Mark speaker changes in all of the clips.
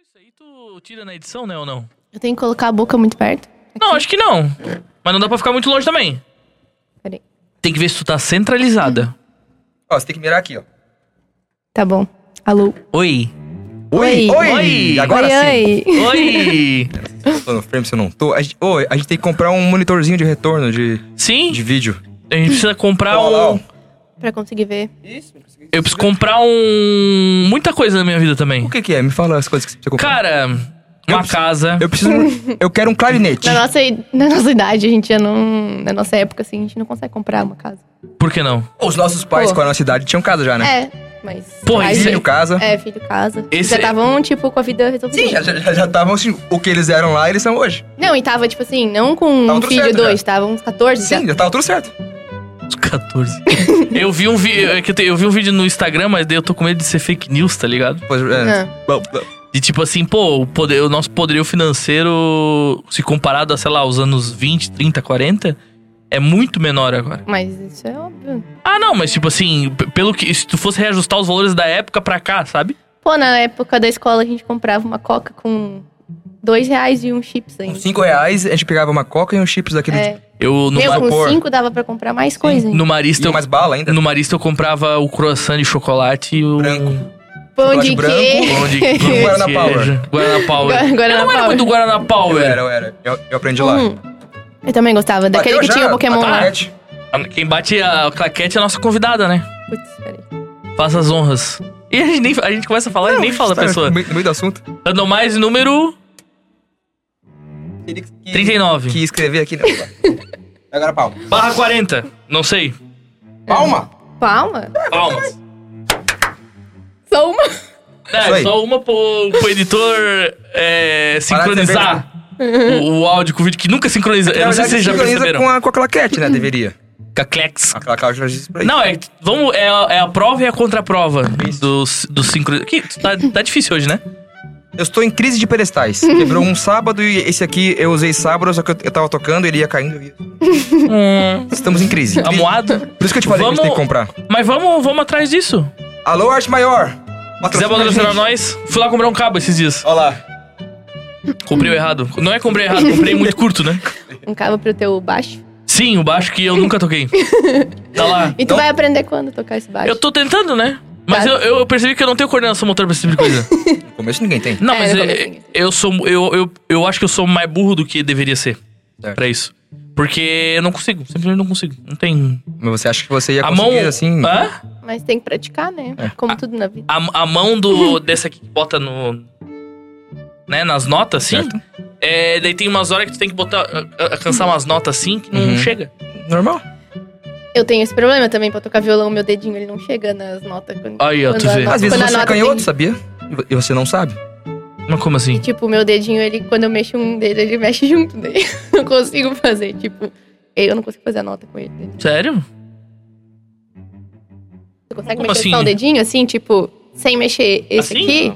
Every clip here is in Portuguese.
Speaker 1: Isso aí tu tira na edição, né, ou não?
Speaker 2: Eu tenho que colocar a boca muito perto.
Speaker 1: Não, acho que não. Mas não dá pra ficar muito longe também.
Speaker 2: Peraí.
Speaker 1: Tem que ver se tu tá centralizada.
Speaker 3: Ó, você tem que mirar aqui, ó.
Speaker 2: Tá bom. Alô.
Speaker 1: Oi.
Speaker 2: Oi.
Speaker 3: oi!
Speaker 1: Oi.
Speaker 3: Agora sim!
Speaker 2: oi, oi.
Speaker 1: Oi.
Speaker 3: Eu Tô no frame, se eu não tô. A gente, ô, a gente tem que comprar um monitorzinho de retorno de,
Speaker 1: Sim?
Speaker 3: de vídeo.
Speaker 1: A gente precisa comprar
Speaker 3: Ó, lá, ó.
Speaker 1: um.
Speaker 2: Pra conseguir ver.
Speaker 3: Então, Isso,
Speaker 1: Eu preciso comprar um. Muita coisa na minha vida também.
Speaker 3: O que que é? Me fala as coisas que você comprou.
Speaker 1: Cara,
Speaker 3: Eu
Speaker 1: uma
Speaker 3: preciso-
Speaker 1: casa.
Speaker 3: Eu preciso. eu quero um clarinete.
Speaker 2: Na nossa, i- na nossa idade, a gente já não. Na nossa época, assim, a gente não consegue comprar uma casa.
Speaker 1: Por que não?
Speaker 3: Os nossos pais
Speaker 2: Pô.
Speaker 3: com a nossa idade tinham casa já, né?
Speaker 2: É, mas.
Speaker 1: Pô,
Speaker 2: Ai,
Speaker 1: isso
Speaker 3: Filho,
Speaker 1: é-
Speaker 2: gente.
Speaker 3: casa.
Speaker 2: É, filho, casa.
Speaker 1: Esse
Speaker 2: já
Speaker 1: é-
Speaker 2: estavam, tipo, com a vida resolvida.
Speaker 3: Sim, já estavam já, já tavam assim. O que eles eram lá, eles são hoje.
Speaker 2: Não, e tava, tipo assim, não com
Speaker 3: Tava
Speaker 2: um
Speaker 3: tudo
Speaker 2: filho
Speaker 3: certo,
Speaker 2: dois, tava uns 14.
Speaker 3: Sim,
Speaker 2: já.
Speaker 3: já tava tudo certo.
Speaker 1: Os 14. eu vi um vídeo. Eu vi um vídeo no Instagram, mas daí eu tô com medo de ser fake news, tá ligado?
Speaker 3: Pois, é.
Speaker 2: Ah,
Speaker 3: Bom, bom.
Speaker 1: De tipo assim, pô, o, poder- o nosso poderio financeiro, se comparado a, sei lá, aos anos 20, 30, 40, é muito menor agora.
Speaker 2: mas isso é óbvio.
Speaker 1: Ah, não, mas tipo assim, p- pelo que. Se tu fosse reajustar os valores da época pra cá, sabe?
Speaker 2: Pô, na época da escola a gente comprava uma coca com dois reais e um chips ainda.
Speaker 3: Com cinco reais, a gente pegava uma coca e uns chips daquele.
Speaker 2: É.
Speaker 1: Eu no,
Speaker 2: Meu,
Speaker 1: ma-
Speaker 2: com
Speaker 3: vapor.
Speaker 2: cinco dava pra comprar mais coisa ainda.
Speaker 1: no Marista.
Speaker 3: E
Speaker 1: Eu,
Speaker 3: mais bala ainda.
Speaker 1: no Marista eu comprava o croissant de chocolate e o.
Speaker 3: Branco.
Speaker 2: Pão
Speaker 3: chocolate
Speaker 2: de
Speaker 3: branco,
Speaker 2: queijo.
Speaker 1: Pão de
Speaker 3: Guaraná
Speaker 1: queijo. Guaraná Power.
Speaker 2: Agora
Speaker 1: Eu não era muito Guaraná
Speaker 3: Eu
Speaker 2: é.
Speaker 1: Power.
Speaker 3: era, eu era. Eu, eu aprendi lá.
Speaker 2: Eu também gostava. Hum, Daquele
Speaker 3: Bateu
Speaker 2: que
Speaker 3: já?
Speaker 2: tinha o Pokémon
Speaker 3: Bateu
Speaker 2: lá.
Speaker 3: claquete?
Speaker 1: Quem bate a claquete é a nossa convidada, né?
Speaker 2: Putz, peraí.
Speaker 1: Faça as honras. E a gente, nem, a gente começa a falar e nem fala da
Speaker 3: Sabe,
Speaker 1: pessoa.
Speaker 3: No meio no meio do assunto.
Speaker 1: Dando mais número
Speaker 3: Teria que-
Speaker 1: 39.
Speaker 3: Que escrever aqui, não. Agora palma.
Speaker 1: Barra 40. Não sei.
Speaker 3: Palma?
Speaker 2: Palma?
Speaker 1: Palmas.
Speaker 2: Só uma.
Speaker 1: É,
Speaker 3: aí.
Speaker 1: só uma pro, pro editor é, sincronizar o, o áudio com o vídeo, que nunca sincroniza.
Speaker 3: É
Speaker 1: Eu não sei se vocês já
Speaker 3: Sincroniza Ah,
Speaker 1: perceberam.
Speaker 3: Com a, com a claquete, né? Deveria.
Speaker 1: Caclex.
Speaker 3: Aquela cláusula diz pra isso.
Speaker 1: Não, é, vamos, é, a- é a prova e a contraprova do, do sincronização. Tá, tá difícil hoje, né?
Speaker 3: Eu estou em crise de pedestais. Quebrou um sábado e esse aqui eu usei sábado, só que eu, eu tava tocando, ele ia caindo. eu ia-
Speaker 1: Hum,
Speaker 3: Estamos em crise.
Speaker 1: amuado.
Speaker 3: Por isso que eu te falei que a gente tem que comprar.
Speaker 1: Mas vamos, vamos atrás disso.
Speaker 3: Alô, Arte Maior!
Speaker 1: Quiser patrocinar nós, fui lá comprar um cabo esses dias.
Speaker 3: Olha lá.
Speaker 1: Comprei
Speaker 3: Hum.
Speaker 1: o errado. Não é comprei errado, comprei muito curto, né?
Speaker 2: Um cabo pro teu baixo.
Speaker 1: Sim, o baixo que eu nunca toquei. Tá lá.
Speaker 2: E tu
Speaker 3: Não.
Speaker 2: vai aprender quando tocar esse baixo?
Speaker 1: Eu tô tentando, né?
Speaker 3: Tá.
Speaker 1: Mas eu,
Speaker 2: Claro.
Speaker 1: eu percebi que eu não tenho coordenação motora pra esse tipo de coisa.
Speaker 3: No começo ninguém tem.
Speaker 1: Não,
Speaker 2: É,
Speaker 1: mas
Speaker 2: no
Speaker 1: eu,
Speaker 2: começo.
Speaker 1: eu sou. Eu, eu, eu acho que eu sou mais burro do que deveria ser
Speaker 3: Certo.
Speaker 1: pra isso. Porque eu não consigo, simplesmente não consigo. Não tem.
Speaker 3: Mas você acha que você ia
Speaker 1: A mão.
Speaker 3: conseguir, assim...
Speaker 1: Hã?
Speaker 2: Mas tem que praticar, né?
Speaker 3: É.
Speaker 2: Como tudo na vida.
Speaker 1: A, a mão do, dessa que bota no. Né, nas notas, assim.
Speaker 3: Certo.
Speaker 1: É, daí tem umas horas que tu tem que botar. a- a- alcançar umas notas assim que não
Speaker 3: Uhum.
Speaker 1: chega.
Speaker 3: Normal.
Speaker 2: Eu tenho esse problema também pra tocar violão, meu dedinho ele não chega nas notas. Quando,
Speaker 1: Aí, ó,
Speaker 2: quando
Speaker 1: tu
Speaker 2: a
Speaker 1: vê.
Speaker 2: nota-
Speaker 3: Às vezes
Speaker 2: quando a
Speaker 3: você é
Speaker 2: nota tem-
Speaker 3: canhoto, sabia? E vo- E você não sabe.
Speaker 1: Mas como assim?
Speaker 2: E, tipo, meu dedinho, ele, quando eu mexo um dele, ele mexe junto daí. Eu não consigo fazer, tipo, eu não consigo fazer a nota com ele. né?
Speaker 1: Sério?
Speaker 2: Você consegue
Speaker 1: Como
Speaker 2: mexer
Speaker 1: assim?
Speaker 2: só o dedinho, assim, tipo, sem mexer esse
Speaker 1: Assim?
Speaker 2: aqui?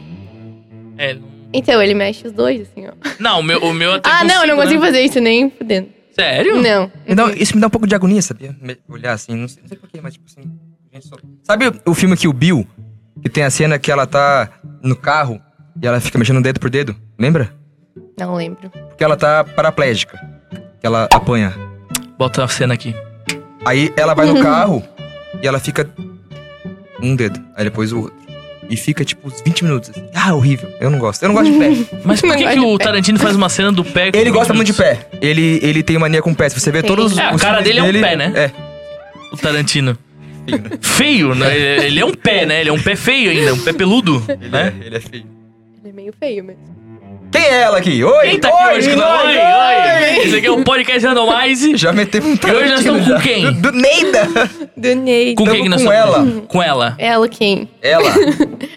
Speaker 1: É.
Speaker 2: Então, ele mexe os dois, assim, ó.
Speaker 1: Não, o meu, o meu até.
Speaker 2: ah, não, eu não
Speaker 1: né?
Speaker 2: consigo fazer isso nem fudendo.
Speaker 1: Sério?
Speaker 2: Não.
Speaker 3: Então, isso me dá um pouco de agonia, sabia? Me- Olhar assim, não sei, não sei porquê, mas tipo assim. gente só- Sabe o filme que o Bill, que tem a cena que ela tá no carro e ela fica mexendo um dedo por dedo? Lembra?
Speaker 2: Não lembro.
Speaker 3: Porque ela tá paraplégica. Que ela apanha.
Speaker 1: Bota a cena aqui.
Speaker 3: Aí ela vai no carro e ela fica. Um dedo, aí depois o outro. E fica tipo uns 20 minutos assim. Ah, horrível. Eu não gosto. Eu não gosto de pé.
Speaker 1: Mas por
Speaker 2: Não
Speaker 1: que,
Speaker 2: gosto
Speaker 1: que
Speaker 2: de
Speaker 1: o
Speaker 2: pé.
Speaker 1: Tarantino faz uma cena do pé? com
Speaker 3: Ele gosta
Speaker 1: 20
Speaker 3: muito de
Speaker 1: minutos?
Speaker 3: pé. Ele, ele tem mania com pé. Se você vê
Speaker 2: Sim.
Speaker 3: todos os.
Speaker 1: É, a
Speaker 3: os
Speaker 1: cara
Speaker 3: filmes
Speaker 1: dele é um pé, né?
Speaker 3: É.
Speaker 1: O Tarantino. Feio,
Speaker 3: Feio, né?
Speaker 1: né? Ele- Ele é um pé, né? Ele é um pé feio ainda, um pé peludo,
Speaker 3: Ele
Speaker 1: né?
Speaker 3: é, ele é feio.
Speaker 2: Ele é meio feio mesmo.
Speaker 3: Quem é ela aqui? Oi!
Speaker 1: Eita,
Speaker 3: oi,
Speaker 1: tá aqui hoje,
Speaker 3: menina,
Speaker 1: oi, oi! Esse aqui é o podcast Randomize.
Speaker 3: Já metemos um
Speaker 1: E hoje nós estamos
Speaker 3: Tarantino
Speaker 1: com quem?
Speaker 3: Do, do Neida!
Speaker 2: Do Ney.
Speaker 1: Com
Speaker 3: Tamo
Speaker 1: quem que nós
Speaker 3: com
Speaker 1: estamos? Com ela.
Speaker 2: Ela quem?
Speaker 3: Ela,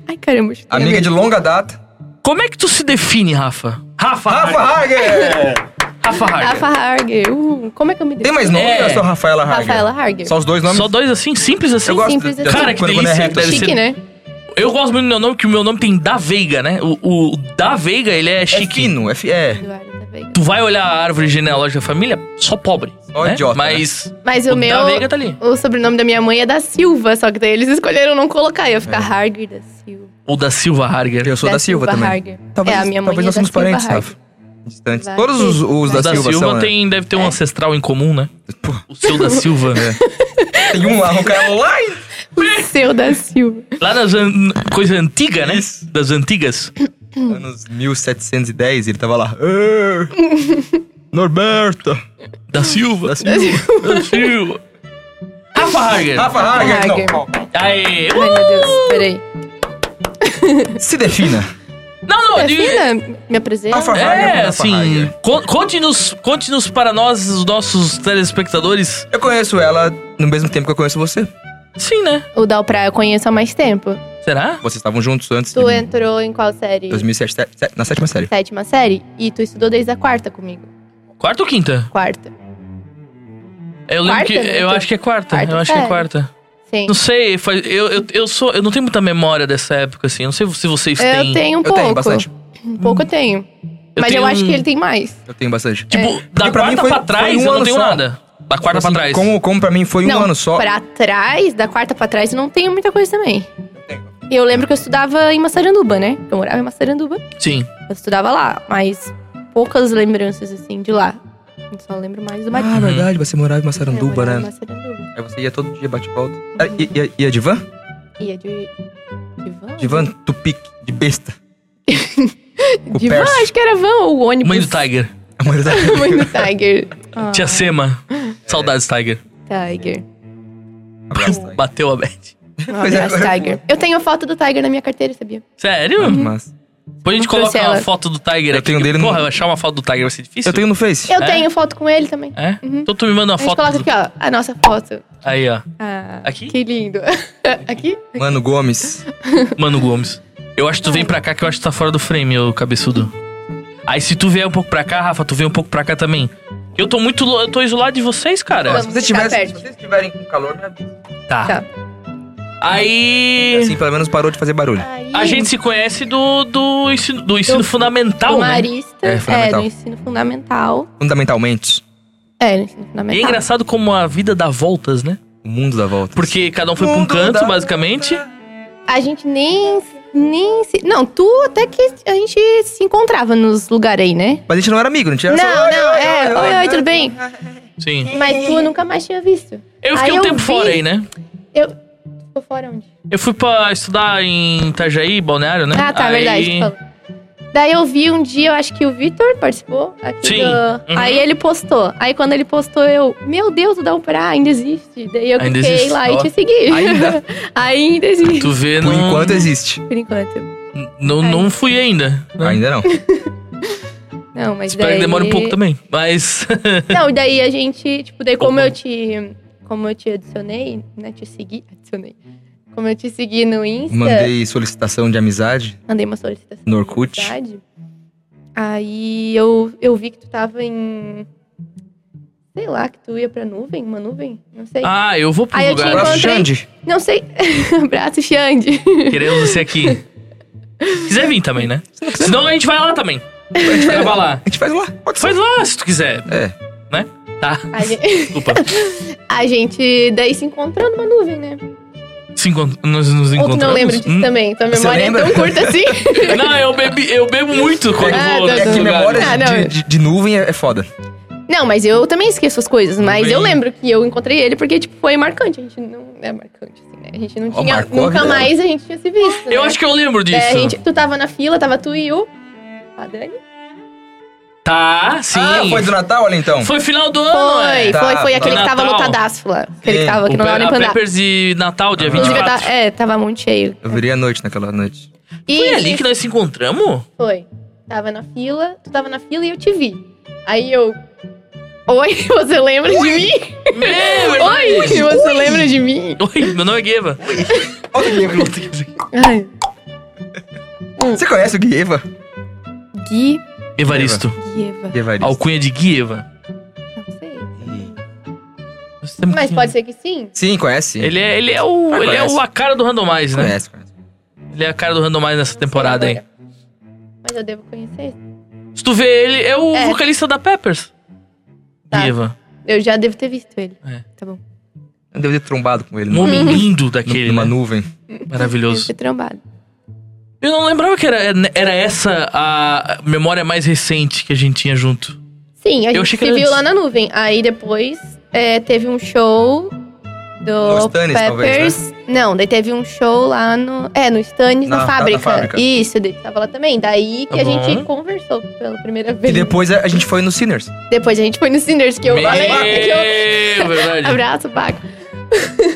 Speaker 2: Ai, caramba. chutei a
Speaker 3: amiga de
Speaker 2: mesa.
Speaker 3: longa data,
Speaker 1: Como é que tu se define, Rafa? Rafa!
Speaker 3: Rafa
Speaker 1: Harger.
Speaker 3: Harger!
Speaker 1: Rafa Harger.
Speaker 2: Rafa Harger. Uh, como é que eu me dei?
Speaker 3: Tem mais nome
Speaker 1: É.
Speaker 3: ou é só Rafaela Harger?
Speaker 2: Rafaela Harger.
Speaker 3: Só os dois nomes?
Speaker 1: Só dois assim, simples assim.
Speaker 3: Eu gosto
Speaker 2: Simples
Speaker 3: de,
Speaker 2: assim.
Speaker 1: Cara, que
Speaker 3: quando, quando é
Speaker 1: delícia,
Speaker 3: reto.
Speaker 1: deve
Speaker 2: Chique,
Speaker 1: ser-
Speaker 2: né?
Speaker 1: Eu gosto muito do meu nome, que o meu nome tem Da Veiga, né? O, o Da Veiga, ele é
Speaker 3: É
Speaker 1: chique.
Speaker 3: fino, é, fi- é.
Speaker 2: Eduardo da Veiga.
Speaker 1: tu vai olhar a árvore genealógica da família, só pobre.
Speaker 3: Só
Speaker 1: né?
Speaker 3: idiota,
Speaker 1: Mas
Speaker 2: Mas
Speaker 1: o
Speaker 2: o meu...
Speaker 1: Da Veiga tá ali. É.
Speaker 2: O sobrenome da minha mãe é da Silva, só que daí eles escolheram não colocar. Eu ia ficar Harger da Silva.
Speaker 1: Ou da Silva Harger.
Speaker 3: Eu sou da, Silva, também.
Speaker 2: Harger.
Speaker 3: Talvez,
Speaker 2: É, a minha mãe
Speaker 3: talvez
Speaker 2: é
Speaker 3: nós
Speaker 2: da
Speaker 3: somos
Speaker 2: Silva
Speaker 3: parentes,
Speaker 2: Harger.
Speaker 3: Rafa. Distantes.
Speaker 2: Vai
Speaker 3: Todos
Speaker 2: que-
Speaker 3: os, os
Speaker 1: O
Speaker 3: da, Silva, são, né?
Speaker 1: tem, deve ter um
Speaker 2: É.
Speaker 1: ancestral em comum, né?
Speaker 3: Pô,
Speaker 1: O seu da Silva.
Speaker 3: Tem um lá, um cara lá e...
Speaker 2: O seu da Silva.
Speaker 1: Lá das an- coisa antiga, né? Das antigas.
Speaker 3: Anos 1710, ele tava lá. "Ê, Norberto!
Speaker 1: Da Silva. Da Silva. da Silva. Rafa Harger.
Speaker 3: Rafa Hager!
Speaker 2: Hager.
Speaker 3: Não, não.
Speaker 1: Aê.
Speaker 2: Ai, meu Deus,
Speaker 1: Uh!
Speaker 2: peraí.
Speaker 3: Se defina.
Speaker 1: Não,
Speaker 2: É
Speaker 1: não, eu digo-
Speaker 2: Defina, me apresenta.
Speaker 3: Rafa Hager.
Speaker 1: É,
Speaker 3: Rafa
Speaker 1: assim,
Speaker 3: Hager.
Speaker 1: con- conte-nos conte-nos para nós, os nossos telespectadores.
Speaker 3: Eu conheço ela no mesmo tempo que eu conheço você.
Speaker 1: Sim, né?
Speaker 2: O Dal Praia eu conheço há mais tempo.
Speaker 1: Será?
Speaker 3: Vocês estavam juntos antes
Speaker 2: Tu
Speaker 1: Uhum.
Speaker 3: de
Speaker 2: entrou em qual série?
Speaker 3: 2007, sé- na sétima série.
Speaker 2: é- Sétima série? E tu estudou desde a quarta comigo.
Speaker 1: Quarta ou quinta?
Speaker 2: Quarta.
Speaker 1: Eu lembro
Speaker 2: Quarta,
Speaker 1: que.
Speaker 2: né?
Speaker 1: Eu acho que é quarta.
Speaker 2: Quarta
Speaker 1: eu acho que é
Speaker 2: série.
Speaker 1: quarta.
Speaker 2: Sim.
Speaker 1: Não sei, faz- eu, eu, eu sou. Eu não tenho muita memória dessa época, assim. Eu não sei se vocês têm.
Speaker 2: Eu tenho um
Speaker 3: eu
Speaker 2: pouco.
Speaker 3: tenho bastante.
Speaker 2: Um
Speaker 1: Hum.
Speaker 2: pouco eu tenho.
Speaker 1: Eu
Speaker 2: Mas
Speaker 1: tenho
Speaker 2: eu acho
Speaker 1: um-
Speaker 2: que ele tem mais.
Speaker 3: Eu tenho bastante.
Speaker 1: Tipo, da
Speaker 3: Porque pra mim
Speaker 1: quarta
Speaker 3: foi-
Speaker 1: pra
Speaker 3: foi
Speaker 1: trás,
Speaker 3: um
Speaker 1: eu não
Speaker 3: ano
Speaker 1: tenho
Speaker 3: só.
Speaker 1: nada. Da quarta
Speaker 3: Assim,
Speaker 1: pra trás.
Speaker 3: Como, como pra mim foi um
Speaker 2: não,
Speaker 3: ano só.
Speaker 2: Pra trás, da quarta pra trás, não tenho muita coisa também. Eu lembro que eu estudava em Massaranduba, né? Eu morava em Massaranduba.
Speaker 1: Sim.
Speaker 2: Eu estudava lá, mas poucas lembranças assim de lá. Eu só lembro mais do Matinho.
Speaker 3: Ah, verdade, você morava em Massaranduba,
Speaker 2: Uhum. Eu morava em
Speaker 3: né?
Speaker 2: é Massaranduba.
Speaker 3: Aí você ia todo dia bate volta. Ah, e- e- Ia de van?
Speaker 2: Ia é de. De van?
Speaker 3: De van tupique, de besta. Com
Speaker 2: De van,
Speaker 3: perso.
Speaker 2: acho que era van ou ônibus.
Speaker 1: Mãe do Tiger.
Speaker 3: A maioria da-
Speaker 2: Mãe do Tiger. Ah,
Speaker 1: Tia Sema. Saudades, Tiger.
Speaker 2: Tiger.
Speaker 3: Abraço, tá aí.
Speaker 1: Bateu a bad.
Speaker 2: Um
Speaker 3: Pois é,
Speaker 2: abraço,
Speaker 3: agora-
Speaker 2: Tiger. Eu tenho a foto do Tiger na minha carteira, sabia?
Speaker 1: Sério?
Speaker 3: Mas-
Speaker 1: Depois a gente
Speaker 2: Uhum. Não trouxe
Speaker 1: coloca uma
Speaker 2: ela.
Speaker 1: foto do Tiger
Speaker 3: Eu
Speaker 1: aqui.
Speaker 3: tenho
Speaker 1: que,
Speaker 3: dele no-
Speaker 1: Porra, achar uma foto do Tiger vai ser difícil.
Speaker 3: Eu tenho no Face.
Speaker 2: Eu
Speaker 1: É?
Speaker 2: tenho foto com ele também.
Speaker 1: É?
Speaker 2: Uhum.
Speaker 1: Então tu me manda uma
Speaker 2: A gente
Speaker 1: foto.
Speaker 2: coloca
Speaker 1: do-
Speaker 2: aqui, ó, a nossa foto.
Speaker 1: Aí, ó.
Speaker 2: Ah,
Speaker 1: Aqui?
Speaker 2: Que lindo. aqui?
Speaker 3: Mano Gomes.
Speaker 1: Mano Gomes. Eu acho que tu vem pra cá que eu acho que tá fora do frame, ô cabeçudo. Aí se tu vier um pouco pra cá, Rafa, tu vem um pouco pra cá também. Eu tô muito. lo- Eu tô isolado de vocês, cara.
Speaker 2: Vamos.
Speaker 3: É, Se vocês
Speaker 2: ficar
Speaker 3: tivessem- se
Speaker 2: perto.
Speaker 3: vocês tiverem com calor, me avisa.
Speaker 1: Tá.
Speaker 2: Tá.
Speaker 1: Aí. É.
Speaker 3: Assim, pelo menos parou de fazer barulho.
Speaker 2: Aí,
Speaker 1: A gente se conhece do, do ensino, do ensino
Speaker 2: Do-
Speaker 1: fundamental,
Speaker 2: do
Speaker 1: né?
Speaker 2: marista,
Speaker 3: É,
Speaker 2: é,
Speaker 3: fundamental.
Speaker 2: do ensino fundamental.
Speaker 3: Fundamentalmente,
Speaker 2: É, do ensino
Speaker 1: E
Speaker 2: fundamental.
Speaker 1: é engraçado como a vida dá voltas, né?
Speaker 3: o mundo dá volta.
Speaker 1: Porque cada um foi pra um canto, basicamente.
Speaker 2: A gente nem, nem se... Não, tu até que a gente se encontrava nos lugares aí, né?
Speaker 3: Mas a gente não era amigo, não tinha
Speaker 2: Não, não, é, oi, oi, tudo bem?
Speaker 1: Sim.
Speaker 2: Mas tu nunca mais tinha visto.
Speaker 1: Eu fiquei
Speaker 2: Aí
Speaker 1: um
Speaker 2: eu
Speaker 1: tempo
Speaker 2: vi-
Speaker 1: fora aí, né?
Speaker 2: Eu... Ficou fora onde?
Speaker 1: Eu fui pra estudar em Itajaí, Balneário, né?
Speaker 2: Ah, tá,
Speaker 1: Aí-
Speaker 2: verdade. tu falou. Daí eu vi um dia, eu acho que o Vitor participou aqui
Speaker 1: Sim,
Speaker 2: do-
Speaker 1: uhum.
Speaker 2: Aí ele postou. Aí quando ele postou, eu, meu Deus, o Dá um Pra ainda existe. Daí eu
Speaker 1: Ainda
Speaker 2: cliquei
Speaker 1: existe,
Speaker 2: lá
Speaker 3: ó.
Speaker 2: e te segui.
Speaker 3: Ainda?
Speaker 2: ainda existe.
Speaker 1: Tu vê,
Speaker 3: Por
Speaker 1: não-
Speaker 3: enquanto é- existe.
Speaker 2: Por enquanto.
Speaker 1: Não, não fui ainda. né?
Speaker 3: Ainda não.
Speaker 2: Não, mas
Speaker 1: Espero
Speaker 2: daí...
Speaker 1: que demore um pouco também. Mas.
Speaker 2: Não, e daí a gente, tipo, daí como
Speaker 1: Opa.
Speaker 2: eu te. Como eu te adicionei, né? Te segui, adicionei. Como eu te segui no Insta, mandei,
Speaker 3: Mandei solicitação de amizade.
Speaker 2: uma solicitação.
Speaker 3: No Orkut.
Speaker 2: de amizade. Aí eu, eu vi que tu tava em. Sei lá, que tu ia pra nuvem, uma nuvem? Não sei.
Speaker 1: ah, eu vou pro
Speaker 2: Aí eu te
Speaker 1: lugar.
Speaker 3: Abraço,
Speaker 2: encontrei.
Speaker 3: Xande.
Speaker 2: Não sei. Abraço, Xande.
Speaker 1: Queremos você aqui. Quiser vir também, né? Senão a gente vai lá também. A gente vai lá.
Speaker 3: A gente faz lá. Pode ser.
Speaker 1: Faz lá se tu quiser.
Speaker 3: É.
Speaker 1: Né? Tá.
Speaker 2: A gente,
Speaker 1: Desculpa.
Speaker 2: a gente daí se encontrou numa nuvem, né?
Speaker 1: Se encont- Nós nos
Speaker 2: Ou tu
Speaker 1: encontramos.
Speaker 2: não lembra disso
Speaker 1: Hum.
Speaker 2: também? Tua
Speaker 3: Você
Speaker 2: memória é
Speaker 3: lembra?
Speaker 2: tão curta assim.
Speaker 1: Não, eu, bebi, eu bebo muito quando
Speaker 2: Ah,
Speaker 1: vou
Speaker 2: tá,
Speaker 1: nesses
Speaker 3: É
Speaker 1: lugares.
Speaker 2: tá.
Speaker 3: que memória
Speaker 2: Ah,
Speaker 3: de-
Speaker 2: não.
Speaker 3: de, de nuvem é, é foda.
Speaker 2: Não, mas eu também esqueço as coisas. Mas
Speaker 1: Também.
Speaker 2: eu lembro que eu encontrei ele porque, tipo, foi marcante. A gente não é marcante, assim, né? A gente não
Speaker 3: Ó,
Speaker 2: tinha.
Speaker 3: marcou a
Speaker 2: nunca
Speaker 3: vida
Speaker 2: mais a gente tinha se visto.
Speaker 1: Eu
Speaker 2: né?
Speaker 1: acho que eu lembro disso.
Speaker 2: É, a gente, tu tava na fila, tava tu e o. A Dani?
Speaker 1: Tá, sim.
Speaker 3: Ah, foi do Natal, olha então.
Speaker 1: Foi final do ano,
Speaker 2: Foi,
Speaker 1: é.
Speaker 3: Tá,
Speaker 2: foi, foi
Speaker 3: tá.
Speaker 2: aquele que tava
Speaker 1: Natal. É,
Speaker 2: lotadaço lá. Aquele
Speaker 3: Sim,
Speaker 2: que tava, que
Speaker 1: O
Speaker 2: não dava nem
Speaker 1: Pe- a
Speaker 2: pra andar.
Speaker 1: Peppers de Natal, dia
Speaker 3: Aham.
Speaker 2: Inclusive, eu
Speaker 1: 24.
Speaker 2: tava, é, tava muito cheio.
Speaker 3: Eu virei à noite naquela noite.
Speaker 2: E
Speaker 1: Foi ali que nós se encontramos?
Speaker 2: Foi. Tava na fila, tu tava na fila e eu te vi. Aí eu. Oi, você lembra de mim?
Speaker 1: Meu, irmão.
Speaker 2: Oi, você lembra de mim?
Speaker 1: Oi, meu nome é Gueva.
Speaker 3: Olha o Guieva.
Speaker 2: Ai.
Speaker 3: Você conhece o Guieva?
Speaker 2: Gui.
Speaker 1: Evaristo.
Speaker 2: Guieva.
Speaker 3: Guieva.
Speaker 1: Alcunha de Guieva.
Speaker 2: Não sei. Mas pode ser que sim.
Speaker 3: Sim, conhece.
Speaker 1: Ele é, ele é o.
Speaker 3: Ah,
Speaker 1: ele é
Speaker 3: conhece.
Speaker 1: o, a cara do Randomize, né?
Speaker 3: Conhece, conhece.
Speaker 1: Ele é a cara do Randomize nessa temporada, hein?
Speaker 2: Mas eu devo conhecer.
Speaker 1: Se tu vê ele, é o
Speaker 2: É.
Speaker 1: vocalista da Peppers.
Speaker 2: Tá.
Speaker 1: Guieva.
Speaker 2: Eu já devo ter visto ele.
Speaker 1: É.
Speaker 2: Tá bom.
Speaker 3: Eu devo ter trombado com ele. né?
Speaker 2: Uhum.
Speaker 1: Um
Speaker 3: numa-
Speaker 1: homem lindo daquele.
Speaker 3: numa
Speaker 1: né?
Speaker 3: nuvem.
Speaker 2: Devo
Speaker 1: Maravilhoso.
Speaker 2: ter trombado.
Speaker 1: Eu não lembrava que era, era essa a memória mais recente que a gente tinha junto.
Speaker 2: Sim, a
Speaker 1: Eu
Speaker 2: gente
Speaker 1: achei
Speaker 2: se
Speaker 1: que
Speaker 2: viu
Speaker 1: era antes.
Speaker 2: lá na nuvem. Aí depois é, teve um show do
Speaker 3: No Stannis,
Speaker 2: Peppers.
Speaker 3: talvez, né?
Speaker 2: Não, daí teve um show lá no. É, no Stannis,
Speaker 3: Na-
Speaker 2: na,
Speaker 3: na- na
Speaker 2: fábrica.
Speaker 3: fábrica.
Speaker 2: Isso, daí tava lá também. Daí que
Speaker 1: Tá
Speaker 2: a gente
Speaker 1: bom.
Speaker 2: conversou pela primeira
Speaker 3: E
Speaker 2: vez.
Speaker 3: depois a a gente foi no Sinners.
Speaker 2: Depois a gente foi no Cinders, que eu
Speaker 1: Meu, é
Speaker 2: falei. "Ah, Que eu...
Speaker 1: verdade.
Speaker 2: Abraço, Paco.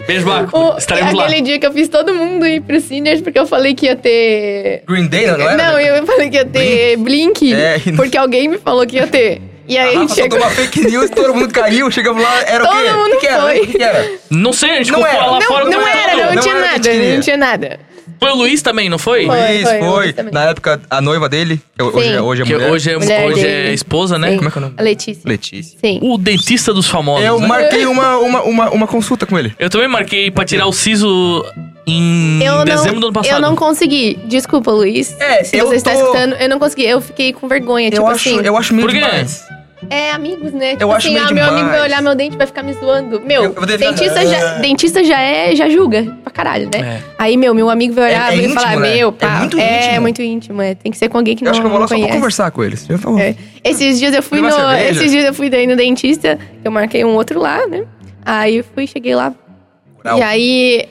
Speaker 1: Beijo,
Speaker 2: O-
Speaker 1: Baco. Estaremos lá.
Speaker 2: aquele dia que eu fiz todo mundo ir pro Cinders, porque eu falei que ia ter.
Speaker 3: Green Day, não, não era?
Speaker 2: Não, eu falei que ia ter Blink,
Speaker 3: É, e- Ah,
Speaker 2: porque alguém me falou que ia ter. E aí
Speaker 3: A Rafa soltou
Speaker 2: chegou.
Speaker 3: uma fake news, todo mundo caiu, chegamos lá, era o
Speaker 2: Todo
Speaker 3: quê?
Speaker 2: mundo
Speaker 3: o que, era?
Speaker 2: foi.
Speaker 3: O que, que era?
Speaker 1: Não sei, a gente
Speaker 3: Não
Speaker 1: ficou
Speaker 3: era.
Speaker 1: lá
Speaker 2: Não,
Speaker 1: fora.
Speaker 2: não,
Speaker 1: do
Speaker 2: era, não,
Speaker 1: mercado.
Speaker 2: tinha
Speaker 3: Não era o que
Speaker 2: nada,
Speaker 3: tinha.
Speaker 2: não tinha nada.
Speaker 1: Foi o Luiz também, não foi?
Speaker 2: Foi.
Speaker 3: Luiz, foi.
Speaker 2: também.
Speaker 3: Na época, a noiva dele, que hoje,
Speaker 2: Sim.
Speaker 3: é- hoje é
Speaker 1: Que
Speaker 3: mulher.
Speaker 1: hoje é,
Speaker 2: Mulher
Speaker 1: hoje é
Speaker 2: dele.
Speaker 1: esposa, né?
Speaker 2: Sim.
Speaker 3: Como é que é o nome?
Speaker 2: A Letícia.
Speaker 3: Letícia.
Speaker 2: Sim.
Speaker 1: O dentista dos famosos.
Speaker 3: Eu
Speaker 1: né?
Speaker 3: marquei uma, uma, uma, uma consulta com ele.
Speaker 1: Eu também marquei pra tirar o siso em
Speaker 2: Eu não,
Speaker 1: dezembro do ano passado.
Speaker 2: eu não consegui. Desculpa, Luiz.
Speaker 3: É,
Speaker 2: se
Speaker 3: eu
Speaker 2: você está
Speaker 3: tô-
Speaker 2: escutando, eu não consegui. Eu fiquei com vergonha,
Speaker 3: Eu,
Speaker 2: tipo
Speaker 3: acho,
Speaker 2: assim.
Speaker 3: eu acho meio
Speaker 1: Por quê?
Speaker 3: demais.
Speaker 2: É, amigos, né? Tipo
Speaker 3: Eu acho
Speaker 2: assim,
Speaker 3: meio
Speaker 2: ah, meu amigo vai
Speaker 3: demais.
Speaker 2: olhar meu dente e vai ficar me zoando. Meu,
Speaker 3: Eu- eu vou deixar-
Speaker 2: dentista, já, dentista já é, já julga pra caralho, né?
Speaker 1: É.
Speaker 2: Aí, meu, meu amigo vai olhar
Speaker 3: É- é
Speaker 2: vai
Speaker 3: íntimo,
Speaker 2: falar,
Speaker 3: né?
Speaker 2: meu,
Speaker 3: É
Speaker 2: pá.
Speaker 3: muito íntimo.
Speaker 2: muito íntimo, é. Tem que ser com alguém que
Speaker 3: Eu
Speaker 2: não
Speaker 3: acho que eu vou lá só pra
Speaker 2: conhece.
Speaker 3: conversar com eles. Eu falo, "Um
Speaker 2: É. Esses dias eu fui
Speaker 3: Beber
Speaker 2: no.
Speaker 3: uma
Speaker 1: é
Speaker 3: cerveja?
Speaker 2: Esses dias eu fui daí no dentista, eu marquei um outro lá, né? Aí eu fui, cheguei lá.
Speaker 3: Coral.
Speaker 2: E aí.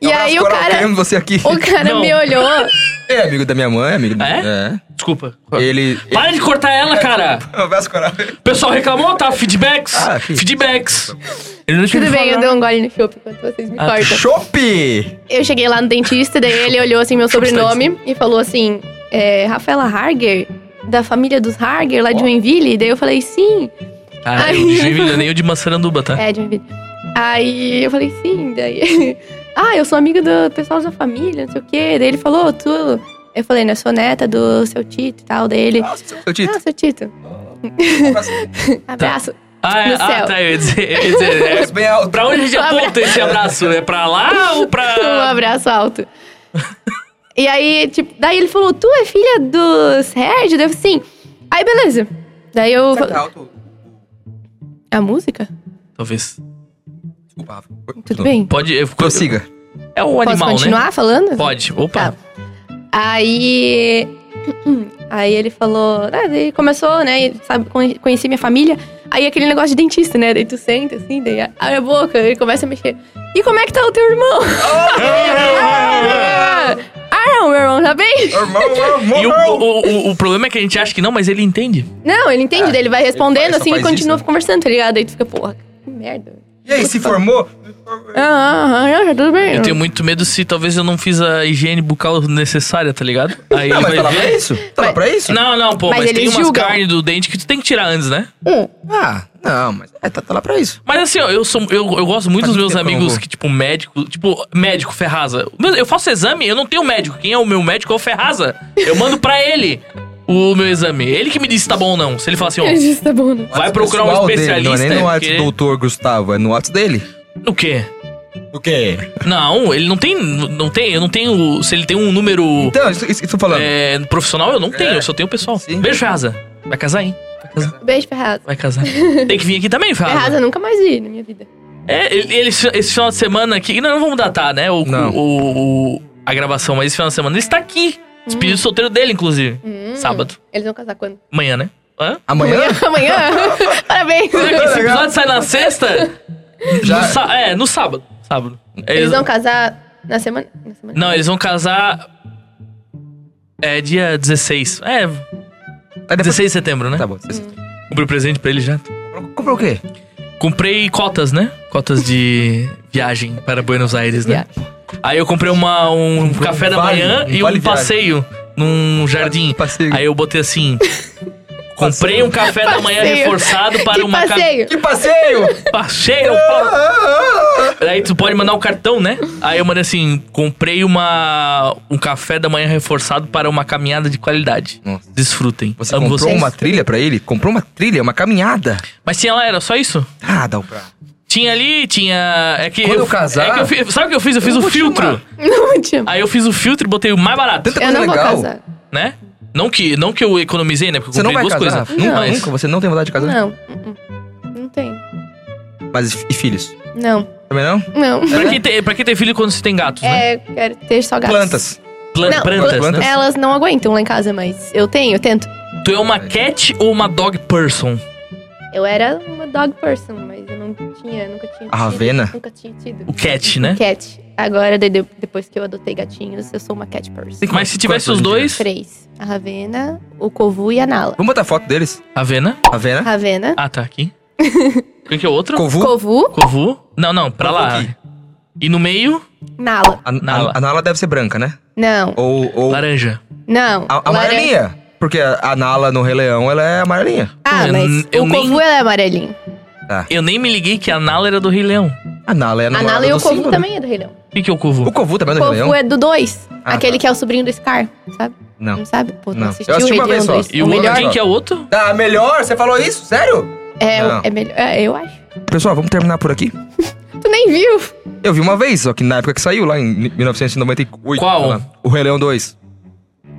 Speaker 2: e aí o cara.
Speaker 3: Queremos você aqui.
Speaker 2: O cara
Speaker 1: Não.
Speaker 2: me olhou.
Speaker 3: É amigo da minha mãe, amigo da
Speaker 1: É? Desculpa.
Speaker 3: É. Ele... Um
Speaker 1: Para de cortar ela, cara.
Speaker 3: Abraço, Coral.
Speaker 1: O pessoal reclamou, tá? Feedbacks.
Speaker 3: Ah, fi-
Speaker 1: feedbacks. Ele não tinha
Speaker 2: Tudo
Speaker 1: me
Speaker 2: bem, eu
Speaker 1: falado.
Speaker 2: dei um gole no chopp enquanto vocês me
Speaker 1: Ah, tá.
Speaker 2: cortam.
Speaker 3: Chope!
Speaker 2: Eu cheguei lá no dentista, daí ele olhou assim meu sobrenome e falou assim: é, Rafaela Harger, da família dos Harger, lá de Joinville. Daí eu falei, sim.
Speaker 1: Ah,
Speaker 2: Ai.
Speaker 1: eu de Joinville, nem eu de Massaranduba, tá?
Speaker 2: É, de Joinville. Aí eu falei, sim, daí. ah, eu sou amiga do pessoal da família, não sei o quê. Daí ele falou, tu. Eu falei, né, sou neta do seu Tito e tal. Daí ele.
Speaker 3: Nossa, seu Tito.
Speaker 2: Ah, seu Tito.
Speaker 3: um
Speaker 2: Abraço.
Speaker 1: Ah, é,
Speaker 2: No
Speaker 1: ah
Speaker 2: céu.
Speaker 1: tá. Eu ia dizer. eu ia dizer, é,
Speaker 3: Bem alto.
Speaker 1: pra onde a gente
Speaker 2: Um abraço.
Speaker 1: aponta esse abraço? É pra lá ou
Speaker 2: Um
Speaker 1: pra.
Speaker 2: abraço alto. e aí, tipo, daí ele falou, tu é filha do Sérgio? Daí eu falei, sim. Aí, beleza. Daí eu.
Speaker 1: Tá,
Speaker 3: Será que é alto?
Speaker 2: A música?
Speaker 1: Talvez.
Speaker 3: Desculpa, Rafa.
Speaker 2: Tudo bem?
Speaker 1: Pode. eu-
Speaker 3: Prossiga.
Speaker 1: É o
Speaker 2: Posso
Speaker 1: animal,
Speaker 2: continuar falando?
Speaker 1: né? Pode. Opa.
Speaker 2: Tá. Aí. Aí ele falou. Ah, daí começou, né? e, Sabe, conhe- conheci minha família. Aí aquele negócio de dentista, né? Daí tu senta assim, daí abre a boca e começa a mexer. E como é que tá o teu irmão? ah, não, meu irmão, tá bem?
Speaker 1: E o, o, o, o problema é que a gente acha que não, mas ele entende.
Speaker 2: Não, ele entende,
Speaker 3: É,
Speaker 2: daí ele vai respondendo
Speaker 3: faz- só
Speaker 2: assim e
Speaker 3: faz
Speaker 2: continua
Speaker 3: isso, né?
Speaker 2: conversando, tá ligado? Aí tu fica, porra, que merda.
Speaker 3: E aí, se formou?
Speaker 2: Ah, ah, ah, já tudo bem.
Speaker 1: Eu tenho muito medo se talvez eu não fiz a higiene bucal necessária, tá ligado? Aí
Speaker 3: Não, mas
Speaker 1: vai
Speaker 3: tá lá pra
Speaker 1: ver.
Speaker 3: isso? Tá lá
Speaker 2: Mas-
Speaker 3: pra isso?
Speaker 1: Não, não, pô,
Speaker 2: Mas
Speaker 1: mas, tem
Speaker 2: eles
Speaker 1: umas
Speaker 2: julgam.
Speaker 1: carnes do dente que tu tem que tirar antes, né?
Speaker 3: Ah, não, mas é, tá, tá lá pra isso.
Speaker 1: Mas assim, ó, eu, sou, eu, eu gosto muito dos meus
Speaker 3: Faz muito tempo que eu não
Speaker 1: amigos
Speaker 3: vou.
Speaker 1: que, tipo, médico, tipo, médico, Ferraza. Meu, Eu faço exame, eu não tenho médico. Quem é o meu médico é o Ferraza. Eu mando pra ele o meu exame. Ele que me diz se tá bom ou não. Se ele falar
Speaker 3: um
Speaker 1: assim, ó,
Speaker 2: Ele disse, tá bom, né?
Speaker 1: vai procurar um
Speaker 3: é Pessoal dele,
Speaker 1: especialista.
Speaker 3: não é nem no WhatsApp
Speaker 1: porque-
Speaker 3: do doutor Gustavo, é no WhatsApp dele.
Speaker 1: O quê?
Speaker 3: O quê?
Speaker 1: Não, ele não tem. Não tem, eu não tenho. Se ele tem um número
Speaker 3: Então, isso, isso que eu tô falando.
Speaker 1: é, profissional, eu não tenho,
Speaker 3: É.
Speaker 1: eu só tenho o pessoal.
Speaker 3: Sim.
Speaker 1: Beijo, Ferraza. Vai casar, hein?
Speaker 2: Beijo, Ferraz.
Speaker 1: Vai casar. Tem que vir aqui também,
Speaker 2: Ferraz
Speaker 1: Ferraza.
Speaker 2: eu nunca mais vi na minha vida.
Speaker 1: É, ele, ele- esse final de semana aqui. e Não, não vamos datar, né? O,
Speaker 3: Não.
Speaker 1: o- o- a gravação, mas esse final de semana ele está aqui. Despedido solteiro dele, inclusive.
Speaker 2: Hum.
Speaker 1: Sábado.
Speaker 2: Eles vão casar quando?
Speaker 1: Amanhã, né? Hã?
Speaker 3: Amanhã? é
Speaker 2: Amanhã? Amanhã? Parabéns.
Speaker 1: Esse episódio sai na sexta?
Speaker 3: Já.
Speaker 1: No sá- é, no sábado. Sábado.
Speaker 2: Eles vão casar na semana. Na semana.
Speaker 1: Não, eles vão casar. É dia 16. É,
Speaker 3: Tá, depois...
Speaker 1: 16 de setembro, né?
Speaker 3: tá bom.
Speaker 1: Comprei presente pra ele já.
Speaker 3: Comprou o quê?
Speaker 1: Comprei cotas, né? Cotas de viagem para Buenos Aires, né? Aí eu comprei uma, um café da
Speaker 3: vale,
Speaker 1: manhã
Speaker 3: um
Speaker 1: e um
Speaker 3: vale viagem. Um
Speaker 1: passeio num jardim.
Speaker 3: Passeio.
Speaker 1: Aí eu botei assim. Comprei um café da manhã
Speaker 2: Passeio.
Speaker 1: reforçado para
Speaker 2: Que
Speaker 1: uma ca-
Speaker 2: passeio!
Speaker 3: Que passeio!
Speaker 1: Passeio! pô.
Speaker 3: Ah!
Speaker 1: Aí tu pode mandar um cartão, né? Aí eu mandei assim: comprei uma um café da manhã reforçado para uma caminhada de qualidade.
Speaker 3: Nossa.
Speaker 1: Desfrutem.
Speaker 3: Você
Speaker 1: Amo
Speaker 3: comprou
Speaker 1: vocês.
Speaker 3: uma trilha pra ele? Comprou uma trilha, uma caminhada.
Speaker 1: Mas tinha lá, era só isso?
Speaker 3: Ah, dá um pra...
Speaker 1: Tinha ali, tinha. É que.
Speaker 3: Quando eu casar-
Speaker 1: é que eu fi- sabe o que eu fiz? Eu fiz o
Speaker 3: vou te
Speaker 1: filtro.
Speaker 3: chamar.
Speaker 2: Não, te amo.
Speaker 1: Aí eu fiz o filtro e botei o mais barato,
Speaker 3: Tanta
Speaker 2: Eu
Speaker 3: Ah, coisa
Speaker 2: não vou
Speaker 3: legal.
Speaker 2: casar.
Speaker 1: né? Não que, não que eu economizei, né? Porque
Speaker 3: Você
Speaker 1: eu
Speaker 3: não
Speaker 1: comprei
Speaker 3: vai
Speaker 1: duas
Speaker 3: casar?
Speaker 1: coisas.
Speaker 3: Nunca,
Speaker 1: Mas-
Speaker 3: nunca? Você não tem vontade de casar?
Speaker 2: Não. uh-uh. Não tem.
Speaker 3: Mas e e filhos? Tá
Speaker 2: Não.
Speaker 3: Também não?
Speaker 2: Não.
Speaker 1: Pra quem, tem, pra quem tem filho quando se tem gatos, né?
Speaker 2: É, quero ter só gatos.
Speaker 3: Plantas.
Speaker 1: Pla-
Speaker 2: É, Não,
Speaker 1: plantas,
Speaker 3: plantas.
Speaker 1: né?
Speaker 2: Elas não aguentam lá em casa, mas eu tenho, eu tento.
Speaker 1: Tu é uma cat ou uma dog person?
Speaker 2: Eu era uma dog person, mas eu não tinha, nunca tinha tido.
Speaker 3: A Ravena?
Speaker 2: Nunca tinha tido.
Speaker 1: O cat, né?
Speaker 2: Cat. Agora, de- de- depois que eu adotei gatinhos, eu sou uma cat person.
Speaker 1: Mas se tivesse os
Speaker 3: Quantos
Speaker 1: dois,
Speaker 2: Três. A Ravena, o Kovu e a Nala.
Speaker 3: Vamos botar foto deles? Tá
Speaker 1: Avena.
Speaker 3: Ravena?
Speaker 2: Ravena,
Speaker 1: Ah, tá aqui. Quem que é o outro?
Speaker 3: né? Kovu?
Speaker 2: Kovu,
Speaker 1: Covu. Não, não, pra
Speaker 3: Kovu
Speaker 1: lá.
Speaker 3: aqui.
Speaker 1: E no meio,
Speaker 2: Nala.
Speaker 3: A, a-
Speaker 1: Nala.
Speaker 3: a Nala deve ser branca, né?
Speaker 2: Não,
Speaker 3: Ou. ou
Speaker 1: laranja.
Speaker 2: não.
Speaker 3: a,
Speaker 2: Laranja.
Speaker 3: amarelinha. Porque a Nala no Rei Leão, ela é amarelinha. Tá.
Speaker 2: Ah,
Speaker 1: Eu
Speaker 2: mas
Speaker 1: n- eu
Speaker 2: o
Speaker 1: nem-
Speaker 2: Kovu ela é amarelinho.
Speaker 1: Eu nem me liguei que a Nala era do Rei Leão.
Speaker 3: A Nala é a
Speaker 2: A
Speaker 3: namorada
Speaker 2: Nala e
Speaker 3: do
Speaker 2: o Kovu
Speaker 3: Simba, né?
Speaker 2: também é do Rei Leão.
Speaker 1: O que, que é o Covu?
Speaker 3: O Kovu também é
Speaker 2: O
Speaker 3: do Rei Leão?
Speaker 2: Kovu é do dois,
Speaker 3: Ah,
Speaker 2: Aquele
Speaker 3: tá.
Speaker 2: que é o sobrinho do Scar, sabe? Não,
Speaker 3: Não.
Speaker 2: sabe? Pô, tu
Speaker 3: Não. Eu
Speaker 2: assistiu
Speaker 3: assisti
Speaker 2: o Rei
Speaker 3: uma vez
Speaker 2: Leão
Speaker 3: só.
Speaker 2: 2.
Speaker 1: E
Speaker 2: o
Speaker 1: o outro,
Speaker 2: melhor?
Speaker 1: quem que é o outro?
Speaker 3: Ah, melhor? Você falou isso? Sério?
Speaker 2: É,
Speaker 3: Não.
Speaker 2: é melhor. É, eu acho.
Speaker 3: Pessoal, vamos terminar por aqui?
Speaker 2: Tu nem viu.
Speaker 3: Eu vi uma vez, só que na época que saiu, lá em 1998.
Speaker 1: Qual?
Speaker 3: sei lá. O Rei Leão 2.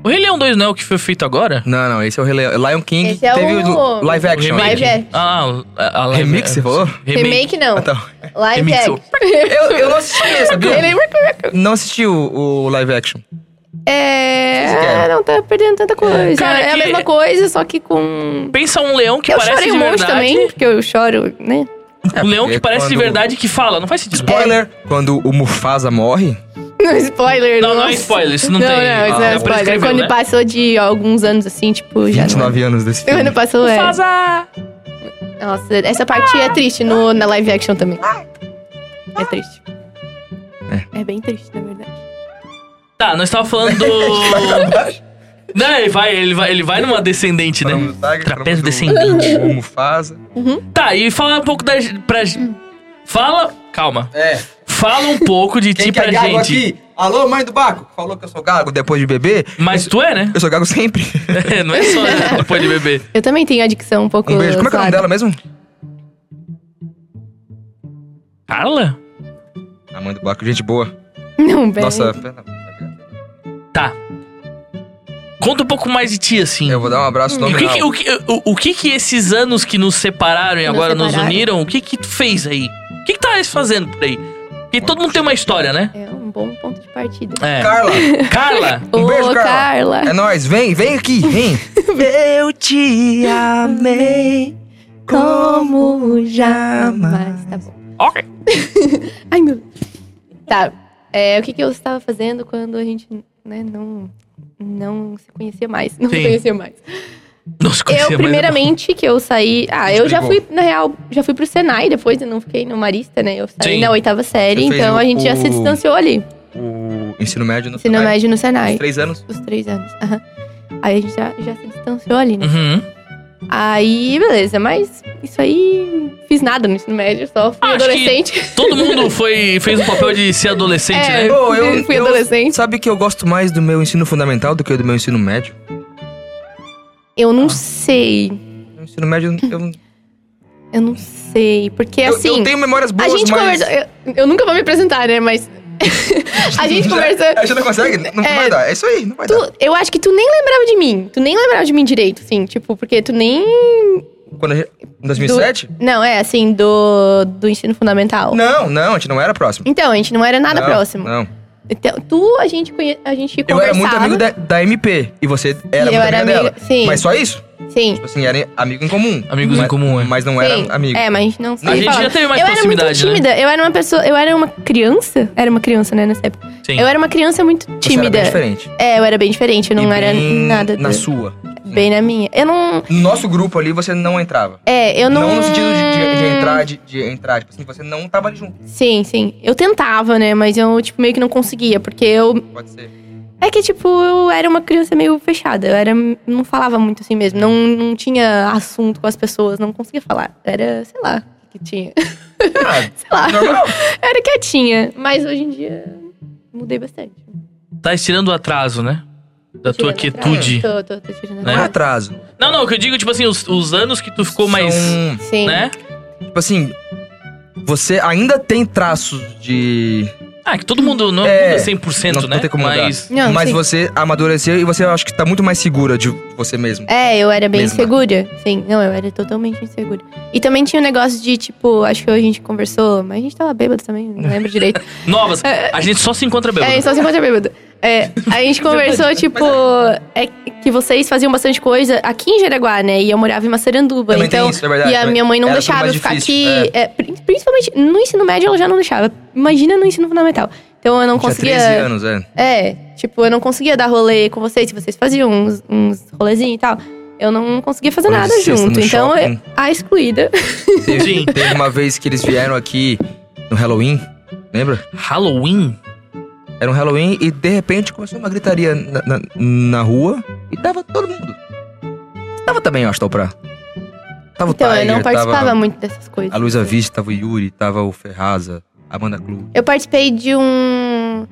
Speaker 1: O Rei Leão 2 não é o que foi feito agora?
Speaker 3: Não, não, esse é o Rei Leão. Lion King
Speaker 2: Esse é
Speaker 3: teve
Speaker 2: o-
Speaker 3: do- live action.
Speaker 2: remake. Live action.
Speaker 1: Ah, a, a live
Speaker 3: Remix, você falou?
Speaker 1: Remake. Ah, tá.
Speaker 2: Remake, não.
Speaker 3: Então,
Speaker 2: Live
Speaker 1: remixou.
Speaker 2: action.
Speaker 3: eu, eu não assisti esse, sabia?
Speaker 2: Ele-
Speaker 3: Não assisti o, o live action.
Speaker 2: É.
Speaker 3: Vocês
Speaker 2: Ah,
Speaker 3: querem?
Speaker 2: não, tá perdendo tanta coisa.
Speaker 1: Cara,
Speaker 2: é a
Speaker 1: que-
Speaker 2: mesma coisa, só que com.
Speaker 1: Pensa um leão que
Speaker 2: eu
Speaker 1: parece
Speaker 2: chorei
Speaker 1: de
Speaker 2: um monte
Speaker 1: verdade.
Speaker 2: também, porque eu choro, né?
Speaker 1: Um leão que
Speaker 3: porque
Speaker 1: parece de
Speaker 3: quando-
Speaker 1: verdade que fala. Não faz sentido.
Speaker 3: Spoiler, quando o Mufasa morre...
Speaker 2: Não, spoiler,
Speaker 1: Não, não é
Speaker 2: nossa.
Speaker 1: spoiler, isso não
Speaker 2: não
Speaker 1: tem-
Speaker 2: Não, isso não
Speaker 1: Ah,
Speaker 2: é spoiler.
Speaker 1: prescreveu,
Speaker 2: Quando
Speaker 1: né?
Speaker 2: passou de alguns anos assim, tipo, já. Não...
Speaker 3: 29 anos desse filme.
Speaker 2: Quando passou, é.
Speaker 1: Mufasa!
Speaker 2: Nossa, essa parte é triste no, na live action também. É triste. É. bem triste, na verdade.
Speaker 1: Tá, nós tava falando do... não, ele vai, ele vai, ele vai numa descendente, né?
Speaker 3: Falamos do Tiger,
Speaker 1: Trapézio
Speaker 3: falamos
Speaker 1: descendente.
Speaker 3: do Mufasa.
Speaker 1: Tá, e fala um pouco da... Pra, fala... Calma.
Speaker 3: É.
Speaker 1: Fala um pouco de ti pra gente.
Speaker 3: Alô, mãe do Baco? Falou que eu sou gago depois de beber?
Speaker 1: Mas tu é, né?
Speaker 3: Eu sou gago sempre.
Speaker 1: É, não é só né? depois de beber.
Speaker 2: Eu também tenho adicção um pouco.
Speaker 3: Um beijo. Como é que é o nome
Speaker 2: zoada.
Speaker 3: dela mesmo?
Speaker 1: Carla?
Speaker 3: A mãe do Baco, gente boa.
Speaker 2: Não, bem.
Speaker 3: Nossa,
Speaker 1: Tá. Conta um pouco mais de ti, assim.
Speaker 3: eu vou dar um abraço
Speaker 1: E o que que,
Speaker 3: nominal.
Speaker 1: o, que, o, o que que esses anos que nos separaram e
Speaker 2: Que nos
Speaker 1: agora nos
Speaker 2: separaram.
Speaker 1: uniram, o que que tu fez aí? O que que tá fazendo por aí? Porque todo mundo tem uma história, né?
Speaker 2: É um bom ponto de partida.
Speaker 1: É.
Speaker 3: Carla,
Speaker 1: Carla,
Speaker 2: Ô,
Speaker 3: Um beijo, Carla.
Speaker 2: Carla.
Speaker 3: é nóis. Vem, vem aqui, vem. eu te amei
Speaker 2: Como jamais. Tá bom.
Speaker 1: ok.
Speaker 2: Ai, meu Deus. Tá. É, o que, que eu estava fazendo quando a gente né, não, não se conhecia mais? Não
Speaker 1: Sim.
Speaker 2: se conhecia mais.
Speaker 1: Não se conhecia mais,
Speaker 2: Eu,
Speaker 1: né?
Speaker 2: primeiramente, que eu saí. Ah, eu já fui,
Speaker 3: brigou.
Speaker 2: na real, já fui pro Senai depois, eu não fiquei no Marista, né? Eu saí
Speaker 1: Sim.
Speaker 2: na oitava série,
Speaker 3: Você fez
Speaker 2: então
Speaker 3: o-
Speaker 2: a gente já se
Speaker 3: o-
Speaker 2: distanciou ali.
Speaker 3: O ensino médio no
Speaker 2: Ensino
Speaker 3: Senai.
Speaker 2: médio no Senai.
Speaker 3: Três anos.
Speaker 2: Os três anos. Aham. Aí a gente já, já se distanciou ali, né?
Speaker 1: Uhum.
Speaker 2: Aí, beleza, mas isso aí. Fiz nada no ensino médio, só fui
Speaker 1: Acho que-
Speaker 2: adolescente.
Speaker 1: Todo mundo foi, fez o papel de ser adolescente,
Speaker 2: É,
Speaker 1: né?
Speaker 3: Pô, eu-
Speaker 2: eu fui
Speaker 3: eu-
Speaker 2: adolescente.
Speaker 3: Sabe que eu gosto mais do meu ensino fundamental do que do meu ensino médio?
Speaker 2: Eu
Speaker 3: Ah.
Speaker 2: não sei.
Speaker 3: No ensino médio, eu,
Speaker 2: Eu não sei. Porque
Speaker 3: eu,
Speaker 2: É assim.
Speaker 3: eu tenho memórias
Speaker 2: a
Speaker 3: boas,
Speaker 2: gente
Speaker 3: mas...
Speaker 2: conversou. Eu, eu nunca vou me apresentar, né? Mas. a gente conversou.
Speaker 3: A gente não consegue? Não
Speaker 2: É,
Speaker 3: vai dar. É isso aí, não vai dar.
Speaker 2: Tu- eu acho que tu nem lembrava de mim. Tu nem lembrava de mim direito, assim. Tipo, porque tu nem.
Speaker 3: Quando a gente, em 2007?
Speaker 2: Não, é assim, do, do ensino fundamental.
Speaker 3: Não, não, a gente não era próximo.
Speaker 2: Então, a gente não era nada
Speaker 3: não,
Speaker 2: próximo.
Speaker 3: Não.
Speaker 2: Então, tu, a gente, conhe... a gente
Speaker 3: Eu
Speaker 2: conversava.
Speaker 3: era muito amigo da, da MP e você era
Speaker 2: E
Speaker 3: muito
Speaker 2: eu era
Speaker 3: amiga
Speaker 2: amiga-
Speaker 3: dela.
Speaker 2: sim.
Speaker 3: Mas só isso?
Speaker 2: Sim.
Speaker 3: Tipo assim, era amigo em comum.
Speaker 1: Amigos
Speaker 3: mas,
Speaker 1: em comum, é.
Speaker 3: Mas não
Speaker 2: sim.
Speaker 3: era amigo.
Speaker 2: É, mas a gente não sabe.
Speaker 1: A gente
Speaker 2: falar.
Speaker 1: já teve mais
Speaker 2: eu era muito
Speaker 1: proximidade, né?
Speaker 2: tímida. Eu era uma pessoa. Eu era uma criança. Era uma criança, né, nessa época.
Speaker 1: Sim.
Speaker 2: Eu era uma criança muito
Speaker 3: Você era
Speaker 2: tímida.
Speaker 3: bem diferente.
Speaker 2: é, eu era bem diferente. Eu não
Speaker 3: E
Speaker 2: era
Speaker 3: bem
Speaker 2: nada.
Speaker 3: Na
Speaker 2: do-
Speaker 3: sua.
Speaker 2: Bem na minha. Eu não.
Speaker 3: No nosso grupo ali, você não entrava.
Speaker 2: É, eu não.
Speaker 3: Não, no sentido de, de- de entrar, de, de entrar. Tipo assim, você não tava ali junto.
Speaker 2: Sim, sim. Eu tentava, né? Mas eu, tipo, meio que não conseguia, porque eu.
Speaker 3: Pode ser.
Speaker 2: É que, tipo, eu era uma criança meio fechada. Eu era. Não falava muito assim mesmo. Não, não tinha assunto com as pessoas, não conseguia falar. Era, sei lá, o que tinha.
Speaker 3: Ah,
Speaker 2: Sei lá.
Speaker 3: normal.
Speaker 1: Né?
Speaker 2: Eu era quietinha. Mas hoje em dia mudei bastante.
Speaker 1: Tá estirando o atraso, né? Da tua
Speaker 2: Tirando
Speaker 1: quietude.
Speaker 2: atraso. Tô, tô, tô tirando
Speaker 1: Né?
Speaker 3: Não é
Speaker 2: atraso.
Speaker 3: atraso.
Speaker 1: Não, não, o que eu digo, tipo assim, os, os anos que tu ficou mais...
Speaker 3: São,
Speaker 2: Sim.
Speaker 1: Né?
Speaker 3: tipo assim, você ainda tem traços de...
Speaker 1: Ah, que todo mundo não
Speaker 3: É,
Speaker 1: muda 100%,
Speaker 3: não,
Speaker 1: né?
Speaker 3: não tem como mudar.
Speaker 1: Mas...
Speaker 2: Não,
Speaker 3: mas
Speaker 2: sim.
Speaker 3: você amadureceu e você acho que tá muito mais segura de você mesmo.
Speaker 2: É, eu era bem
Speaker 3: Mesma.
Speaker 2: insegura. Sim, não, eu era totalmente insegura. E também tinha o negócio de, tipo, acho que a gente conversou, mas a gente tava bêbado também, não lembro direito.
Speaker 1: Novas, a gente só se encontra bêbado.
Speaker 2: É, só se encontra bêbado. É, a gente conversou, tipo, é que vocês faziam bastante coisa aqui em Jaraguá, né? E eu morava em Maceranduba.
Speaker 3: Também tem
Speaker 2: então,
Speaker 3: isso, é verdade,
Speaker 2: e a
Speaker 3: também.
Speaker 2: minha mãe não
Speaker 3: Era tudo
Speaker 2: deixava eu
Speaker 3: mais
Speaker 2: ficar
Speaker 3: difícil,
Speaker 2: aqui. é, pri- principalmente no ensino médio ela já não deixava. Imagina no ensino fundamental. Então eu não
Speaker 3: Tinha
Speaker 2: conseguia.
Speaker 3: 13 anos, é.
Speaker 2: É, tipo, eu não conseguia dar rolê com vocês, se vocês faziam uns, uns rolezinhos e tal. Eu não conseguia fazer
Speaker 3: Rolê de
Speaker 2: nada
Speaker 3: sexta
Speaker 2: junto.
Speaker 3: assim no
Speaker 2: Então,
Speaker 3: shopping.
Speaker 2: eu- a excluída.
Speaker 3: Teve,
Speaker 1: Sim.
Speaker 3: teve uma vez que eles vieram aqui no Halloween, lembra?
Speaker 1: Halloween?
Speaker 3: Era um Halloween e de repente começou uma gritaria na, na- na rua e tava todo mundo. Tava também, eu acho, pra. Tava
Speaker 2: Então,
Speaker 3: o Tiger,
Speaker 2: eu não participava
Speaker 3: tava
Speaker 2: muito dessas coisas.
Speaker 3: a Luísa Vista, tava o Yuri, tava o Ferraza, a Amanda Clu.
Speaker 2: Eu participei de um.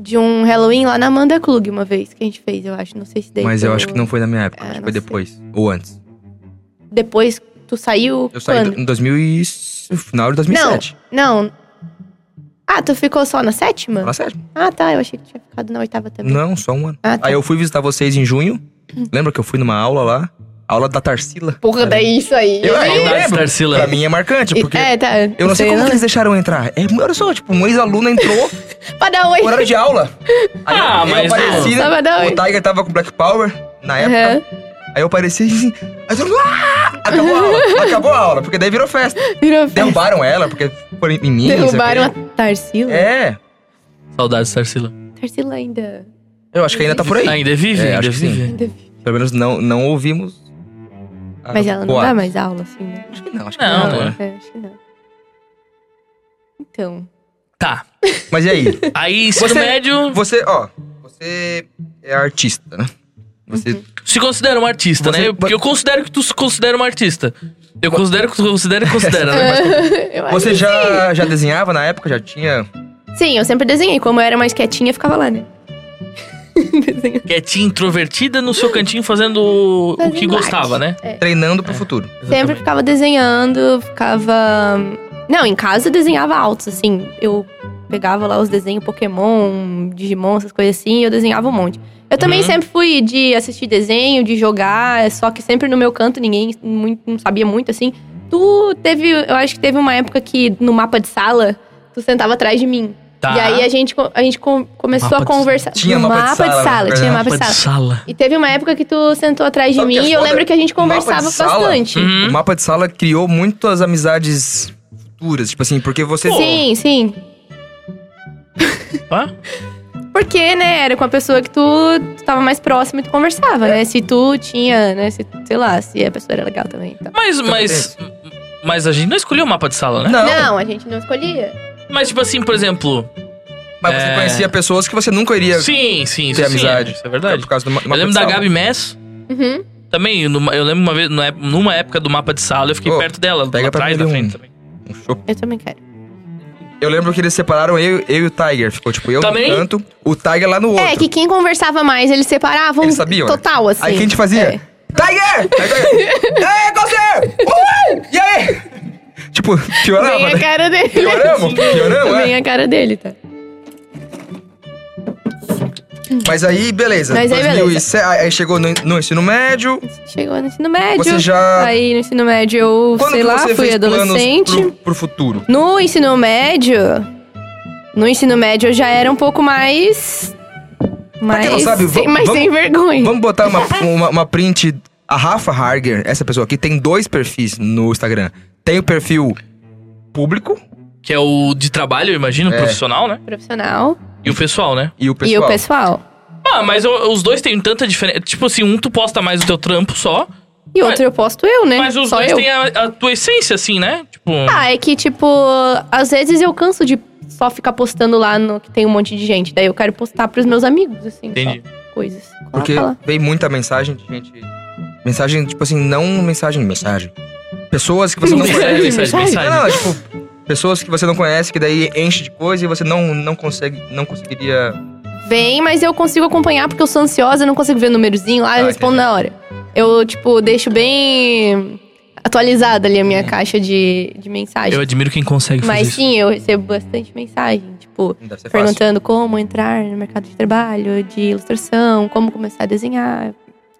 Speaker 2: De um Halloween lá na Amanda Klug uma vez que a gente fez, eu acho. Não sei se daí.
Speaker 3: Mas
Speaker 2: tu-
Speaker 3: eu acho que não foi na minha época,
Speaker 2: Ah,
Speaker 3: acho que
Speaker 2: não
Speaker 3: foi
Speaker 2: sei.
Speaker 3: depois. Ou antes.
Speaker 2: Depois tu saiu.
Speaker 3: Eu saí
Speaker 2: quando?
Speaker 3: do- em 2000 e... s- final de 2007.
Speaker 2: Não. Ah, tu ficou só na sétima?
Speaker 3: Fala sério.
Speaker 2: Ah, tá. Eu achei que tu tinha ficado na oitava também.
Speaker 3: Não, só um ano.
Speaker 2: Ah, tá. Hum.
Speaker 3: Aí eu fui visitar vocês em junho. Lembra que eu fui numa aula lá? Aula da Tarsila.
Speaker 2: Porra, daí isso aí.
Speaker 3: Eu- eu-
Speaker 1: Saudades,
Speaker 3: lembro.
Speaker 1: Tarsila.
Speaker 3: Pra mim é marcante, porque
Speaker 2: é, tá.
Speaker 3: eu não sei como que eles deixaram eu entrar. É, olha só, tipo, uma ex-aluna entrou
Speaker 2: Pra dar um oi.
Speaker 3: no horário de aula. Aí
Speaker 1: Ah,
Speaker 3: eu,
Speaker 1: mas-
Speaker 3: eu apareci, né?
Speaker 2: Ah, tava da
Speaker 3: o
Speaker 2: hora.
Speaker 3: Tiger tava com Black Power na época. Aí eu apareci e assim, aí todo mundo, "Ah!" acabou a aula, acabou a aula, porque daí virou festa.
Speaker 2: Virou
Speaker 3: Derrubaram ela, porque foram em mim. não sei o
Speaker 2: Derrubaram
Speaker 3: quê.
Speaker 2: a Tarsila?
Speaker 3: É,
Speaker 1: Saudades, Tarsila.
Speaker 2: Tarsila ainda.
Speaker 3: eu acho que ainda tá por aí.
Speaker 1: Ainda vive?
Speaker 3: É,
Speaker 1: ainda
Speaker 3: acho que sim.
Speaker 1: vive?
Speaker 2: ainda vive.
Speaker 3: Pelo menos não, não ouvimos. a-
Speaker 2: Mas ela não
Speaker 3: boatos.
Speaker 2: dá mais aula, assim, né?
Speaker 3: Acho que não, acho que
Speaker 1: Não,
Speaker 3: não.
Speaker 1: é.
Speaker 3: né?
Speaker 2: é, acho que não. Então.
Speaker 1: Tá.
Speaker 3: Mas e aí?
Speaker 1: Aí, ensino
Speaker 3: Você-
Speaker 1: médio,
Speaker 3: Você, ó, você é artista, né? Você
Speaker 2: Uhum.
Speaker 1: se considera um artista,
Speaker 3: Você-
Speaker 1: né? Porque eu considero que tu se considera um artista. Eu considero que tu considera e considera,
Speaker 2: É.
Speaker 1: né? Mas-
Speaker 2: Eu acho
Speaker 3: Você
Speaker 2: que
Speaker 3: já, já desenhava na época? Já tinha.
Speaker 2: sim. Sim, eu sempre desenhei. Como eu era mais quietinha, eu ficava lá, né? Desenhando.
Speaker 1: Quietinha, introvertida no seu cantinho fazendo o, o que
Speaker 2: Fazendo
Speaker 1: gostava,
Speaker 2: arte.
Speaker 1: né?
Speaker 2: É.
Speaker 3: Treinando pro futuro.
Speaker 2: Sempre
Speaker 1: Exatamente.
Speaker 2: ficava desenhando, ficava. Não, em casa eu desenhava altos, assim. Eu pegava lá os desenhos Pokémon, Digimon, essas coisas assim, e eu desenhava um monte. Eu também
Speaker 1: Uhum.
Speaker 2: sempre fui de assistir desenho, de jogar, só que sempre no meu canto ninguém muito, não sabia muito, assim. Tu teve. Eu acho que teve uma época que no mapa de sala, tu sentava atrás de mim.
Speaker 1: Tá.
Speaker 2: E aí a gente, co- a gente com- começou
Speaker 1: Mapa
Speaker 2: a
Speaker 1: de-
Speaker 2: conversar.
Speaker 3: Tinha
Speaker 2: No
Speaker 3: mapa de sala, né?
Speaker 2: tinha
Speaker 3: Mapa
Speaker 2: mapa de
Speaker 1: Mapa de
Speaker 2: sala.
Speaker 1: sala.
Speaker 2: E teve uma época que tu sentou atrás de
Speaker 3: Sabe o que
Speaker 2: mim
Speaker 3: é
Speaker 2: e eu
Speaker 3: foda?
Speaker 2: lembro que a gente
Speaker 3: Mapa de
Speaker 2: conversava
Speaker 3: sala?
Speaker 2: bastante.
Speaker 1: Uhum.
Speaker 3: O mapa de sala criou muitas amizades futuras. Tipo assim, porque você.
Speaker 2: Sim, sim.
Speaker 1: Hã?
Speaker 2: Porque, né, era com a pessoa que tu, tu tava mais próximo e tu conversava, né? Se tu tinha, né, se, sei lá, se a pessoa era legal também. Então.
Speaker 1: Mas, mas. Mas a gente não escolheu o mapa de sala, né?
Speaker 3: Não,
Speaker 2: Não, a gente não escolhia.
Speaker 1: Mas, tipo assim, por exemplo.
Speaker 3: mas você
Speaker 1: É.
Speaker 3: conhecia pessoas que você nunca iria
Speaker 1: Sim, sim, isso
Speaker 3: ter
Speaker 1: sim,
Speaker 3: amizade.
Speaker 1: é, isso é verdade.
Speaker 3: Por causa do, ma- do
Speaker 1: Eu
Speaker 3: mapa
Speaker 1: lembro
Speaker 3: de
Speaker 1: da
Speaker 3: sala.
Speaker 1: Gabi Mess.
Speaker 2: Uhum.
Speaker 1: Também, numa- eu lembro uma vez, numa ép- numa época do mapa de sala, eu fiquei
Speaker 3: Ô,
Speaker 1: perto dela,
Speaker 3: pega pra
Speaker 1: atrás
Speaker 3: mim
Speaker 1: da
Speaker 3: um-
Speaker 1: frente também.
Speaker 3: Um show.
Speaker 2: Eu também quero.
Speaker 3: Eu lembro que eles separaram eu, eu e o Tiger. Ficou tipo eu
Speaker 1: Também?
Speaker 3: num canto, o Tiger lá no Um outro.
Speaker 2: É, que quem conversava mais, eles separavam
Speaker 3: Eles sabiam, né?
Speaker 2: total, assim.
Speaker 3: Aí o que a gente fazia?
Speaker 2: É.
Speaker 3: Tiger! Aí, Tiger! Aí, Gosser! Oi! E aí? Tipo, piorava,
Speaker 2: Bem a
Speaker 3: né?
Speaker 2: cara dele.
Speaker 3: Pioramos, pioramos, é.
Speaker 2: Bem a cara dele, tá?
Speaker 3: Mas aí, beleza.
Speaker 2: Mas aí, beleza.
Speaker 3: 2007, aí chegou no, no ensino médio.
Speaker 2: Chegou no ensino médio.
Speaker 3: Você já-
Speaker 2: Aí no ensino médio eu,
Speaker 3: Quando
Speaker 2: sei
Speaker 3: que
Speaker 2: lá,
Speaker 3: você
Speaker 2: fui
Speaker 3: fez
Speaker 2: adolescente.
Speaker 3: planos pro, pro futuro?
Speaker 2: No ensino médio. No ensino médio eu já era um pouco mais. Mais,
Speaker 3: quem não sabe,
Speaker 2: sem,
Speaker 3: vamos-
Speaker 2: mais sem vergonha.
Speaker 3: Vamos botar uma, uma, uma print. A Rafa Harger, essa pessoa aqui, tem dois perfis no Instagram. Tem o perfil público
Speaker 1: Que é o de trabalho, eu imagino,
Speaker 3: É.
Speaker 1: profissional, né?
Speaker 2: Profissional
Speaker 1: E o pessoal, né?
Speaker 3: e o pessoal.
Speaker 2: e o pessoal.
Speaker 1: Ah, mas o- os dois têm tanta diferença. Tipo assim, um tu posta mais o teu trampo só,
Speaker 2: E
Speaker 1: Mas-
Speaker 2: outro eu posto eu, né?
Speaker 1: mas os
Speaker 2: Só
Speaker 1: dois
Speaker 2: eu.
Speaker 1: têm a, a tua essência, assim, né? Tipo.
Speaker 2: Ah, é que, tipo, às vezes eu canso de só ficar postando lá no que tem um monte de gente. Daí eu quero postar pros meus amigos, assim.
Speaker 1: Entendi.
Speaker 2: só Coisas.
Speaker 3: Porque
Speaker 2: Fala, fala.
Speaker 3: veio muita mensagem de gente. Mensagem, tipo assim, não mensagem, mensagem. Pessoas que você não
Speaker 2: Mensagem,
Speaker 3: conhece.
Speaker 2: mensagem.
Speaker 3: Não, não, tipo, pessoas que você não conhece, que daí enche de coisa e você não, não consegue, não conseguiria.
Speaker 2: Vem, mas eu consigo acompanhar porque eu sou ansiosa, eu não consigo ver o númerozinho lá, eu
Speaker 3: Ah,
Speaker 2: respondo
Speaker 3: entendi.
Speaker 2: na hora. Eu, tipo, deixo bem atualizada ali a
Speaker 3: Hum.
Speaker 2: minha caixa de, de mensagem.
Speaker 1: Eu admiro quem consegue fazer
Speaker 2: Mas
Speaker 1: isso.
Speaker 2: sim, eu recebo bastante mensagem, tipo,
Speaker 3: Não deve ser É fácil.
Speaker 2: perguntando como entrar no mercado de trabalho, de ilustração, como começar a desenhar,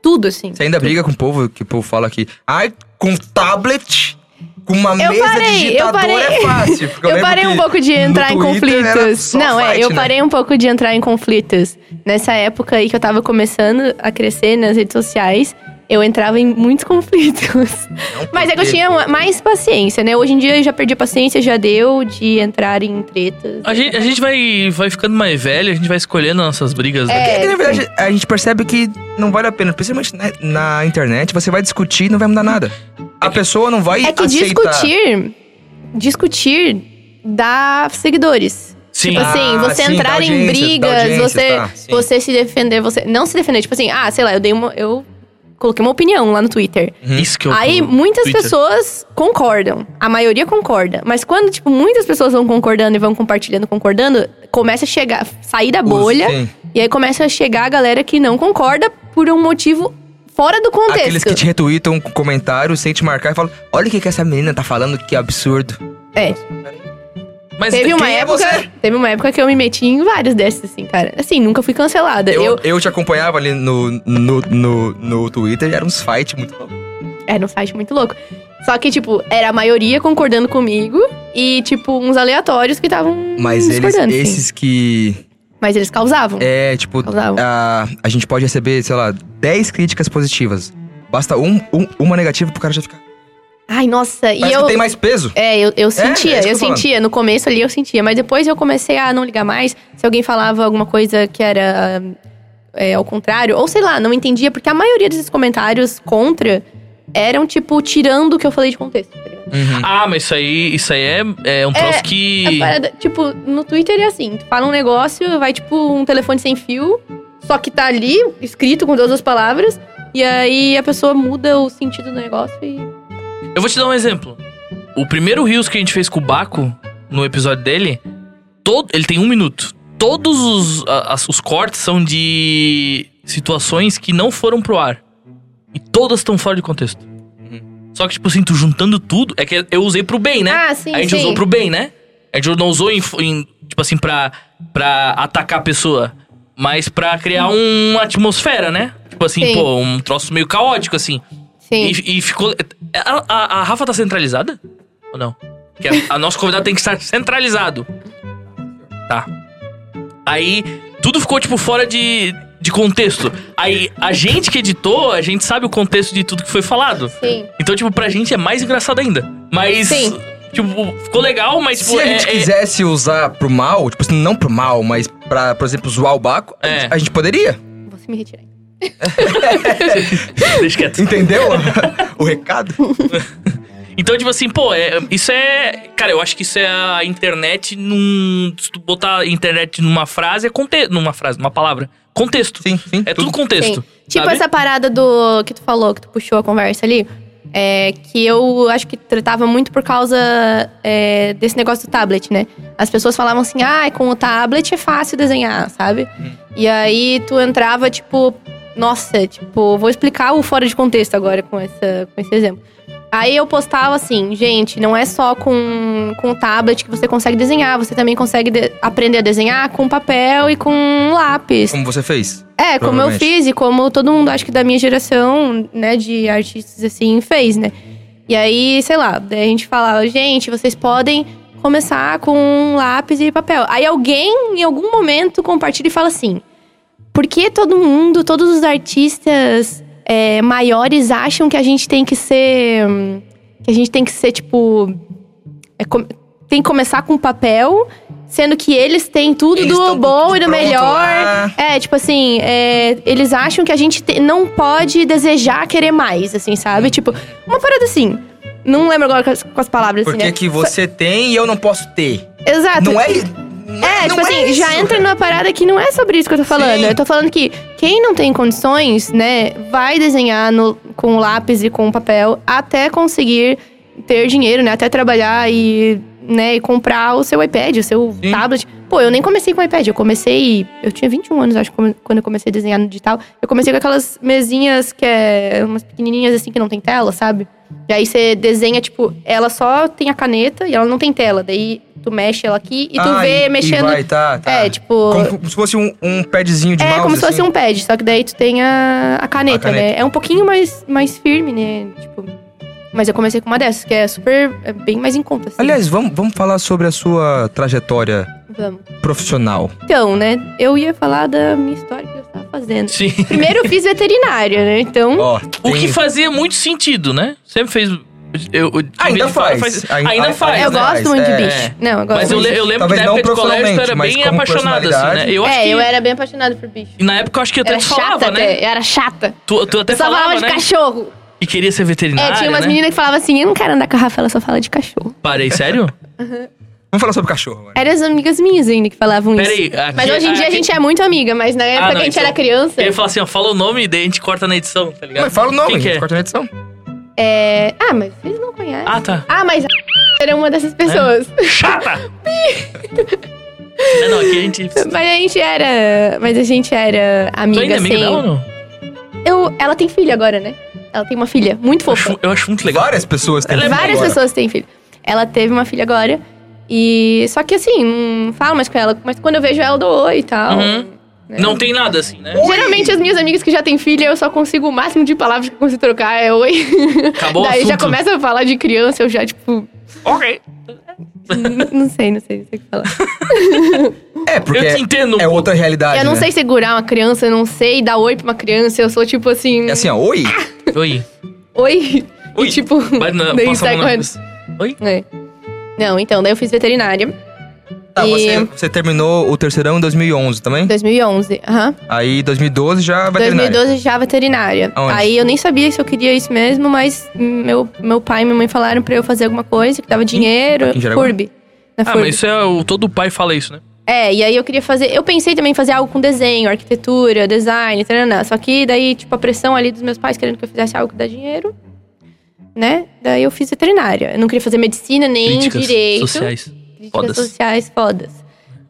Speaker 2: tudo assim.
Speaker 3: Você ainda briga com o povo que o povo fala aqui. Ai, com um tablet. com uma mesa
Speaker 2: parei,
Speaker 3: de
Speaker 2: eu
Speaker 3: digitador
Speaker 2: parei.
Speaker 3: é fácil. porque
Speaker 2: Eu
Speaker 3: lembro
Speaker 2: parei um
Speaker 3: que
Speaker 2: pouco de
Speaker 3: no
Speaker 2: entrar em
Speaker 3: Twitter era
Speaker 2: conflitos.
Speaker 3: só
Speaker 2: Não, é,
Speaker 3: fight,
Speaker 2: eu
Speaker 3: né?
Speaker 2: parei um pouco de entrar em conflitos. Nessa época aí que eu tava começando a crescer nas redes sociais, eu entrava em muitos conflitos.
Speaker 3: Não,
Speaker 2: Mas é que eu
Speaker 3: porque-
Speaker 2: tinha uma- mais paciência, né? Hoje em dia eu já perdi a paciência, já deu de entrar em tretas.
Speaker 1: A gente, a gente vai, vai ficando mais velho, a gente vai escolhendo nossas brigas, né?
Speaker 2: É.
Speaker 3: É que, na verdade, a gente percebe que não vale a pena, principalmente na, na internet, você vai discutir e não vai mudar nada. A pessoa não vai
Speaker 2: É que
Speaker 3: aceitar.
Speaker 2: discutir. Discutir dá seguidores.
Speaker 1: Sim.
Speaker 2: Tipo assim,
Speaker 3: Ah,
Speaker 2: você
Speaker 3: sim, dá
Speaker 2: entrar em
Speaker 3: audiência, dá
Speaker 2: brigas,
Speaker 3: audiência,
Speaker 2: você,
Speaker 3: tá, sim.
Speaker 2: você se defender, você. Não se defender, tipo assim, ah, sei lá, eu dei uma. Eu coloquei uma opinião lá no Twitter.
Speaker 1: Ah, Isso que eu
Speaker 2: Aí muitas
Speaker 1: Twitter.
Speaker 2: pessoas concordam, a maioria concorda, mas quando tipo muitas pessoas vão concordando e vão compartilhando, concordando, começa a chegar, sair da
Speaker 3: Os-
Speaker 2: bolha um
Speaker 3: sim.
Speaker 2: e aí começa a chegar a galera que não concorda por um motivo fora do contexto.
Speaker 3: Aqueles que te retweetam com comentários sem te marcar e falam: Olha o que, que essa menina tá falando, que absurdo.
Speaker 2: É.
Speaker 1: Mas
Speaker 2: Teve uma
Speaker 3: quem é
Speaker 2: época,
Speaker 3: você?
Speaker 2: teve uma época que eu me meti em vários desses assim, cara. Assim, nunca fui cancelada.
Speaker 3: Eu,
Speaker 2: Eu,
Speaker 3: eu, te acompanhava ali no, no, no, no Twitter, era uns fight muito louco.
Speaker 2: era um site muito louco. Só que tipo, era a maioria concordando comigo e tipo uns aleatórios que estavam
Speaker 3: Mas eles,
Speaker 2: discordando. assim.
Speaker 3: esses que.
Speaker 2: Mas eles causavam.
Speaker 3: É, tipo,
Speaker 2: Causavam.
Speaker 3: a, a gente pode receber, sei lá, 10 críticas positivas. Basta um, um- uma negativa pro cara já ficar.
Speaker 2: Ai, nossa, e
Speaker 3: Parece
Speaker 2: eu
Speaker 3: que tem mais peso.
Speaker 2: É, eu, eu sentia,
Speaker 3: é isso que
Speaker 2: eu,
Speaker 3: eu tô
Speaker 2: sentia. No começo ali eu sentia, mas depois eu comecei a não ligar mais. Se alguém falava alguma coisa que era é, ao contrário, ou sei lá, não entendia, porque a maioria desses comentários contra eram, tipo, tirando o que eu falei de contexto. Tá ligado?
Speaker 1: Ah, mas isso aí, isso aí é, é um troço que.
Speaker 2: A parada- tipo, no Twitter é assim: tu fala um negócio, vai tipo um telefone sem fio, só que tá ali, escrito com todas as palavras, e aí a pessoa muda o sentido do negócio e.
Speaker 1: Eu vou te dar um exemplo. O primeiro Rios que a gente fez com o Baco, no episódio dele, todo, ele tem um minuto. Todos os, a- as- os cortes são de situações que não foram pro ar. E todas estão fora de contexto. Só que, tipo assim, tu juntando tudo, é que eu usei pro bem, né?
Speaker 2: Ah, sim,
Speaker 1: a gente
Speaker 2: sim.
Speaker 1: usou pro bem, né? A gente não usou em, em, tipo assim, pra, pra atacar a pessoa. Mas pra criar uma atmosfera, né? Tipo assim,
Speaker 2: Uhum. Sim.
Speaker 1: pô, um troço meio caótico, assim.
Speaker 2: Sim.
Speaker 1: E, e ficou. A, a- a Rafa tá centralizada? Ou não? Porque a, a nosso convidado tem que estar centralizado. Tá. Aí tudo ficou, tipo, fora de, de contexto. Aí a gente que editou, a gente sabe o contexto de tudo que foi falado.
Speaker 2: Sim.
Speaker 1: Então, tipo, pra gente é mais engraçado ainda. Mas.
Speaker 2: Sim.
Speaker 1: Tipo, ficou legal, mas, tipo,
Speaker 3: Se a
Speaker 1: é-
Speaker 3: gente
Speaker 1: é-
Speaker 3: quisesse usar pro mal, tipo assim, não pro mal, mas pra, por exemplo, zoar o Baco, a
Speaker 1: É.
Speaker 3: gente- a gente poderia.
Speaker 2: Você me retira.
Speaker 1: Deixa quieto.
Speaker 3: Entendeu o recado?
Speaker 1: Então, tipo assim, pô, é- isso é. Cara, eu acho que isso é a internet num. Se tu botar internet numa frase, é contexto. Numa frase, numa palavra. Contexto.
Speaker 3: Sim, sim.
Speaker 1: É tudo contexto.
Speaker 2: Sim. Tipo
Speaker 1: sabe?
Speaker 2: essa parada do que tu falou, que tu puxou a conversa ali, é, que eu acho que tratava muito por causa é, desse negócio do tablet, né? As pessoas falavam assim, ah, com o tablet é fácil desenhar, sabe?
Speaker 1: Uhum.
Speaker 2: E aí tu entrava, tipo, nossa, tipo, vou explicar o fora de contexto agora com, essa, com esse exemplo. Aí eu postava assim, gente, não é só com, com o tablet que você consegue desenhar, você também consegue de- aprender a desenhar com papel e com lápis.
Speaker 3: Como você fez.
Speaker 2: É, como eu
Speaker 3: Provavelmente.
Speaker 2: fiz e como todo mundo, acho que da minha geração, né, de artistas assim, fez, né? E aí, sei lá, daí a gente falava, gente, vocês podem começar com lápis e papel. Aí alguém, em algum momento, compartilha e fala assim: por que todo mundo, todos os artistas é, maiores acham que a gente tem que ser. hum, Que a gente tem que ser, tipo. é, com- tem que começar com papel, sendo que eles têm tudo
Speaker 3: Eles
Speaker 2: do
Speaker 3: tão com
Speaker 2: bom
Speaker 3: tudo
Speaker 2: e do
Speaker 3: pronto
Speaker 2: melhor.
Speaker 3: lá.
Speaker 2: É, tipo assim, é, eles acham que a gente te- não pode desejar querer mais, assim, sabe? Tipo, uma parada assim. Não lembro agora com as, com as palavras
Speaker 3: Porque
Speaker 2: assim, né?
Speaker 3: que você tem e eu não posso ter.
Speaker 2: Exato.
Speaker 3: Não é.
Speaker 2: Ah, É, tipo assim, já entra numa parada que não é sobre isso que eu tô falando.
Speaker 3: Sim.
Speaker 2: Eu tô falando que quem não tem condições, né, vai desenhar no- com lápis e com papel até conseguir ter dinheiro, né, até trabalhar e, né, e comprar o seu iPad, o seu
Speaker 3: Sim.
Speaker 2: tablet. Pô, eu nem comecei com iPad, eu comecei, eu tinha 21 anos, acho, quando quando eu comecei a desenhar no digital. Eu comecei com aquelas mesinhas que é umas pequenininhas assim que não tem tela, sabe? E aí você desenha, tipo, ela só tem a caneta e ela não tem tela. Daí tu mexe ela aqui e tu vê mexendo.
Speaker 3: Ah, vai, tá, tá.
Speaker 2: É, tipo.
Speaker 3: Como, como se fosse um, um padzinho de
Speaker 2: é
Speaker 3: mouse.
Speaker 2: como se fosse
Speaker 3: assim.
Speaker 2: um pad, só que daí tu tem a, a caneta,
Speaker 3: A caneta.
Speaker 2: né? É um pouquinho mais, mais firme, né? Tipo. Mas eu comecei com uma dessas, que é super. É bem mais em conta. Assim.
Speaker 3: Aliás, vamos, vamos falar sobre a sua trajetória
Speaker 2: Vamos.
Speaker 3: profissional.
Speaker 2: Então, né? Eu ia falar da minha história que eu estava fazendo.
Speaker 1: Sim.
Speaker 2: Primeiro eu fiz veterinária, né? Então.
Speaker 3: Ó,
Speaker 1: O
Speaker 3: tem-
Speaker 1: que fazia muito sentido, né? Sempre fez. Eu, eu-
Speaker 3: Ah, Ainda
Speaker 1: eu-
Speaker 3: faz.
Speaker 1: Ainda,
Speaker 3: Ainda- ainda-
Speaker 1: faz.
Speaker 2: eu
Speaker 1: né?
Speaker 2: gosto muito de
Speaker 3: é.
Speaker 2: bicho. Não, eu gosto
Speaker 1: Mas eu,
Speaker 2: muito.
Speaker 1: le- eu lembro
Speaker 3: Talvez
Speaker 1: que na
Speaker 3: não
Speaker 1: época de colégio tu era
Speaker 3: profissionalmente,
Speaker 1: bem
Speaker 3: mas como
Speaker 1: apaixonada, assim, né?
Speaker 3: personalidade.
Speaker 1: Eu acho
Speaker 2: É,
Speaker 1: que.
Speaker 2: eu era bem apaixonada por bicho.
Speaker 1: E na época eu acho que até
Speaker 2: Era
Speaker 1: tu
Speaker 2: chata
Speaker 1: falava,
Speaker 2: até,
Speaker 1: né?
Speaker 2: eu era chata.
Speaker 1: Tu, tu até
Speaker 2: Eu só
Speaker 1: falava,
Speaker 2: falava de
Speaker 1: né?
Speaker 2: cachorro.
Speaker 1: E queria ser veterinária.
Speaker 2: É, tinha umas
Speaker 1: né?
Speaker 2: meninas que falavam assim, eu não quero andar com a Rafa, ela só fala de cachorro.
Speaker 1: Parei, sério?
Speaker 3: Vamos falar sobre cachorro agora.
Speaker 2: Eram as amigas minhas ainda que falavam isso.
Speaker 1: Peraí, aqui-
Speaker 2: mas hoje em dia a
Speaker 1: aqui-
Speaker 2: gente é muito amiga, mas na época
Speaker 1: não,
Speaker 2: que a gente
Speaker 1: então-
Speaker 2: era criança...
Speaker 1: Eu ia falar assim, ó, fala o nome e daí a gente corta na edição, tá ligado?
Speaker 3: Mas fala o nome,
Speaker 1: Quem que é?
Speaker 3: corta na edição.
Speaker 2: É... Ah, mas vocês não conhecem.
Speaker 1: Ah, tá.
Speaker 2: Ah, mas a era uma dessas pessoas.
Speaker 1: Chata! é, não, aqui a gente. Tu
Speaker 2: mas a gente era... Mas a gente era amiga,
Speaker 1: ainda é amigo
Speaker 2: sem...
Speaker 1: dela ou não?
Speaker 2: Eu... Ela tem filha agora, né? Ela tem uma filha muito
Speaker 1: Eu
Speaker 2: fofa.
Speaker 1: acho, eu acho muito legal.
Speaker 3: Várias pessoas têm
Speaker 1: Ela é
Speaker 3: filho
Speaker 2: Várias
Speaker 3: agora.
Speaker 2: pessoas têm filho. Ela teve uma filha agora. E. Só que assim, não falo mais com ela. Mas quando eu vejo ela, eu dou oi e tal.
Speaker 1: Uhum.
Speaker 2: né?
Speaker 1: Não tem nada assim, né?
Speaker 2: Geralmente as minhas amigas que já têm filha, eu só consigo o máximo de palavras que eu consigo trocar é oi.
Speaker 1: Acabou o
Speaker 2: Daí já
Speaker 1: assunto.
Speaker 2: começa a falar de criança, eu já, tipo.
Speaker 1: Ok.
Speaker 2: n- não sei, não sei, não sei o que falar.
Speaker 3: É, porque
Speaker 1: eu te entendo. um
Speaker 3: é
Speaker 1: pouco.
Speaker 3: outra realidade,
Speaker 2: eu não
Speaker 3: né?
Speaker 2: sei segurar uma criança, eu não sei dar oi pra uma criança. Eu sou tipo assim.
Speaker 3: É assim, ó, oi?
Speaker 1: Oi.
Speaker 2: Oi.
Speaker 1: Oi.
Speaker 2: E tipo.
Speaker 1: Vai na-
Speaker 2: daí
Speaker 1: passa a
Speaker 2: sai
Speaker 1: mão na
Speaker 2: correndo.
Speaker 1: cabeça. Oi?
Speaker 2: É. Não, então, daí eu fiz veterinária.
Speaker 3: Tá,
Speaker 2: E-
Speaker 3: você, você terminou o terceirão em 2011 também?
Speaker 2: 2011. Aham.
Speaker 3: Aí, 2012 já veterinária.
Speaker 2: 2012 já veterinária.
Speaker 3: Aonde?
Speaker 2: Aí eu nem sabia se eu queria isso mesmo, mas meu, meu pai e minha mãe falaram pra eu fazer alguma coisa que dava dinheiro.
Speaker 3: em Jaraguá?
Speaker 2: FURB. Na
Speaker 1: Ah,
Speaker 2: FURB.
Speaker 1: mas isso é. O, todo pai fala isso, né?
Speaker 2: É, e aí eu queria fazer. Eu pensei também em fazer algo com desenho, arquitetura, design, taranã. Só que daí, tipo, a pressão ali dos meus pais querendo que eu fizesse algo que dá dinheiro, né? Daí eu fiz veterinária. Eu não queria fazer medicina nem
Speaker 1: Críticas
Speaker 2: direito.
Speaker 1: sociais.
Speaker 2: Críticas
Speaker 1: fodas.
Speaker 2: sociais fodas.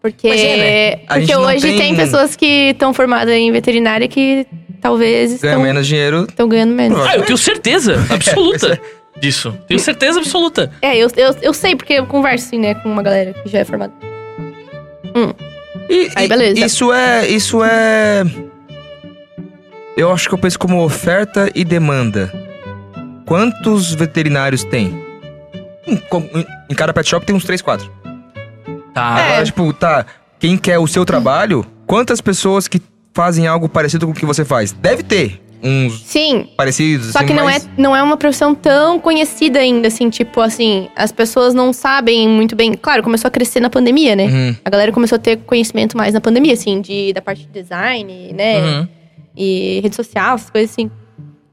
Speaker 2: Porque,
Speaker 3: Mas é, né? A
Speaker 2: porque
Speaker 3: gente não
Speaker 2: hoje
Speaker 3: tem-
Speaker 2: tem... pessoas que estão formadas em veterinária que talvez
Speaker 3: Ganha
Speaker 2: estão
Speaker 3: É menos dinheiro.
Speaker 2: Estão ganhando menos.
Speaker 1: Ah, eu tenho certeza absoluta
Speaker 3: É.
Speaker 1: disso. Tenho certeza absoluta.
Speaker 2: É, eu, eu, eu sei, porque eu converso, assim, né, com uma galera que já é formada.
Speaker 3: E,
Speaker 2: Aí,
Speaker 3: e-
Speaker 2: beleza.
Speaker 3: Isso é. Isso é. Eu acho que eu penso como oferta e demanda. Quantos veterinários tem? Em, com- em- em cada pet shop tem uns 3, 4.
Speaker 2: É.
Speaker 1: Tá.
Speaker 3: Agora, tipo, tá. Quem quer o seu trabalho, quantas pessoas que fazem algo parecido com o que você faz? Deve ter uns
Speaker 2: Sim,
Speaker 3: parecidos.
Speaker 2: só
Speaker 3: assim,
Speaker 2: que não é,
Speaker 3: mas-
Speaker 2: não é uma profissão tão conhecida ainda, assim, tipo, assim, as pessoas não sabem muito bem. Claro, começou a crescer na pandemia, né?
Speaker 3: Uhum.
Speaker 2: A galera começou a ter conhecimento mais na pandemia, assim, de, da parte de design, né?
Speaker 1: Uhum.
Speaker 2: E rede social, essas coisas assim.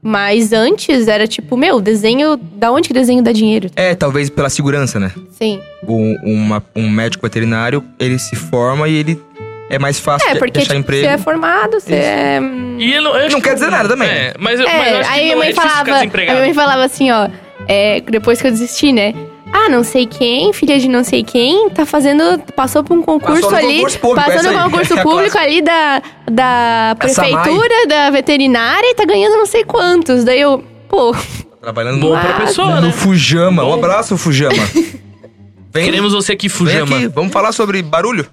Speaker 2: Mas antes era tipo, meu, desenho. Da onde que desenho dá dinheiro?
Speaker 3: É, talvez pela segurança, né?
Speaker 2: Sim.
Speaker 3: Um, uma- um médico veterinário, ele se forma e ele é mais fácil
Speaker 2: É,
Speaker 3: de
Speaker 2: porque
Speaker 3: deixar
Speaker 2: tipo, você
Speaker 3: emprego.
Speaker 2: é formado, você
Speaker 3: Isso.
Speaker 2: é
Speaker 1: E eu eu acho
Speaker 3: Não quer
Speaker 1: que-
Speaker 3: dizer nada também.
Speaker 1: É, mas, eu- mas eu
Speaker 2: É,
Speaker 1: acho que
Speaker 2: aí minha
Speaker 1: não é
Speaker 2: mãe
Speaker 1: difícil
Speaker 2: falava.
Speaker 1: ficar
Speaker 2: A minha
Speaker 1: desempregado.
Speaker 2: mãe falava assim, ó. é, depois que eu desisti, né? Ah, não sei quem, filha de não sei quem, tá fazendo. Passou por um concurso
Speaker 3: Passou no
Speaker 2: ali.
Speaker 3: concurso público,
Speaker 2: passou
Speaker 3: essa
Speaker 2: no
Speaker 3: aí.
Speaker 2: concurso
Speaker 3: É a
Speaker 2: público
Speaker 3: clássica.
Speaker 2: ali da, da
Speaker 3: Essa mãe.
Speaker 2: prefeitura, da veterinária e tá ganhando não sei quantos. Daí eu, pô,
Speaker 3: tá Trabalhando
Speaker 1: Bom
Speaker 3: É no,
Speaker 1: pra
Speaker 2: Ah,
Speaker 1: pessoa, né?
Speaker 3: no Fujama.
Speaker 1: Bom.
Speaker 3: Um abraço, Fujama. Vem,
Speaker 1: Queremos você aqui,
Speaker 3: vem
Speaker 1: Fujama.
Speaker 3: aqui, vamos falar sobre barulho?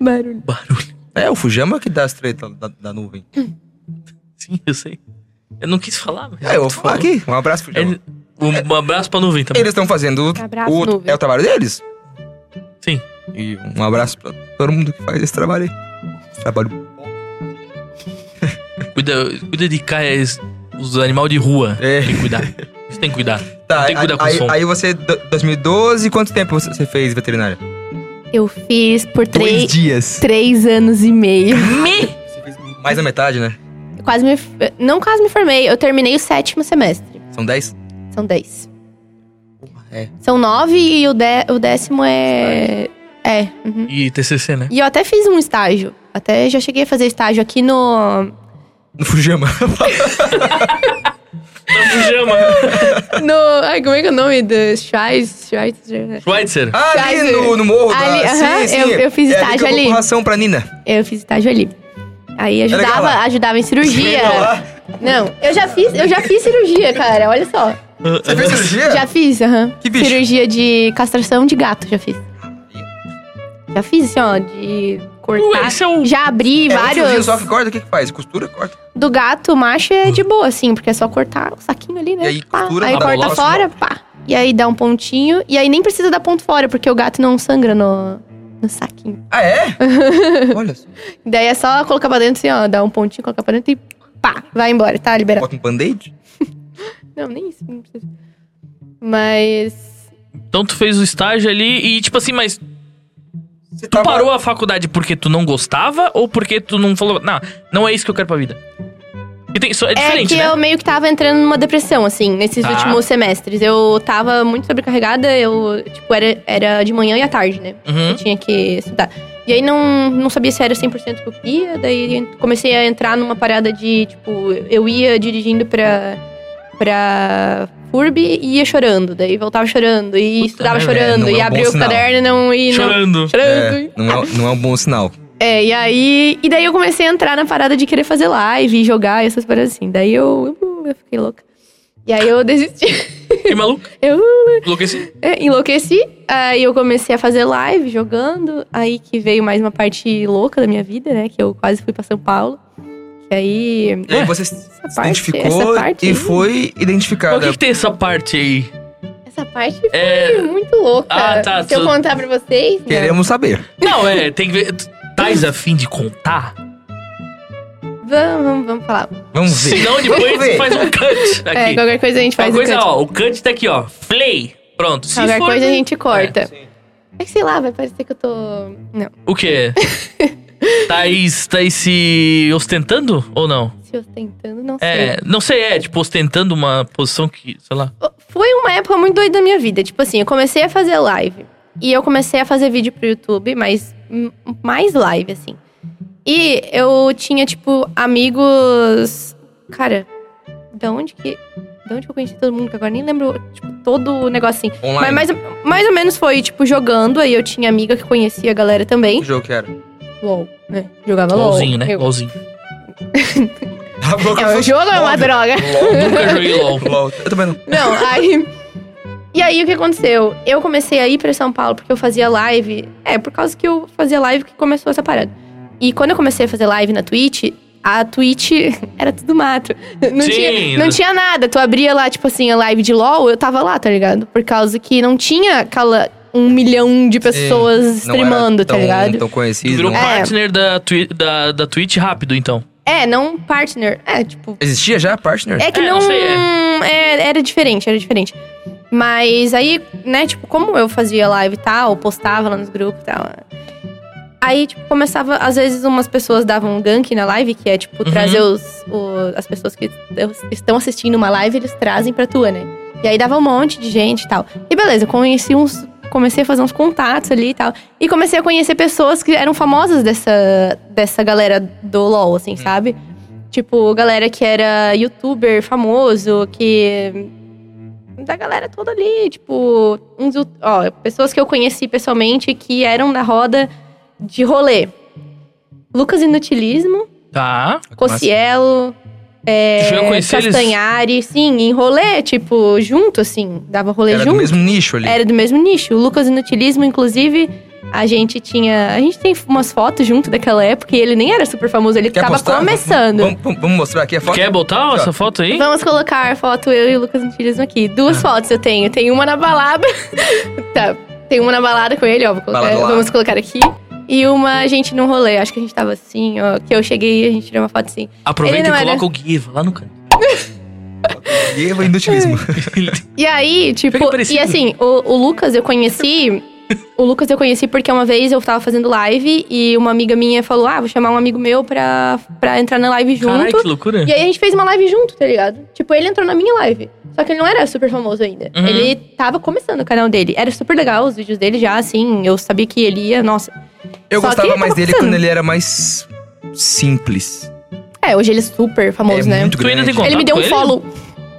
Speaker 2: barulho.
Speaker 1: Barulho.
Speaker 3: É, o Fujama que dá as tretas da, da nuvem.
Speaker 1: Sim, eu sei. Eu não quis falar, mas.
Speaker 3: É, eu vou
Speaker 1: tu
Speaker 3: falar
Speaker 1: falou.
Speaker 3: aqui. Um abraço, Fujama.
Speaker 1: Ele- Um abraço pra nuvem também.
Speaker 3: Eles estão fazendo
Speaker 2: Um Abraço,
Speaker 3: o,
Speaker 2: nuvem.
Speaker 3: é o trabalho deles.
Speaker 1: Sim.
Speaker 3: E um abraço pra todo mundo que faz esse trabalho aí. Esse Trabalho.
Speaker 1: Cuida, cuida de caias, os animais de rua.
Speaker 3: É.
Speaker 1: Tem que cuidar. Você tem que cuidar.
Speaker 3: Tá,
Speaker 1: tem que
Speaker 3: aí,
Speaker 1: cuidar com o
Speaker 3: aí,
Speaker 1: som.
Speaker 3: aí você, do- 2012, quanto tempo você você fez veterinária?
Speaker 2: Eu fiz por
Speaker 3: Dois
Speaker 2: três,
Speaker 3: dias.
Speaker 2: três anos e meio.
Speaker 1: Me!
Speaker 3: Você fez mais da metade, né?
Speaker 2: Eu Quase me. Não quase me formei, eu terminei o sétimo semestre.
Speaker 3: São 10?
Speaker 2: São dez.
Speaker 3: É.
Speaker 2: São nove e o, dé- o décimo é. É. uhum.
Speaker 1: E TCC, né?
Speaker 2: E eu até fiz um estágio. Até já cheguei a fazer estágio aqui no.
Speaker 3: No Fujama.
Speaker 1: Não, Fujama.
Speaker 2: No. Ai, como é que é o nome? Do Schweiz. Schweiz. né?
Speaker 1: Schweitzer.
Speaker 3: Ah, ali
Speaker 2: Quase.
Speaker 3: no, no morro
Speaker 2: Ali,
Speaker 3: da...
Speaker 2: aham,
Speaker 3: sim, sim.
Speaker 2: eu- eu fiz
Speaker 3: é ali que
Speaker 2: estágio
Speaker 3: eu vou
Speaker 2: ali.
Speaker 3: com ração pra Nina.
Speaker 2: Eu fiz estágio ali. Aí
Speaker 3: legal
Speaker 2: ajudava,
Speaker 3: lá.
Speaker 2: ajudava em
Speaker 3: Legal
Speaker 2: cirurgia.
Speaker 3: lá.
Speaker 2: Não, eu já fiz, eu já fiz cirurgia, cara. Olha só.
Speaker 3: Você fez
Speaker 1: Uhum.
Speaker 3: cirurgia?
Speaker 2: Já fiz, aham.
Speaker 3: Que bicho?
Speaker 2: Cirurgia de castração de gato, já fiz. Já fiz, assim, ó, de cortar.
Speaker 1: Esse é o.
Speaker 2: Já abri
Speaker 3: É, um fiozinho
Speaker 2: vários.
Speaker 3: só que corta, o que que faz? Costura, corta.
Speaker 2: Do gato macho é de boa, assim, porque é só cortar o saquinho ali, né?
Speaker 3: E aí
Speaker 2: Pá.
Speaker 3: costura,
Speaker 2: aí
Speaker 1: tá
Speaker 2: corta
Speaker 1: bom.
Speaker 2: fora, pá. E aí dá um pontinho. E aí nem precisa dar ponto fora, porque o gato não sangra no, no saquinho.
Speaker 3: Ah, é? Olha só.
Speaker 2: Daí é só colocar pra dentro assim, ó. Dá um pontinho, colocar pra dentro e pá, vai embora, tá? Liberado.
Speaker 3: Bota um band-aid?
Speaker 2: Não, nem isso, não precisa. Mas.
Speaker 1: Então tu fez o estágio ali e, tipo assim, mas tu
Speaker 3: Você tava-
Speaker 1: parou a faculdade porque tu não gostava ou porque tu não falou. Não, não é isso que eu quero pra vida. Porque tem- isso é
Speaker 2: É
Speaker 1: diferente,
Speaker 2: que
Speaker 1: né?
Speaker 2: eu meio que tava entrando numa depressão, assim, nesses
Speaker 1: Tá.
Speaker 2: últimos semestres. Eu tava muito sobrecarregada, eu, tipo, era, era de manhã e à tarde, né? Eu
Speaker 1: Uhum.
Speaker 2: tinha que estudar. E aí não, não sabia se era 100% que eu queria, daí comecei a entrar numa parada de, tipo, eu ia dirigindo pra, pra FURB e ia chorando, daí voltava chorando, e
Speaker 1: Puta
Speaker 2: estudava
Speaker 1: merda,
Speaker 2: chorando,
Speaker 3: não
Speaker 2: e
Speaker 3: é um
Speaker 2: abria
Speaker 3: bom
Speaker 2: o
Speaker 3: sinal.
Speaker 2: caderno e não... E não
Speaker 1: Chorando.
Speaker 2: chorando.
Speaker 3: É, não, é, não é um bom sinal.
Speaker 2: É, e aí. E daí eu comecei a entrar na parada de querer fazer live, jogar e essas paradas assim. Daí eu. Eu fiquei louca. E aí eu desisti.
Speaker 1: Que maluco.
Speaker 2: Eu
Speaker 1: Enlouqueci.
Speaker 2: é, enlouqueci. Aí eu comecei a fazer live, jogando. Aí que veio mais uma parte louca da minha vida, né? Que eu quase fui pra São Paulo. Que aí.
Speaker 3: E aí
Speaker 1: Ué,
Speaker 3: você se
Speaker 2: Essa
Speaker 3: identificou
Speaker 2: essa parte,
Speaker 3: e
Speaker 2: aí-
Speaker 3: foi
Speaker 1: Mas o que,
Speaker 3: identificada.
Speaker 1: que tem essa parte aí?
Speaker 2: Essa parte foi
Speaker 1: É.
Speaker 2: muito louca.
Speaker 1: Ah, tá,
Speaker 2: Se eu
Speaker 1: tu-
Speaker 2: contar pra vocês. né?
Speaker 3: Queremos saber.
Speaker 1: Não, é, tem que ver. tu Tais a fim de contar?
Speaker 2: Vamos, vamos, vamos falar.
Speaker 3: Vamos ver.
Speaker 1: Senão depois
Speaker 3: Vamos ver.
Speaker 1: tu faz um cut
Speaker 2: É,
Speaker 1: aqui.
Speaker 2: qualquer coisa a gente
Speaker 1: Uma
Speaker 2: faz. o
Speaker 1: coisa,
Speaker 2: cut.
Speaker 1: ó, o cut tá aqui, ó. Play. Pronto. Se
Speaker 2: Qualquer
Speaker 1: for
Speaker 2: coisa a
Speaker 1: ver-
Speaker 2: gente corta.
Speaker 1: É.
Speaker 2: É que sei lá, vai parecer que eu tô. Não,
Speaker 1: O quê? Tá Thaís, Thaís se ostentando ou não?
Speaker 2: se ostentando, não sei.
Speaker 1: É, não sei, é, tipo, ostentando uma posição que, sei lá.
Speaker 2: Foi uma época muito doida da minha vida. Tipo assim, eu comecei a fazer live. E eu comecei a fazer vídeo pro YouTube, mas hum, mais live, assim. E eu tinha, tipo, amigos. Cara, da onde que. Da onde que eu conheci todo mundo? Que agora nem lembro, tipo, todo o negócio assim.
Speaker 3: Online.
Speaker 2: Mas mais, mais ou menos foi, tipo, jogando. Aí eu tinha amiga que conhecia a galera também.
Speaker 3: Que jogo que
Speaker 2: É
Speaker 3: era?
Speaker 2: LOL, né? Jogava LOL.
Speaker 1: LOLzinho, né?
Speaker 2: Eu-
Speaker 1: LOLzinho.
Speaker 2: É um jogo ou é uma droga?
Speaker 1: Nunca joguei LOL.
Speaker 3: LOL. Eu também não.
Speaker 2: Não, aí. E aí, o que aconteceu? Eu comecei a ir pra São Paulo porque eu fazia live. É, por causa que eu fazia live que começou essa parada. E quando eu comecei a fazer live na Twitch, a Twitch era tudo mato. Não,
Speaker 1: Sim.
Speaker 3: né?
Speaker 2: tinha, não tinha nada. Tu abria lá, tipo assim, a live de LOL, eu tava lá, tá ligado? Por causa que não tinha aquela um milhão de pessoas streamando, tá ligado?
Speaker 3: Tão
Speaker 1: Tu
Speaker 3: conhecido.
Speaker 1: virou um
Speaker 3: não.
Speaker 2: É.
Speaker 1: partner da, twi da, da Twitch rápido, então.
Speaker 2: É, não partner. É, tipo,
Speaker 3: Existia já a partner?
Speaker 2: É que
Speaker 1: É, não
Speaker 2: não.
Speaker 1: sei,
Speaker 2: é, era diferente, era diferente. Mas aí, né, tipo, como eu fazia live e tal, postava lá nos grupos e tal. Aí, tipo, começava. Às vezes, umas pessoas davam um gank na live, que é, tipo,
Speaker 1: Uhum.
Speaker 2: trazer os, o- as pessoas que estão assistindo uma live, eles trazem pra tua, né? E aí dava um monte de gente e tal. E beleza, conheci uns. Comecei a fazer uns contatos ali e tal. E comecei a conhecer pessoas que eram famosas dessa, dessa galera do LOL, assim, sabe? Tipo, galera que era youtuber famoso, que. Da galera toda ali, tipo, uns, you- ó, pessoas que eu conheci pessoalmente que eram da roda de rolê. Lucas Inutilismo,
Speaker 1: Tá.
Speaker 3: Ah, assim?
Speaker 2: Cocielo,
Speaker 1: Tu chegou a
Speaker 2: é,
Speaker 1: conhecer eles?
Speaker 2: Castanhari, sim, em rolê, tipo, junto, assim, dava rolê
Speaker 3: Era do
Speaker 2: junto. É.
Speaker 3: mesmo nicho ali.
Speaker 2: Era do mesmo nicho. O Lucas Inutilismo, inclusive, a gente tinha. A gente tem umas fotos junto daquela época e ele nem era super famoso, ele
Speaker 3: Quer
Speaker 2: tava
Speaker 3: postar?
Speaker 2: começando.
Speaker 3: Vamos, vamos- vamos mostrar aqui a foto?
Speaker 1: Quer botar
Speaker 3: Aqui, ó.
Speaker 1: essa foto aí?
Speaker 2: Vamos colocar a foto eu e o Lucas Antilismo aqui. Duas
Speaker 1: Ah.
Speaker 2: fotos eu tenho. Tem uma na balada. tá. Tem uma na balada com ele, ó. Vou colocar-
Speaker 3: Balada lá.
Speaker 2: vamos colocar aqui. E uma a gente num rolê. Acho que a gente tava assim, ó. Que eu cheguei e a gente tirou uma foto assim.
Speaker 1: Aproveita
Speaker 2: Ele
Speaker 1: e
Speaker 2: não
Speaker 1: coloca
Speaker 2: era-
Speaker 1: o Guiva lá no canto.
Speaker 3: Eva Inutilismo.
Speaker 2: E aí, tipo,
Speaker 1: Fica parecido.
Speaker 2: e assim, o, o Lucas eu conheci. O Lucas eu conheci porque uma vez eu tava fazendo live e uma amiga minha falou: Ah, vou chamar um amigo meu pra, pra entrar na live junto.
Speaker 1: Caralho, que loucura.
Speaker 2: E aí a gente fez uma live junto, tá ligado? Tipo, ele entrou na minha live. Só que ele não era super famoso ainda.
Speaker 1: Uhum.
Speaker 2: Ele tava começando o canal dele. Era super legal os vídeos dele já, assim. Eu sabia que ele ia. Nossa.
Speaker 3: Eu
Speaker 2: Só
Speaker 3: gostava
Speaker 2: que tá
Speaker 3: mais
Speaker 2: tava
Speaker 3: dele
Speaker 2: passando.
Speaker 3: quando ele era mais simples.
Speaker 2: É, hoje ele é super famoso,
Speaker 3: é
Speaker 2: né?
Speaker 3: muito
Speaker 1: Tu ainda
Speaker 3: grande.
Speaker 1: tem contato
Speaker 2: Ele me deu
Speaker 1: Tá com
Speaker 2: um
Speaker 1: ele?
Speaker 2: follow.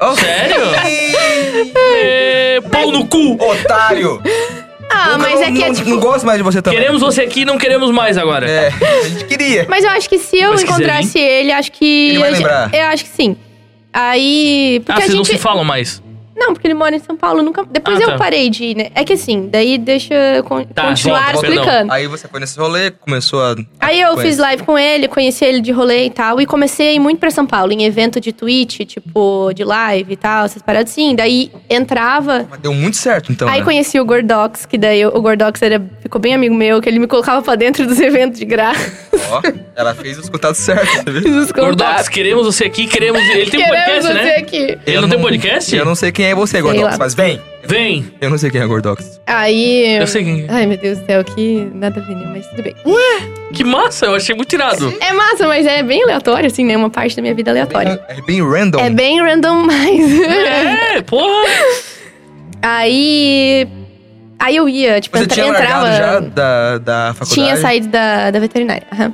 Speaker 3: Oh,
Speaker 1: Sério?
Speaker 3: Ih,
Speaker 1: É, pau no cu!
Speaker 3: Otário!
Speaker 2: Ah,
Speaker 3: Eu
Speaker 2: mas
Speaker 3: não,
Speaker 2: é que é
Speaker 3: não,
Speaker 2: tipo.
Speaker 3: não gosto mais de você também.
Speaker 1: Queremos você aqui, não queremos mais agora. Ah,
Speaker 3: É, a gente queria.
Speaker 2: Mas eu acho que se eu
Speaker 1: Mas quiser
Speaker 2: encontrasse ele, acho que.
Speaker 3: Ele vai
Speaker 2: eu,
Speaker 3: lembrar.
Speaker 2: eu acho que sim. Aí.
Speaker 1: ah,
Speaker 2: Porque a
Speaker 1: vocês não
Speaker 2: gente.
Speaker 1: se falam mais.
Speaker 2: Não, porque ele mora em São Paulo. Nunca... Depois
Speaker 1: Ah,
Speaker 2: eu
Speaker 1: tá.
Speaker 2: parei de ir, né? É que assim, daí deixa eu con-
Speaker 1: Tá,
Speaker 2: continuar
Speaker 1: volta, perdão.
Speaker 2: explicando.
Speaker 3: Aí você foi nesse rolê, começou a.
Speaker 2: Aí eu
Speaker 3: Conhece.
Speaker 2: fiz live com ele, conheci ele de rolê e tal, e comecei a ir muito pra São Paulo, em evento de Twitch, tipo, de live e tal, essas paradas assim. Daí entrava.
Speaker 3: Mas deu muito certo, então.
Speaker 2: aí
Speaker 3: né?
Speaker 2: conheci o Gordox, que daí o Gordox era, ficou bem amigo meu, que ele me colocava pra dentro dos eventos de graça.
Speaker 3: Ó, ela fez os contatos certos, você viu?
Speaker 2: dos
Speaker 1: Gordox,
Speaker 2: contatos.
Speaker 1: queremos você aqui, queremos. Ele tem um
Speaker 2: Queremos
Speaker 1: podcast,
Speaker 2: você
Speaker 1: né?
Speaker 2: aqui.
Speaker 1: Ele
Speaker 3: Eu
Speaker 1: não tem podcast?
Speaker 3: Eu não sei quem é você,
Speaker 2: Sei
Speaker 3: Gordox,
Speaker 2: lá.
Speaker 3: mas vem!
Speaker 1: Vem!
Speaker 3: Eu não sei quem é Gordox.
Speaker 2: Aí.
Speaker 1: Eu sei quem.
Speaker 2: Ai, meu Deus do céu, que nada a ver, né? mas tudo bem.
Speaker 1: Que massa, eu achei muito irado.
Speaker 2: É massa, mas é bem aleatório, assim, né? Uma parte da minha vida aleatória.
Speaker 3: É bem random.
Speaker 2: É bem random, mas.
Speaker 1: É, porra!
Speaker 2: Aí. Aí eu ia, tipo,
Speaker 3: Você
Speaker 2: entra-
Speaker 3: tinha largado
Speaker 2: entrava.
Speaker 3: já da, da faculdade?
Speaker 2: tinha saído da, da veterinária. aham.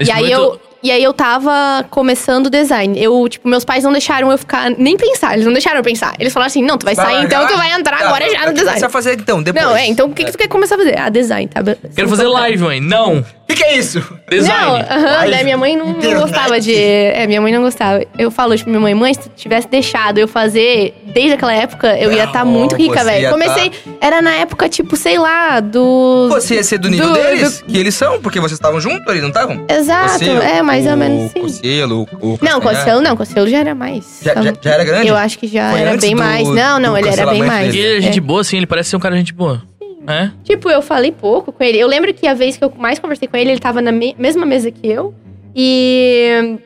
Speaker 1: Nesse
Speaker 2: E aí
Speaker 1: momento-
Speaker 2: eu. E aí eu tava começando o design. Eu, tipo, meus pais não deixaram eu ficar nem pensar, eles não deixaram eu pensar. Eles falaram assim: "Não, tu vai, sair
Speaker 3: largar?
Speaker 2: então, tu vai entrar
Speaker 3: Tá,
Speaker 2: agora já
Speaker 3: mas
Speaker 2: no
Speaker 3: o que
Speaker 2: design".
Speaker 3: Você vai fazer então, depois?
Speaker 2: Não, é, então o que, que tu quer começar a fazer? Ah, design, tá? be-
Speaker 1: Quero fazer live, mãe. Não!
Speaker 3: O que, que é isso?
Speaker 2: Não,
Speaker 1: Design.
Speaker 2: aham,
Speaker 3: Live.
Speaker 2: né, minha mãe não, não
Speaker 3: Internet.
Speaker 2: gostava de. É, minha mãe não gostava. Eu falo, tipo, minha mãe, mãe, se tu tivesse deixado eu fazer desde aquela época, eu ia estar
Speaker 3: Não,
Speaker 2: muito rica,
Speaker 3: você ia tá
Speaker 2: velho. Comecei. Era na época, tipo, sei lá, do.
Speaker 3: Você ia ser do nível
Speaker 2: Do-
Speaker 3: deles? Que eles são, porque vocês estavam juntos ali, não estavam?
Speaker 2: Exato, é, mais ou menos
Speaker 3: O
Speaker 2: sim.
Speaker 3: Cocielo, o
Speaker 2: Não,
Speaker 3: Castanhar.
Speaker 2: Cocielo não, Cocielo já era mais.
Speaker 3: Já- já- já era grande?
Speaker 2: Eu acho que já
Speaker 3: Foi
Speaker 2: era
Speaker 3: antes
Speaker 2: bem
Speaker 3: do-
Speaker 2: mais. Não, não,
Speaker 3: do
Speaker 2: ele era bem
Speaker 3: cancelamento
Speaker 2: mais.
Speaker 1: E
Speaker 3: dele.
Speaker 1: ele é
Speaker 2: É.
Speaker 1: gente boa, assim, ele parece ser um cara gente boa. É?
Speaker 2: Tipo, eu falei pouco com ele. Eu lembro que a vez que eu mais conversei com ele, ele tava na me- mesma mesa que eu. E.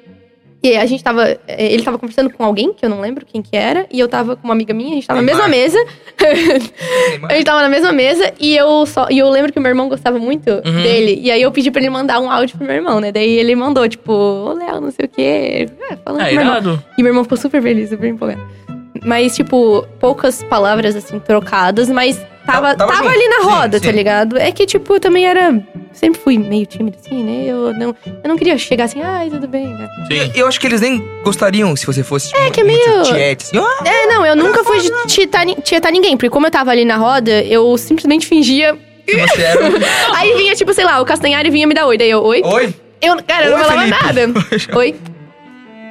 Speaker 2: E a gente tava. eh, Ele tava conversando com alguém, que eu não lembro quem que era. E eu tava com uma amiga minha, a gente tava na mesma
Speaker 3: Neymar.
Speaker 2: mesa.
Speaker 3: Neymar.
Speaker 2: a gente tava na mesma mesa e eu só. E eu lembro que meu irmão gostava muito
Speaker 1: Uhum.
Speaker 2: dele. E aí eu pedi pra ele mandar um áudio pro meu irmão, né? Daí ele mandou, tipo, ô Léo, não sei o quê. Ah, falando
Speaker 1: É,
Speaker 2: com meu irmão.
Speaker 1: irado.
Speaker 2: E meu irmão ficou super feliz, super empolgado. Mas, tipo, poucas palavras, assim, trocadas, mas tava,
Speaker 3: Tava- tava
Speaker 2: tava,
Speaker 3: junto.
Speaker 2: ali na
Speaker 3: Sim,
Speaker 2: roda,
Speaker 3: sim.
Speaker 2: tá ligado? É que, tipo, eu também era. Sempre fui meio tímido, assim, né? Eu não, eu não queria chegar assim, ai, tudo bem. né?
Speaker 1: Sim.
Speaker 3: Eu acho que eles nem gostariam se você fosse é,
Speaker 2: que é meio-
Speaker 3: tiete. assim, "Ah,
Speaker 2: É, não, eu nunca fui de tietar, ni- tietar ninguém, porque como eu tava ali na roda, eu simplesmente fingia.
Speaker 3: se você era... um-
Speaker 2: Aí vinha, tipo, sei lá, o Castanhari vinha me dar oi, daí eu, oi?
Speaker 3: Oi?
Speaker 2: Eu, cara, eu não
Speaker 3: Oi,
Speaker 2: falava
Speaker 3: Felipe.
Speaker 2: nada. Oi?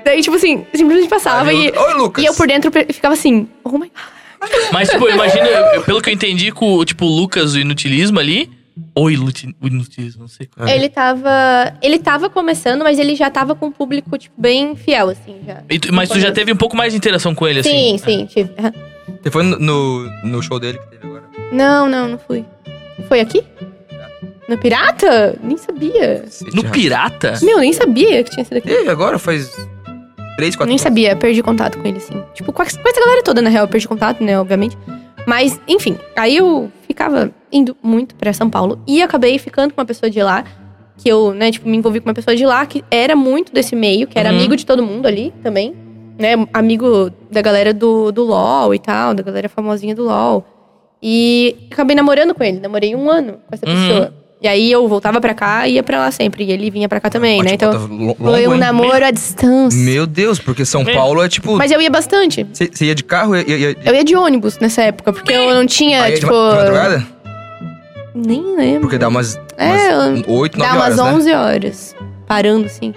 Speaker 2: Daí, tipo assim, simplesmente passava e.
Speaker 3: Oi, Lucas.
Speaker 2: E eu por dentro pe- ficava assim, oh my god.
Speaker 1: Mas, tipo, eu imagino, eu- eu- pelo que eu entendi, com o, tipo, o Lucas, o inutilismo ali. Ou iluti- o inutilismo, não sei.
Speaker 3: É.
Speaker 2: Ele tava. Ele tava começando, mas ele já tava com um público, tipo, bem fiel, assim, já.
Speaker 1: E tu- mas tu já teve um pouco mais de interação com ele, assim?
Speaker 2: Sim, sim, tive. Aham.
Speaker 3: Você foi no- no, no show dele que teve agora?
Speaker 2: Não, não, não fui. Foi aqui? No Pirata? É. Nem sabia.
Speaker 1: No Pirata?
Speaker 2: Meu, nem sabia que tinha sido aqui.
Speaker 3: Teve agora, faz três, quatro
Speaker 2: Nem sabia, perdi contato com ele, assim. Tipo, com essa com essa galera toda, na real, eu perdi contato, né, obviamente. Mas, enfim, aí eu ficava indo muito pra São Paulo. E acabei ficando com uma pessoa de lá, que eu, né, tipo, me envolvi com uma pessoa de lá que era muito desse meio, que era
Speaker 1: Uhum.
Speaker 2: amigo de todo mundo ali também. Né, amigo da galera do, do LOL e tal, da galera famosinha do LOL. E acabei namorando com ele, namorei um ano com essa
Speaker 1: Uhum.
Speaker 2: pessoa. E aí eu voltava pra cá e ia pra lá sempre. E ele vinha pra cá também, né?
Speaker 3: Ótimo,
Speaker 2: Então,
Speaker 3: tá lo-
Speaker 2: foi
Speaker 3: longo,
Speaker 2: um
Speaker 3: hein?
Speaker 2: namoro à distância.
Speaker 3: Meu Deus, porque São
Speaker 1: Meu.
Speaker 3: Paulo é tipo.
Speaker 2: Mas eu ia bastante.
Speaker 3: Você você ia de carro e. e- e-
Speaker 2: Eu ia de ônibus nessa época, porque eu não tinha,
Speaker 3: aí ia de
Speaker 2: tipo.
Speaker 3: ma- de madrugada?
Speaker 2: nem lembro.
Speaker 3: Porque dá umas.
Speaker 2: É,
Speaker 3: umas 8, 9
Speaker 2: Dá umas
Speaker 3: horas. né?
Speaker 2: 11 horas. Parando, assim.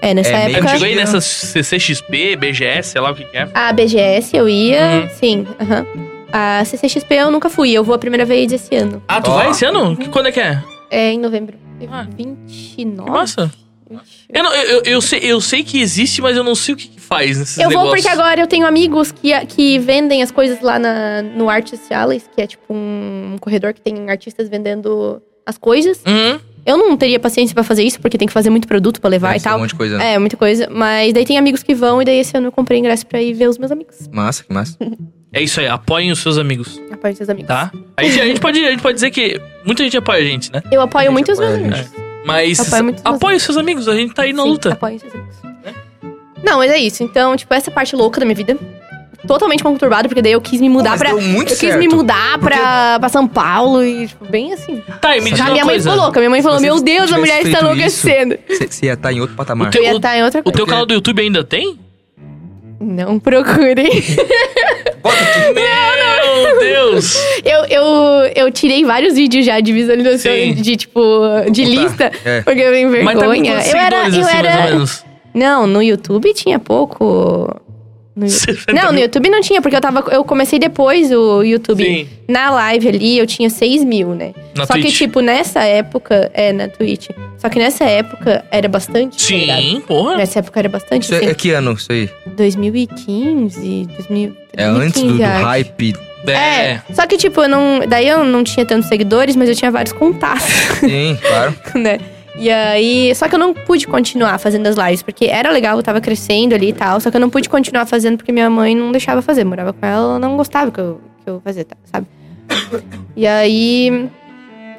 Speaker 2: É, nessa
Speaker 3: É, meio
Speaker 1: Eu
Speaker 2: época.
Speaker 1: chegou aí nessa CCXP, BGS, sei lá o que que é.
Speaker 2: A BGS eu ia,
Speaker 1: Uhum.
Speaker 2: sim. aham. A CCXP eu nunca fui, eu vou a primeira vez esse ano.
Speaker 1: Ah, tu
Speaker 3: Ó.
Speaker 1: vai esse ano? Que- Quando é que é?
Speaker 2: É em novembro.
Speaker 1: Ah.
Speaker 2: 29.
Speaker 1: Nossa.
Speaker 2: Ixi.
Speaker 1: Eu, não- eu, eu- eu sei, eu sei que existe, mas eu não sei o que, que faz nesses
Speaker 2: Eu vou
Speaker 1: negócios.
Speaker 2: porque agora eu tenho amigos que, que vendem as coisas lá na, no Artist Alleys, que é tipo um corredor que tem artistas vendendo as coisas.
Speaker 1: Uhum.
Speaker 2: Eu não teria paciência pra fazer isso, porque tem que fazer muito produto pra levar
Speaker 3: Deve
Speaker 2: e
Speaker 3: ser Um
Speaker 2: tal.
Speaker 3: monte de coisa. né?
Speaker 2: É, muita coisa. Mas daí tem amigos que vão, e daí esse ano eu comprei ingresso pra ir ver os meus amigos.
Speaker 3: Massa, que massa.
Speaker 1: É isso aí, apoiem os seus amigos,
Speaker 2: A parte dos amigos.
Speaker 1: tá? A gente, a gente pode, a gente pode dizer que muita gente apoia a gente, né?
Speaker 2: Eu apoio
Speaker 3: Gente,
Speaker 2: muito os meus
Speaker 3: apoia,
Speaker 2: amigos.
Speaker 1: Mas
Speaker 2: Apoia muito os meus
Speaker 1: apoia os seus amigos, a gente tá aí na
Speaker 2: Sim,
Speaker 1: luta.
Speaker 2: Apoio os meus amigos. Não, mas é isso. Então, tipo, essa parte louca da minha vida. Totalmente conturbada, porque daí eu quis me mudar
Speaker 3: Mas
Speaker 2: pra.
Speaker 3: deu
Speaker 2: Eu
Speaker 3: muito
Speaker 2: quis
Speaker 3: certo.
Speaker 2: me mudar pra, pra São Paulo e, tipo, bem assim.
Speaker 1: Tá, e me diz
Speaker 2: Já
Speaker 1: uma
Speaker 2: minha mãe
Speaker 1: coisa.
Speaker 2: ficou louca. Minha mãe falou:
Speaker 3: você
Speaker 2: Meu Deus, a
Speaker 3: tivesse
Speaker 2: mulher está
Speaker 3: feito isso,
Speaker 2: enlouquecendo.
Speaker 3: Você você ia estar em outro patamar.
Speaker 1: O teu-
Speaker 2: Eu ia estar em outra
Speaker 1: O teu
Speaker 2: coisa.
Speaker 1: canal do YouTube ainda tem?
Speaker 2: Não procurem.
Speaker 3: Bota aqui.
Speaker 1: Meu Deus!
Speaker 2: Eu, eu, eu tirei vários vídeos já de visualização
Speaker 1: Sim.
Speaker 2: de, tipo, de
Speaker 3: Opa,
Speaker 2: lista.
Speaker 3: é.
Speaker 2: Porque eu tenho
Speaker 1: Mas tá com
Speaker 2: vergonha.
Speaker 1: quantos
Speaker 2: eu era.
Speaker 1: seguidores,
Speaker 2: Eu
Speaker 1: assim, mais ou
Speaker 2: era...
Speaker 1: menos?
Speaker 2: Não, no YouTube tinha pouco. No Yo-
Speaker 1: Você tá
Speaker 2: Não, no YouTube não tinha, porque eu tava. Eu comecei depois o YouTube.
Speaker 1: Sim.
Speaker 2: Na live ali, eu tinha 6 mil, né?
Speaker 1: Na
Speaker 2: Só que,
Speaker 1: Twitch.
Speaker 2: tipo, nessa época. É, na Twitch. Só que nessa época era bastante. tá ligado?
Speaker 1: Sim, porra.
Speaker 2: Nessa época era bastante,
Speaker 3: Isso é,
Speaker 2: assim,
Speaker 3: é que ano isso aí?
Speaker 2: 2015, 2000,
Speaker 3: É antes do, do
Speaker 2: 2015, acho.
Speaker 3: hype.
Speaker 1: É.
Speaker 2: É, só que tipo, eu não, daí eu não tinha tantos seguidores, mas eu tinha vários contatos,
Speaker 3: Sim, claro.
Speaker 2: né? E aí, só que eu não pude continuar fazendo as lives, porque era legal, eu tava crescendo ali e tal, só que eu não pude continuar fazendo porque minha mãe não deixava eu fazer, morava com ela, ela não gostava que eu, que eu fazia, tá- sabe? E aí,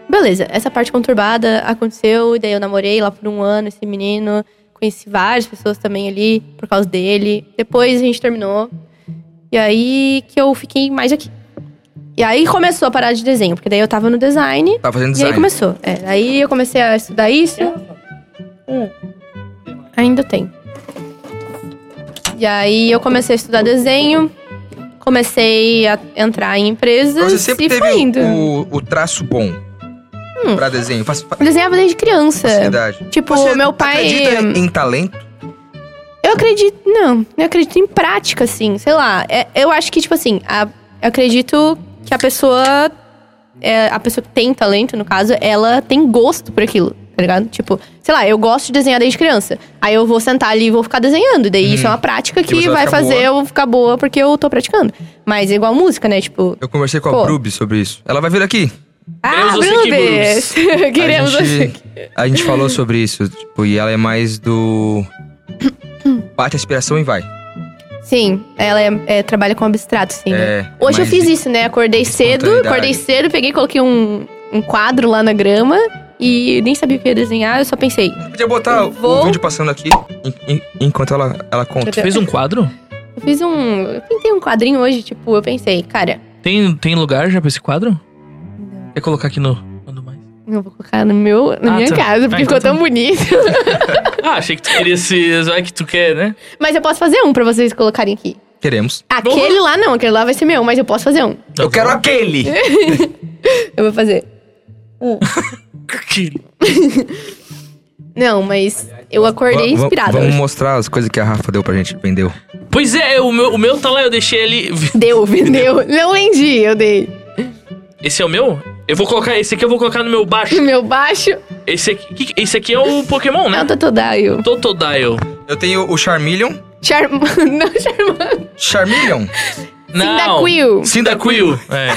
Speaker 2: beleza, essa parte conturbada aconteceu, e daí eu namorei lá por um ano esse menino, conheci várias pessoas também ali por causa dele, depois a gente terminou, e aí que eu fiquei mais aqui. E aí começou a parada de desenho, porque daí eu tava no design,
Speaker 3: Tá fazendo
Speaker 2: e aí
Speaker 3: design.
Speaker 2: começou. É, aí eu comecei a estudar isso. Hum. Ainda tem. E aí eu comecei a estudar desenho, comecei a entrar em empresas
Speaker 3: Então, Você sempre
Speaker 2: e
Speaker 3: teve um-
Speaker 2: foi indo.
Speaker 3: O, o traço bom
Speaker 2: Hum.
Speaker 3: pra desenho. Faz fa-
Speaker 2: Eu desenhava desde criança.
Speaker 3: facilidade.
Speaker 2: Tipo,
Speaker 3: Você
Speaker 2: meu pai.
Speaker 3: Acredita em, em talento?
Speaker 2: Eu acredito. Não, eu acredito em prática, assim. Sei lá. É, eu acho que, tipo assim, a- eu acredito que a pessoa. é, a pessoa que tem talento, no caso, ela tem gosto por aquilo, tá ligado? Tipo, sei lá, eu gosto de desenhar desde criança. Aí eu vou sentar ali e vou ficar desenhando. E daí isso é uma prática
Speaker 3: Uhum. você
Speaker 2: que
Speaker 3: vai
Speaker 2: vai
Speaker 3: ficar
Speaker 2: fazer
Speaker 3: boa.
Speaker 2: eu ficar boa porque eu tô praticando. Mas é igual música, né? Tipo,
Speaker 3: Eu conversei com a
Speaker 2: Pô.
Speaker 3: Brubi sobre isso. Ela vai vir aqui.
Speaker 2: ah,
Speaker 1: você que
Speaker 2: Brubes! Queremos
Speaker 3: a
Speaker 2: você.
Speaker 3: gente, a gente falou sobre isso. Tipo, e ela é mais do. Bate a inspiração e vai.
Speaker 2: Sim, ela é- é, trabalha com abstrato, sim. né?
Speaker 3: É,
Speaker 2: Hoje eu
Speaker 3: mais
Speaker 2: fiz
Speaker 3: de-
Speaker 2: isso, né? Acordei cedo,
Speaker 3: Espontaneidade.
Speaker 2: acordei cedo, peguei, coloquei um, um quadro lá na grama e nem sabia o que ia desenhar, eu só pensei.
Speaker 3: Podia botar
Speaker 2: Eu vou-
Speaker 3: o vídeo passando aqui en- en- enquanto ela, ela conta.
Speaker 1: Tu fez um quadro?
Speaker 2: Eu fiz um. Eu pintei um quadrinho hoje, tipo, eu pensei, cara,
Speaker 1: Tem, tem lugar já pra esse quadro? Quer colocar aqui no. Mando mais.
Speaker 2: eu vou colocar no meu, na
Speaker 1: Ah,
Speaker 2: minha
Speaker 1: tá.
Speaker 2: casa,
Speaker 1: Ah,
Speaker 2: porque
Speaker 1: então
Speaker 2: ficou tão bonito.
Speaker 1: Ah, achei que tu queria se. Vai que tu quer, né?
Speaker 2: Mas eu posso fazer um pra vocês colocarem aqui.
Speaker 3: Queremos. Então,
Speaker 2: Aquele lá não, aquele lá vai ser meu, mas eu posso fazer um.
Speaker 3: Eu quero aquele!
Speaker 2: Eu vou fazer.
Speaker 1: Que-
Speaker 2: Não, mas eu acordei
Speaker 3: Va- va-
Speaker 2: inspirada.
Speaker 3: Vamos
Speaker 2: hoje.
Speaker 3: mostrar as coisas que a Rafa deu pra gente, vendeu.
Speaker 1: Pois é, o meu, o meu tá lá, eu deixei ele.
Speaker 2: Deu, vendeu. Não vendi, eu dei.
Speaker 1: Esse é o meu? Eu vou colocar. Esse aqui eu vou colocar no meu baixo.
Speaker 2: No meu baixo,
Speaker 1: Esse aqui, esse aqui é o Pokémon,
Speaker 2: é o
Speaker 1: né?
Speaker 2: Totodile.
Speaker 1: Totodile.
Speaker 3: Eu tenho o Charmeleon.
Speaker 2: Charm... Não, Charmander.
Speaker 3: Charmeleon?
Speaker 1: Não.
Speaker 2: Cyndaquil.
Speaker 1: Cyndaquil. É.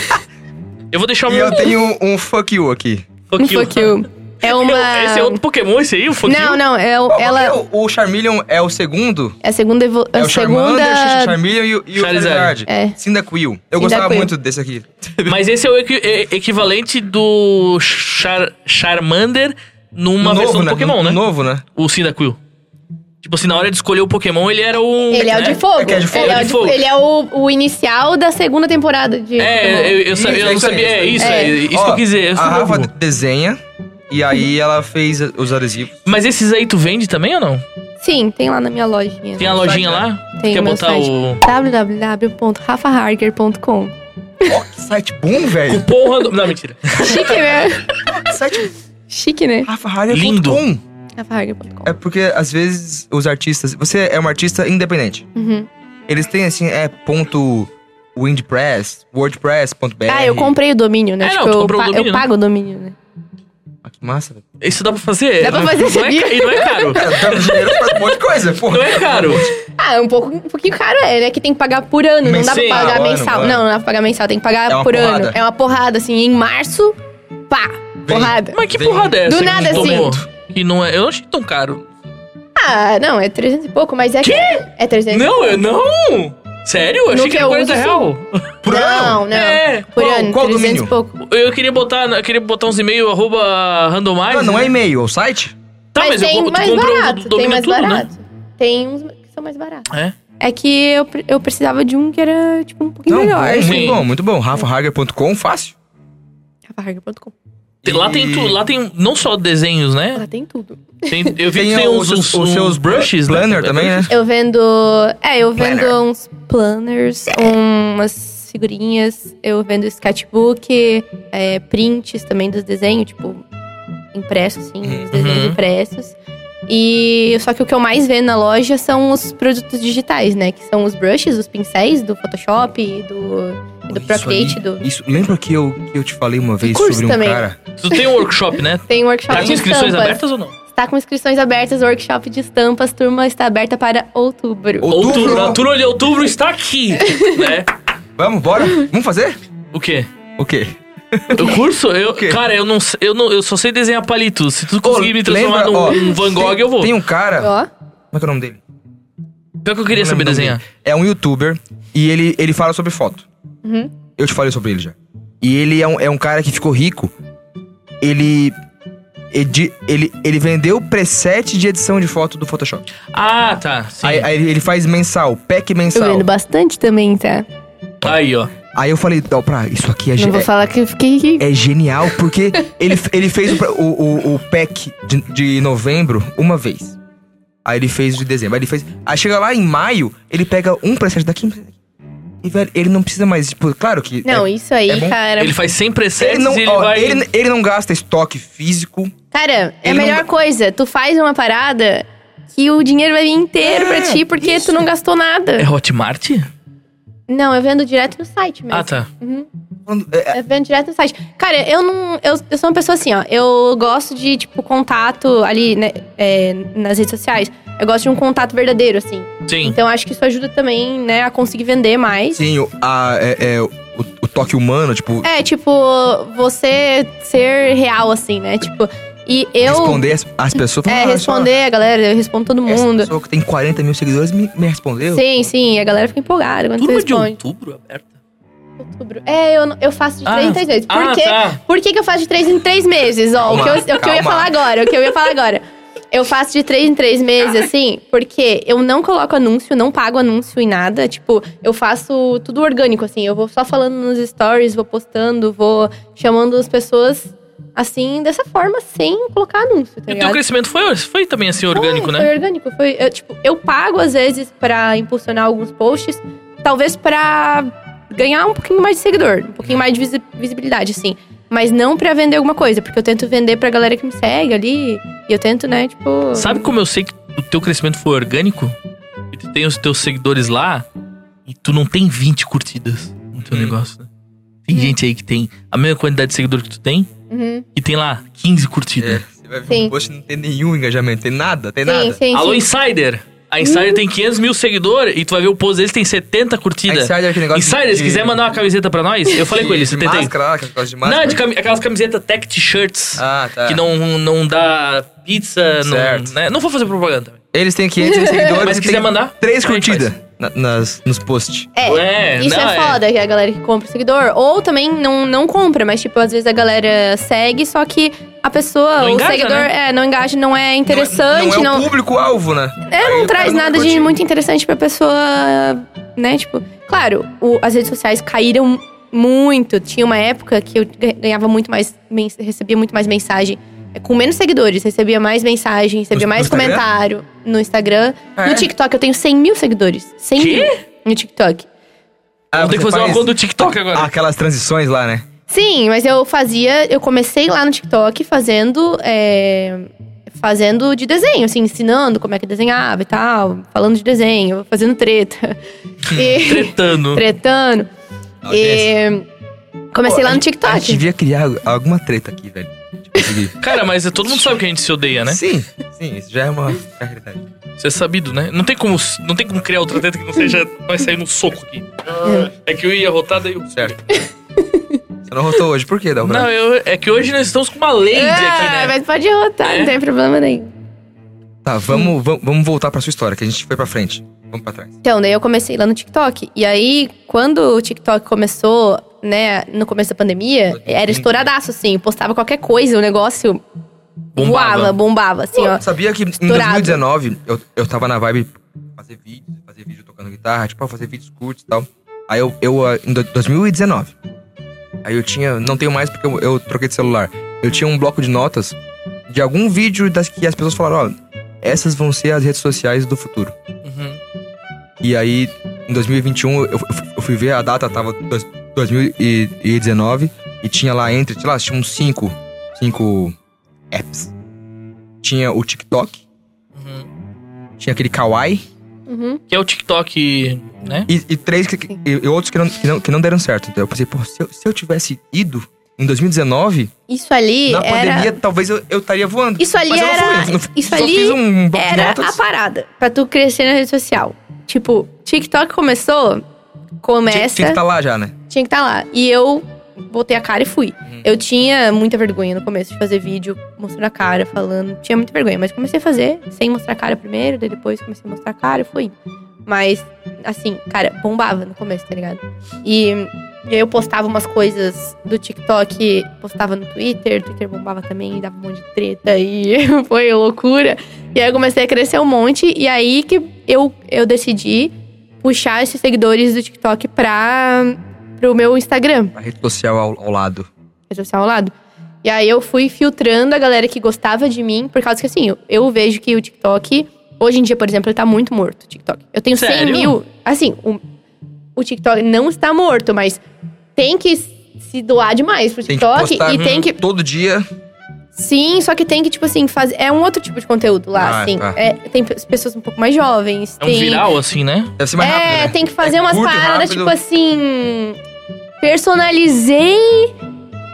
Speaker 1: Eu vou deixar o
Speaker 3: E
Speaker 1: meu.
Speaker 3: eu tenho um fuck you aqui.
Speaker 2: Um fuck you. É uma...
Speaker 1: Esse é outro Pokémon, esse aí? O fuck
Speaker 2: Não,
Speaker 1: you?
Speaker 2: não. É, o- ela...
Speaker 3: O, o Charmeleon é o segundo?
Speaker 2: É a segunda... Evo...
Speaker 3: É
Speaker 2: a
Speaker 3: o
Speaker 2: segunda...
Speaker 3: Charmander, o Charmeleon e o, e o
Speaker 1: Charizard.
Speaker 3: Charizard.
Speaker 2: É.
Speaker 3: Cyndaquil. Eu gostava
Speaker 2: Cyndaquil.
Speaker 3: muito desse aqui.
Speaker 1: Mas esse é o equi- e- equivalente do Char- Charmander numa
Speaker 3: novo,
Speaker 1: versão do
Speaker 3: né?
Speaker 1: Pokémon, né?
Speaker 3: Novo, né?
Speaker 1: O Cyndaquil. Tipo assim, na hora de escolher o Pokémon, ele era o...
Speaker 2: Ele é o
Speaker 1: né?
Speaker 2: de fogo.
Speaker 3: É que é de fogo.
Speaker 2: Ele é o,
Speaker 1: É de fogo.
Speaker 2: ele é o, o inicial da segunda temporada de...
Speaker 1: É, eu, eu, sa- eu não
Speaker 3: Isso, é
Speaker 1: sabia. É isso,
Speaker 3: isso,
Speaker 2: é
Speaker 1: é,
Speaker 2: isso.
Speaker 1: isso que eu quis dizer. Eu
Speaker 3: a
Speaker 1: sou
Speaker 3: Rafa
Speaker 1: burro.
Speaker 3: desenha e aí ela fez os adesivos.
Speaker 1: Mas esses aí tu vende também ou não?
Speaker 2: Sim, tem lá na minha lojinha.
Speaker 1: Tem a lojinha
Speaker 3: site,
Speaker 1: lá?
Speaker 2: Tem
Speaker 1: Quer
Speaker 2: no meu
Speaker 1: botar
Speaker 2: site.
Speaker 1: o...
Speaker 2: www.rafaharger.com
Speaker 3: Ó, que site bom, velho.
Speaker 1: Cupom random... Não, mentira.
Speaker 2: Chique, né?
Speaker 3: site
Speaker 2: Chique, né?
Speaker 1: Lindo.
Speaker 3: rafaharder.com.
Speaker 2: rafaharger.com
Speaker 3: É porque, às vezes, os artistas... Você é um artista independente.
Speaker 2: Uhum.
Speaker 3: Eles têm, assim, é ponto... Windpress, wordpress.br.
Speaker 2: Ah, eu comprei o domínio, né?
Speaker 1: É, não,
Speaker 2: tipo,
Speaker 1: tu
Speaker 2: eu,
Speaker 1: comprou o
Speaker 2: pa-
Speaker 1: domínio,
Speaker 2: eu
Speaker 1: né?
Speaker 2: pago o domínio, né?
Speaker 3: Ah, que massa, velho.
Speaker 1: Isso dá pra fazer?
Speaker 2: Dá pra fazer,
Speaker 1: não, não é,
Speaker 2: sabia?
Speaker 1: ca- e não é caro.
Speaker 3: Dá dinheiro pra um monte de coisa, pô.
Speaker 1: Não é caro.
Speaker 2: Ah, é um, pouco, um pouquinho caro, é, né? Que tem que pagar por ano, não dá pra
Speaker 1: Sim,
Speaker 2: pagar
Speaker 3: ah, o ano,
Speaker 2: mensal.
Speaker 3: o ano.
Speaker 2: Não, não dá pra pagar mensal, tem que
Speaker 3: É
Speaker 2: pagar
Speaker 3: uma
Speaker 2: por
Speaker 3: porrada.
Speaker 2: ano. É uma porrada, assim, em março, pá, porrada.
Speaker 1: Mas que
Speaker 3: Vem-
Speaker 1: porrada é essa?
Speaker 2: Do
Speaker 1: que
Speaker 2: nada,
Speaker 1: tu
Speaker 2: assim.
Speaker 1: tomou? Que não é... Eu não achei tão caro.
Speaker 2: Ah, não, é 300 e pouco, mas é que... É 300
Speaker 1: Não, eu não... Sério? Eu
Speaker 2: No
Speaker 1: achei
Speaker 2: que
Speaker 1: que era
Speaker 2: eu
Speaker 1: 40
Speaker 2: uso,
Speaker 1: real.
Speaker 3: Por ano?
Speaker 2: Não, não,
Speaker 1: É,
Speaker 2: por
Speaker 3: qual-
Speaker 2: ano,
Speaker 3: qual
Speaker 2: 300
Speaker 3: domínio?
Speaker 2: e pouco.
Speaker 1: Eu queria botar, eu queria botar uns e-mail arroba randomize.
Speaker 3: Não, não é
Speaker 1: né?
Speaker 3: e-mail, é o site?
Speaker 1: Tá,
Speaker 2: mas,
Speaker 1: mas, eu,
Speaker 2: tem
Speaker 1: co- tu
Speaker 2: mais
Speaker 1: comprou o
Speaker 2: barato, tem
Speaker 1: domínio
Speaker 2: mais
Speaker 1: tudo,
Speaker 2: barato. Tem uns que são mais baratos.
Speaker 1: né? É.
Speaker 2: É que eu, pre- eu precisava de um que era, tipo, um pouquinho melhor.
Speaker 3: bom,
Speaker 1: sim.
Speaker 3: muito bom, muito bom. RafaHager.com, fácil.
Speaker 2: Rafaharga.com.
Speaker 1: Tem- Lá tem tudo, lá tem não só desenhos, né?
Speaker 2: Lá Ah, tem tudo.
Speaker 1: Tem, eu vi
Speaker 3: Tem
Speaker 1: que tem
Speaker 3: os
Speaker 1: uns, uns,
Speaker 3: seus- os
Speaker 1: uns
Speaker 3: seus
Speaker 1: brushes,
Speaker 3: planner
Speaker 1: né?
Speaker 3: também, né?
Speaker 2: Eu vendo. É, eu vendo
Speaker 3: Planner.
Speaker 2: uns planners, umas figurinhas, eu vendo sketchbook, é, prints também dos desenhos, tipo, impressos, assim, os desenhos
Speaker 1: Uhum.
Speaker 2: impressos. E só que o que eu mais vejo na loja são os produtos digitais, né? Que são os brushes, os pincéis do Photoshop e do, e do
Speaker 3: Isso
Speaker 2: Procreate.
Speaker 3: aí-
Speaker 2: Do...
Speaker 3: Isso, lembra que eu, que eu te falei uma vez
Speaker 2: curso
Speaker 3: sobre um
Speaker 2: também.
Speaker 3: cara?
Speaker 1: Tu tem um workshop, né?
Speaker 2: Tem um workshop
Speaker 1: Tá com
Speaker 2: de
Speaker 1: inscrições
Speaker 2: estampas.
Speaker 1: abertas ou não?
Speaker 2: Está com inscrições abertas, workshop de estampas. Turma está aberta para outubro.
Speaker 3: Outubro.
Speaker 1: A turma de outubro está aqui, né?
Speaker 3: Vamos, bora? Vamos fazer?
Speaker 1: O quê?
Speaker 3: O quê?
Speaker 1: O curso? Eu,
Speaker 3: quê?
Speaker 1: Cara, eu não, sei- eu não eu só sei desenhar palito. Se tu conseguir me transformar
Speaker 3: lembra,
Speaker 1: num
Speaker 3: ó,
Speaker 1: num Van Gogh,
Speaker 3: tem,
Speaker 1: eu vou.
Speaker 3: Tem um cara.
Speaker 2: Ó,
Speaker 3: Como é que é o nome dele?
Speaker 1: Pior que eu queria
Speaker 3: Não
Speaker 1: saber
Speaker 3: lembro o nome
Speaker 1: desenhar.
Speaker 3: dele. É um youtuber e ele, ele fala sobre foto.
Speaker 2: Uhum.
Speaker 3: Eu te falei sobre ele já. E ele é um, é um cara que ficou rico. Ele. Edi, ele, ele vendeu preset de edição de foto do Photoshop.
Speaker 1: Ah, tá. Sim.
Speaker 3: Aí,
Speaker 1: Aí,
Speaker 3: aí ele faz mensal, pack
Speaker 2: eu
Speaker 3: mensal.
Speaker 2: vendo bastante também, tá?
Speaker 1: ó.
Speaker 3: Aí eu falei, ó, pra, isso aqui é, ge-
Speaker 2: Não vou
Speaker 3: é-
Speaker 2: falar que eu fiquei rica.
Speaker 3: é genial, porque ele, ele fez o, pra- o, o, o pack de, de novembro uma vez. Aí ele fez o de dezembro. Aí ele fez. Aí chega lá em maio, ele pega um preset daqui. um preset daqui. E, velho, ele não precisa mais. Tipo, claro que.
Speaker 2: Não,
Speaker 3: é-
Speaker 2: isso aí,
Speaker 3: é bom?
Speaker 2: cara.
Speaker 1: Ele faz 100 presets
Speaker 3: ele não,
Speaker 1: e ele
Speaker 3: ó,
Speaker 1: vai...
Speaker 3: ele, ele não gasta estoque físico.
Speaker 2: Cara, é a
Speaker 3: Ele não
Speaker 2: melhor
Speaker 3: ga-
Speaker 2: coisa. Tu faz uma parada que o dinheiro vai vir inteiro
Speaker 3: É,
Speaker 2: pra ti, porque tu não gastou nada.
Speaker 1: É Hotmart?
Speaker 2: Não, eu vendo direto no site mesmo.
Speaker 1: Ah, tá.
Speaker 3: Quando- é, é,
Speaker 2: Eu vendo direto no site. Cara, eu não. Eu, eu sou uma pessoa assim, ó. Eu gosto de, tipo, contato ali, né, é, nas redes sociais. Eu gosto de um contato verdadeiro, assim.
Speaker 1: Sim.
Speaker 2: Então acho que isso ajuda também, né, a conseguir vender mais.
Speaker 3: sim, o- a, é, é, o, o toque humano, tipo,
Speaker 2: É, tipo, você ser real, assim, né? Tipo, e eu.
Speaker 3: responder as, as pessoas.
Speaker 2: É,
Speaker 3: "Ah, olha só,
Speaker 2: responder a galera, eu respondo todo
Speaker 3: Essa
Speaker 2: mundo.
Speaker 3: pessoa que tem 40 mil seguidores me, me respondeu.
Speaker 2: Sim, sim, a galera fica empolgada quando tu
Speaker 1: Turma de
Speaker 2: então
Speaker 1: um.
Speaker 2: responde.
Speaker 1: outubro aberta?
Speaker 2: Outubro. É, eu, não- eu faço de
Speaker 1: Ah,
Speaker 2: três em três meses. Por,
Speaker 1: ah,
Speaker 2: quê?
Speaker 1: tá.
Speaker 2: Por que, que eu faço de três em três meses? Ó, o que, eu,
Speaker 3: Calma,
Speaker 2: o que eu ia
Speaker 3: calma.
Speaker 2: falar agora, o que eu ia falar agora. Eu faço de três em três meses, assim, porque eu não coloco anúncio, não pago anúncio em nada. Tipo, eu faço tudo orgânico, assim. Eu vou só falando nos stories, vou postando, vou chamando as pessoas, assim, dessa forma, sem colocar anúncio, tá
Speaker 1: E o
Speaker 2: ligado?
Speaker 1: teu crescimento foi, foi também assim, orgânico,
Speaker 2: foi,
Speaker 1: né?
Speaker 2: Foi orgânico. Foi, eu, tipo, eu pago às vezes pra impulsionar alguns posts, talvez pra ganhar um pouquinho mais de seguidor, um pouquinho mais de visi- visibilidade, assim. Mas não pra vender alguma coisa, porque eu tento vender pra galera que me segue ali. E eu tento, né, tipo.
Speaker 1: Sabe como eu sei que o teu crescimento foi orgânico? E tu tem os teus seguidores lá e tu não tem 20 curtidas no teu
Speaker 3: Hum.
Speaker 1: negócio, né? Tem gente aí que tem a mesma quantidade de seguidor que tu tem
Speaker 2: Uhum.
Speaker 1: e tem lá 15 curtidas.
Speaker 3: Você vai ver
Speaker 2: Sim.
Speaker 3: um post não tem nenhum engajamento, tem nada, tem
Speaker 2: Sim,
Speaker 3: nada.
Speaker 2: sim, É,
Speaker 1: Alô,
Speaker 2: sim.
Speaker 1: Insider! A Insider tem 500 mil seguidores e tu vai ver o post deles tem 70
Speaker 3: Aí
Speaker 1: curtidas.
Speaker 3: sai daquele negócio
Speaker 1: Insider,
Speaker 3: de-
Speaker 1: se quiser mandar uma camiseta pra nós, eu falei
Speaker 3: de-
Speaker 1: com eles,
Speaker 3: de
Speaker 1: eu tentei.
Speaker 3: Máscara, lá, aquele negócio de
Speaker 1: Não,
Speaker 3: máscara.
Speaker 1: de cami- aquelas camisetas tech t-shirts
Speaker 3: Ah, tá.
Speaker 1: que não, não dá pizza, não,
Speaker 3: Certo.
Speaker 1: né? não vou fazer propaganda.
Speaker 3: Eles têm 500 seguidores.
Speaker 1: Mas se
Speaker 3: e
Speaker 1: quiser
Speaker 3: tem
Speaker 1: mandar,
Speaker 3: Três
Speaker 1: a gente
Speaker 3: curtidas na- nas, nos posts.
Speaker 1: É,
Speaker 2: Isso
Speaker 1: não,
Speaker 2: é foda, que é a galera que compra o seguidor. Ou também não, não compra, mas, tipo, às vezes a galera segue, só que a pessoa,
Speaker 1: Não
Speaker 2: o
Speaker 1: engaja, né?
Speaker 2: seguidor, é, não engaja, não é interessante,
Speaker 1: um
Speaker 3: Não é, o público-alvo, né?
Speaker 2: É,
Speaker 3: Aí
Speaker 2: não
Speaker 3: o
Speaker 2: traz
Speaker 3: cara
Speaker 2: nada de
Speaker 3: curte.
Speaker 2: muito interessante pra pessoa, né? Tipo, claro, o- as redes sociais caíram muito. Tinha uma época que eu ga- ganhava muito mais, men- recebia muito mais mensagem. É, Com menos seguidores, recebia mais mensagem, recebia
Speaker 3: No-
Speaker 2: mais
Speaker 3: no Instagram?
Speaker 2: comentário no Instagram.
Speaker 3: Ah,
Speaker 2: No
Speaker 3: é?
Speaker 2: TikTok, eu tenho 100 mil seguidores. 100
Speaker 1: Quê?
Speaker 2: mil no TikTok.
Speaker 3: Ah,
Speaker 1: Vou ter que
Speaker 3: você
Speaker 1: fazer uma
Speaker 3: faz
Speaker 1: conta do TikTok agora.
Speaker 3: Aquelas transições lá, né?
Speaker 2: Sim, mas eu fazia, eu comecei lá no TikTok fazendo, é, fazendo de desenho, assim, ensinando como é que desenhava e tal, falando de desenho, fazendo treta. e,
Speaker 1: Tretando.
Speaker 2: tretando. E, comecei lá no
Speaker 3: A gente
Speaker 2: TikTok.
Speaker 3: devia criar alguma treta aqui, velho. Tipo, conseguir.
Speaker 1: Cara, mas todo mundo sabe que a gente se odeia, né?
Speaker 3: Sim, sim, isso já é uma já é realidade.
Speaker 1: Isso é sabido, né? Não tem como, não tem como criar outra treta que não seja nós sair no soco aqui. É que eu ia rotar, daí eu...
Speaker 3: Certo. Você não rotou hoje, por quê, Dalbra?
Speaker 1: Não, eu, é que hoje nós estamos com uma lady
Speaker 2: Ah,
Speaker 1: aqui, né?
Speaker 2: mas pode rotar, não tem problema nenhum.
Speaker 3: Tá, vamos, vamos, vamos voltar pra sua história, que a gente foi pra frente. Vamos pra trás.
Speaker 2: Então, daí eu comecei lá no TikTok. E aí, quando o TikTok começou, né, no começo da pandemia, era estouradaço, assim. eu Postava qualquer coisa, o negócio
Speaker 1: Bombava.
Speaker 2: voava, bombava, assim, ó.
Speaker 3: Sabia que em
Speaker 2: Estourado.
Speaker 3: 2019 eu, eu tava na vibe fazer vídeos, fazer vídeo tocando guitarra, tipo, ah, fazer vídeos curtos e tal. Aí eu, eu ah, em do- 2019, aí eu tinha, não tenho mais porque eu, eu troquei de celular. Eu tinha um bloco de notas de algum vídeo das que as pessoas falaram, ó, essas vão ser as redes sociais do futuro.
Speaker 1: Uhum.
Speaker 3: E aí, em 2021, eu, eu- eu fui ver a data, tava dois- 2019, e tinha lá entre, sei lá, tinha uns cinco, cinco apps. Tinha o TikTok, Tinha aquele Kawaii.
Speaker 2: Uhum.
Speaker 1: uhum. Que é o TikTok, né?
Speaker 3: E, e três que, que- e, e outros que não, que, não, que não deram certo. Então eu pensei, pô, se eu, se eu tivesse ido em 2019,
Speaker 2: Isso ali
Speaker 3: na
Speaker 2: era.
Speaker 3: pandemia talvez eu, eu estaria voando.
Speaker 2: Isso ali
Speaker 3: Mas eu não
Speaker 2: era.
Speaker 3: fui, eu não-
Speaker 2: isso
Speaker 3: só
Speaker 2: ali
Speaker 3: fiz um bloco de
Speaker 2: era
Speaker 3: notas.
Speaker 2: a parada pra tu crescer na rede social. Tipo, TikTok começou,
Speaker 3: Tinha,
Speaker 2: começa,
Speaker 3: tinha que estar lá já, né?
Speaker 2: tinha que estar lá. E eu botei a cara e fui. Eu tinha muita vergonha no começo de fazer vídeo mostrando a cara, falando. Tinha muita vergonha, mas comecei a fazer sem mostrar a cara primeiro, daí depois comecei a mostrar a cara e fui. Mas, assim, cara, bombava no começo, tá ligado? E, e aí eu postava umas coisas do TikTok, postava no Twitter, o Twitter bombava também, dava um monte de treta e foi loucura. E aí eu comecei a crescer um monte, e aí que eu, eu decidi puxar esses seguidores do TikTok pra, pro meu Instagram
Speaker 3: A rede social ao, ao lado.
Speaker 2: rede social ao lado. E aí eu fui filtrando a galera que gostava de mim, por causa que assim, eu, eu vejo que o TikTok, hoje em dia, por exemplo, ele tá muito morto, o TikTok. Eu tenho 100
Speaker 1: Sério?
Speaker 2: mil. Assim, o, o TikTok não está morto, mas tem que se doar demais pro
Speaker 3: Tem que
Speaker 2: TikTok
Speaker 3: postar uhum. um
Speaker 2: e tem que.
Speaker 3: todo dia.
Speaker 2: Sim, só que tem que, tipo assim, fazer. É um outro tipo de conteúdo lá,
Speaker 3: Ah,
Speaker 2: assim.
Speaker 3: tá.
Speaker 2: É, tem pe- pessoas um pouco mais jovens.
Speaker 1: É um
Speaker 2: tem,
Speaker 1: viral, assim, né?
Speaker 3: Deve ser mais
Speaker 2: é,
Speaker 3: rápido, né?
Speaker 2: tem que fazer
Speaker 3: É
Speaker 2: umas
Speaker 3: curto e
Speaker 2: paradas,
Speaker 3: rápido.
Speaker 2: tipo assim. Personalizei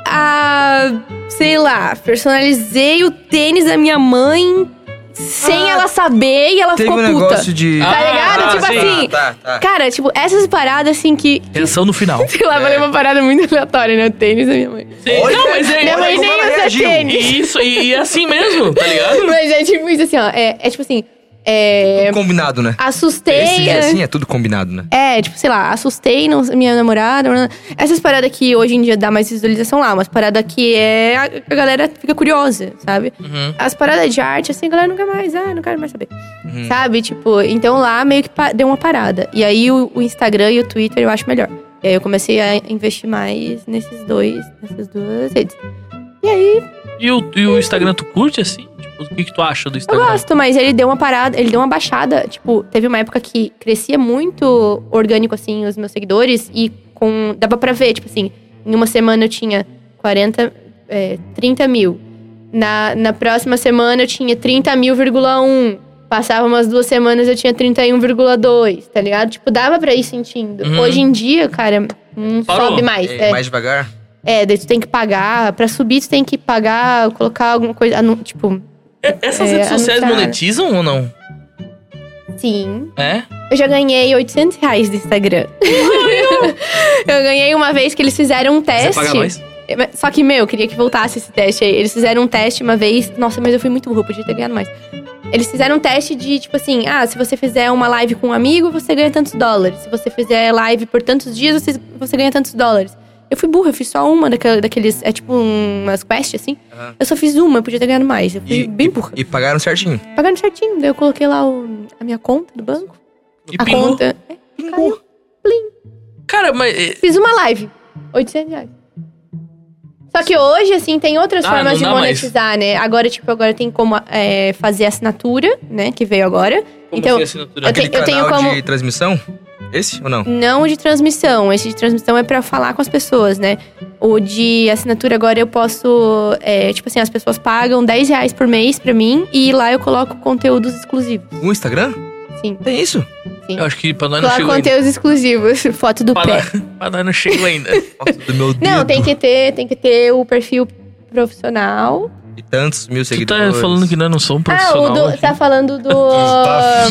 Speaker 2: a. Sei lá, personalizei o tênis da minha mãe sem ela saber e ela
Speaker 3: Teve
Speaker 2: ficou
Speaker 3: um
Speaker 2: puta.
Speaker 3: negócio de.
Speaker 1: Tá
Speaker 2: ligado? Tipo
Speaker 3: sim.
Speaker 2: assim,
Speaker 3: Tá, tá.
Speaker 2: Cara, tipo, essas paradas assim que.
Speaker 1: Atenção no final.
Speaker 2: Sei
Speaker 3: É.
Speaker 2: lá, falei uma parada muito aleatória, né? O tênis da minha mãe.
Speaker 3: Olha,
Speaker 1: não, mas é.
Speaker 2: minha
Speaker 3: olha
Speaker 2: mãe
Speaker 3: como
Speaker 2: nem
Speaker 3: ela
Speaker 2: usa
Speaker 3: reagiu.
Speaker 2: tênis.
Speaker 1: Isso, e, e é assim mesmo, tá ligado?
Speaker 2: Mas é tipo isso assim, ó. É, é tipo assim. É,
Speaker 3: Combinado, né?
Speaker 2: assustei.
Speaker 3: Esse dia
Speaker 2: né?
Speaker 3: assim é tudo combinado, né?
Speaker 2: É, tipo, sei lá, assustei não- minha namorada. blá, blá. Essas paradas que hoje em dia dá mais visualização lá, umas paradas que é. A, a galera fica curiosa, sabe?
Speaker 1: Uhum.
Speaker 2: As paradas de arte, assim, a galera não quer mais, ah, não quero mais saber.
Speaker 3: Uhum.
Speaker 2: Sabe? Tipo, então lá meio que pa- deu uma parada. E aí o, o Instagram e o Twitter eu acho melhor. E aí eu comecei a investir mais nesses dois, nessas duas redes. E aí
Speaker 1: E o, e o Instagram, tu curte, assim? Tipo, o que, que tu acha do
Speaker 2: eu
Speaker 1: Instagram?
Speaker 2: gosto, mas ele deu uma parada, ele deu uma baixada. Tipo, teve uma época que crescia muito orgânico, assim, os meus seguidores. E com. Dava pra ver, tipo assim, em uma semana eu tinha 40. É, 30 mil. Na, na próxima semana eu tinha 30 mil,1. Passava umas duas semanas eu tinha 31,2, tá ligado? Tipo, dava pra ir sentindo.
Speaker 1: Uhum.
Speaker 2: Hoje em dia, cara, não
Speaker 1: Parou.
Speaker 2: sobe mais.
Speaker 3: É,
Speaker 2: é.
Speaker 3: Mais devagar.
Speaker 2: É, daí tu tem que pagar. Pra subir, tu tem que pagar, colocar alguma coisa. anu- Tipo,
Speaker 1: É- Essas
Speaker 2: É,
Speaker 1: redes sociais
Speaker 2: anunciar.
Speaker 1: monetizam ou não?
Speaker 2: sim.
Speaker 1: É?
Speaker 2: Eu já ganhei 800 reais do Instagram. eu ganhei uma vez que eles fizeram um
Speaker 1: Você
Speaker 2: teste.
Speaker 1: paga nós?
Speaker 2: Só que, meu, eu queria que voltasse esse teste aí. Eles fizeram um teste uma vez. Nossa, mas eu fui muito burra, eu podia ter ganhado mais. Eles fizeram um teste de, tipo assim, ah, se você fizer uma live com um amigo, você ganha tantos dólares. Se você fizer live por tantos dias, você, você ganha tantos dólares. Eu fui burra, eu fiz só uma daquela- daqueles. É tipo um- umas quests assim.
Speaker 3: Aham.
Speaker 2: Eu só fiz uma, eu podia ter ganhado mais. Eu fui
Speaker 3: E-
Speaker 2: bem burra.
Speaker 3: E pagaram certinho.
Speaker 2: Pagaram certinho, daí eu coloquei lá o- a minha conta do banco.
Speaker 1: E
Speaker 2: a
Speaker 1: pingou.
Speaker 2: conta. É, caiu.
Speaker 1: Cara, mas. é,
Speaker 2: Fiz uma live. 800 reais. Só que hoje, assim, tem outras
Speaker 1: Ah, não
Speaker 2: formas de
Speaker 1: dá mais.
Speaker 2: monetizar, né? Agora, tipo, agora tem como é, fazer assinatura, né? Que veio agora.
Speaker 1: Como
Speaker 2: então,
Speaker 1: assim, assinatura?
Speaker 2: eu tenho-
Speaker 3: Aquele canal
Speaker 2: como-
Speaker 3: de transmissão? Esse ou não?
Speaker 2: não o de transmissão. Esse de transmissão é pra falar com as pessoas, né? O de assinatura agora eu posso. é, tipo assim, as pessoas pagam 10 reais por mês pra mim e lá eu coloco conteúdos exclusivos.
Speaker 3: O Instagram?
Speaker 2: Sim.
Speaker 3: Tem isso?
Speaker 1: Eu acho que pra nós não
Speaker 2: Coloco
Speaker 1: chegou ainda.
Speaker 2: conteúdos exclusivos. Foto do
Speaker 1: Pra
Speaker 2: pé.
Speaker 1: nós, pra nós não chegou ainda.
Speaker 3: Nossa, do meu dedo.
Speaker 2: Não, tem que ter, tem que ter o perfil profissional.
Speaker 3: E tantos mil
Speaker 1: tu
Speaker 3: seguidores.
Speaker 1: tá falando que nós não somos
Speaker 2: Ah, o
Speaker 1: profissional.
Speaker 2: do, tá falando do.
Speaker 4: Tá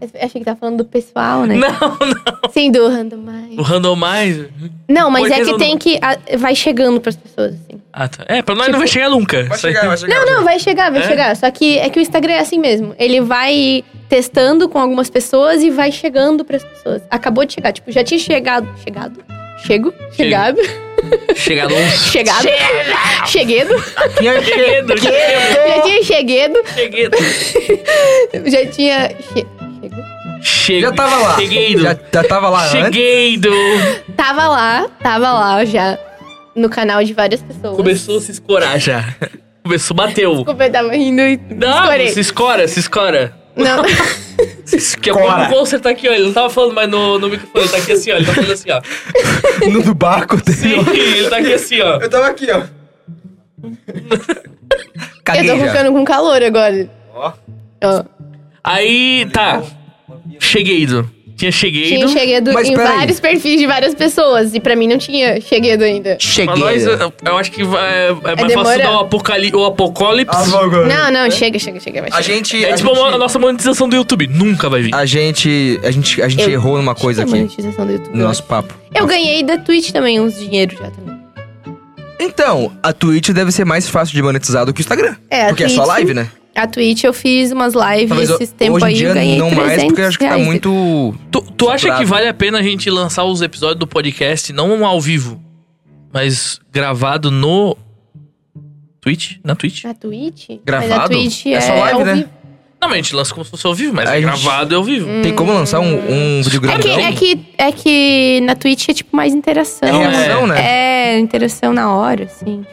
Speaker 4: f-
Speaker 2: Achei que tá falando do pessoal, né?
Speaker 1: Não, não.
Speaker 2: Sim, do randomize.
Speaker 1: O randomize.
Speaker 2: Não, mas
Speaker 1: Pois
Speaker 2: é que
Speaker 1: resol-
Speaker 2: tem que. a- vai chegando pras pessoas, assim.
Speaker 1: Ah, tá. É, pra nós não
Speaker 2: Tipo-
Speaker 1: vai chegar nunca.
Speaker 3: Vai
Speaker 1: Isso aí.
Speaker 3: chegar, vai chegar.
Speaker 2: Não, não, vai chegar, vai
Speaker 1: É?
Speaker 2: chegar. Só que é que o Instagram é assim mesmo. Ele vai testando com algumas pessoas e vai chegando pras pessoas. Acabou de chegar. Tipo, já tinha chegado. Chegado? Chego? Chegado?
Speaker 1: Chegar longe.
Speaker 2: Chegado? Cheguedo?
Speaker 3: Tinha
Speaker 2: tá-
Speaker 3: que-
Speaker 1: Cheguedo,
Speaker 2: Já tinha cheguedo.
Speaker 1: cheguedo.
Speaker 2: Já tinha. Che...
Speaker 1: Che-
Speaker 2: Chegou?
Speaker 3: Já tava lá.
Speaker 1: Chegueido.
Speaker 3: Já, já tava lá antes.
Speaker 1: Chegueido.
Speaker 2: Tava lá, tava lá já no canal de várias pessoas.
Speaker 1: Começou a se escorar já. Começou, bateu.
Speaker 2: Desculpa, eu tava rindo e
Speaker 1: Não,
Speaker 2: escorei.
Speaker 1: se escora, se escora.
Speaker 2: Não,
Speaker 1: Daqui a pouco o Bolsa tá aqui, ó. Ele não tava falando mais no, no microfone, ele tá aqui assim, ó. Ele tá falando assim, ó.
Speaker 3: No do barco
Speaker 1: Sim,
Speaker 3: dele.
Speaker 1: ele tá aqui assim, ó.
Speaker 3: Eu tava aqui, ó.
Speaker 2: eu
Speaker 3: Caguei
Speaker 2: tô
Speaker 3: já.
Speaker 2: ficando com calor agora.
Speaker 3: Ó.
Speaker 2: Ó.
Speaker 1: Aí, tá. Chegueido. Tinha
Speaker 2: Tinha
Speaker 1: chegueido.
Speaker 2: cheguedo
Speaker 3: Mas
Speaker 2: em
Speaker 3: peraí.
Speaker 2: vários perfis de várias pessoas. E pra mim não tinha cheguedo ainda.
Speaker 1: Pra nós,
Speaker 3: Cheguei.
Speaker 1: eu, eu acho que vai, é mais
Speaker 2: demora.
Speaker 1: fácil dar o, apocali o
Speaker 3: Tá
Speaker 1: apocalipse.
Speaker 2: Não, não, chega, chega, chega. Vai,
Speaker 3: né? A
Speaker 2: chega.
Speaker 3: gente.
Speaker 1: é
Speaker 3: a
Speaker 1: tipo
Speaker 3: gente-
Speaker 1: a nossa monetização do YouTube. Nunca vai vir.
Speaker 3: A gente. A gente, a gente
Speaker 2: Eu-
Speaker 3: errou numa coisa
Speaker 2: Acho que é
Speaker 3: aqui
Speaker 2: monetização do YouTube,
Speaker 3: no
Speaker 2: eu
Speaker 3: nosso papo.
Speaker 2: acho. Eu ganhei da Twitch também uns dinheiro já também.
Speaker 3: Então, a Twitch deve ser mais fácil de monetizar do que o Instagram.
Speaker 2: É, a
Speaker 3: porque é
Speaker 2: Twitch,
Speaker 3: só live, né?
Speaker 2: A Twitch eu fiz umas lives
Speaker 3: Talvez
Speaker 2: esses
Speaker 3: ho-
Speaker 2: tempos
Speaker 3: hoje
Speaker 2: aí
Speaker 3: em dia
Speaker 2: eu ganhei
Speaker 3: não
Speaker 2: 300
Speaker 3: mais, porque eu acho que tá
Speaker 2: reais.
Speaker 3: muito.
Speaker 1: Tu, tu acha que
Speaker 3: Estruturado.
Speaker 1: vale a pena a gente lançar os episódios do podcast, não um ao vivo, mas gravado no Twitch? Na Twitch?
Speaker 2: Na Twitch? Mas a
Speaker 3: Gravado?
Speaker 2: Twitch é,
Speaker 3: É só live,
Speaker 2: ao
Speaker 3: né?
Speaker 2: vivo.
Speaker 1: Não, mas a gente lança como se fosse ao vivo, mas
Speaker 3: A
Speaker 1: é
Speaker 3: gente-
Speaker 1: gravado é ao vivo.
Speaker 3: Tem como lançar um, um vídeo
Speaker 2: É que,
Speaker 3: grandão?
Speaker 2: é, que, é que na Twitch é tipo mais interação.
Speaker 3: É
Speaker 1: É.
Speaker 3: reação, né?
Speaker 2: É, interação na hora, assim.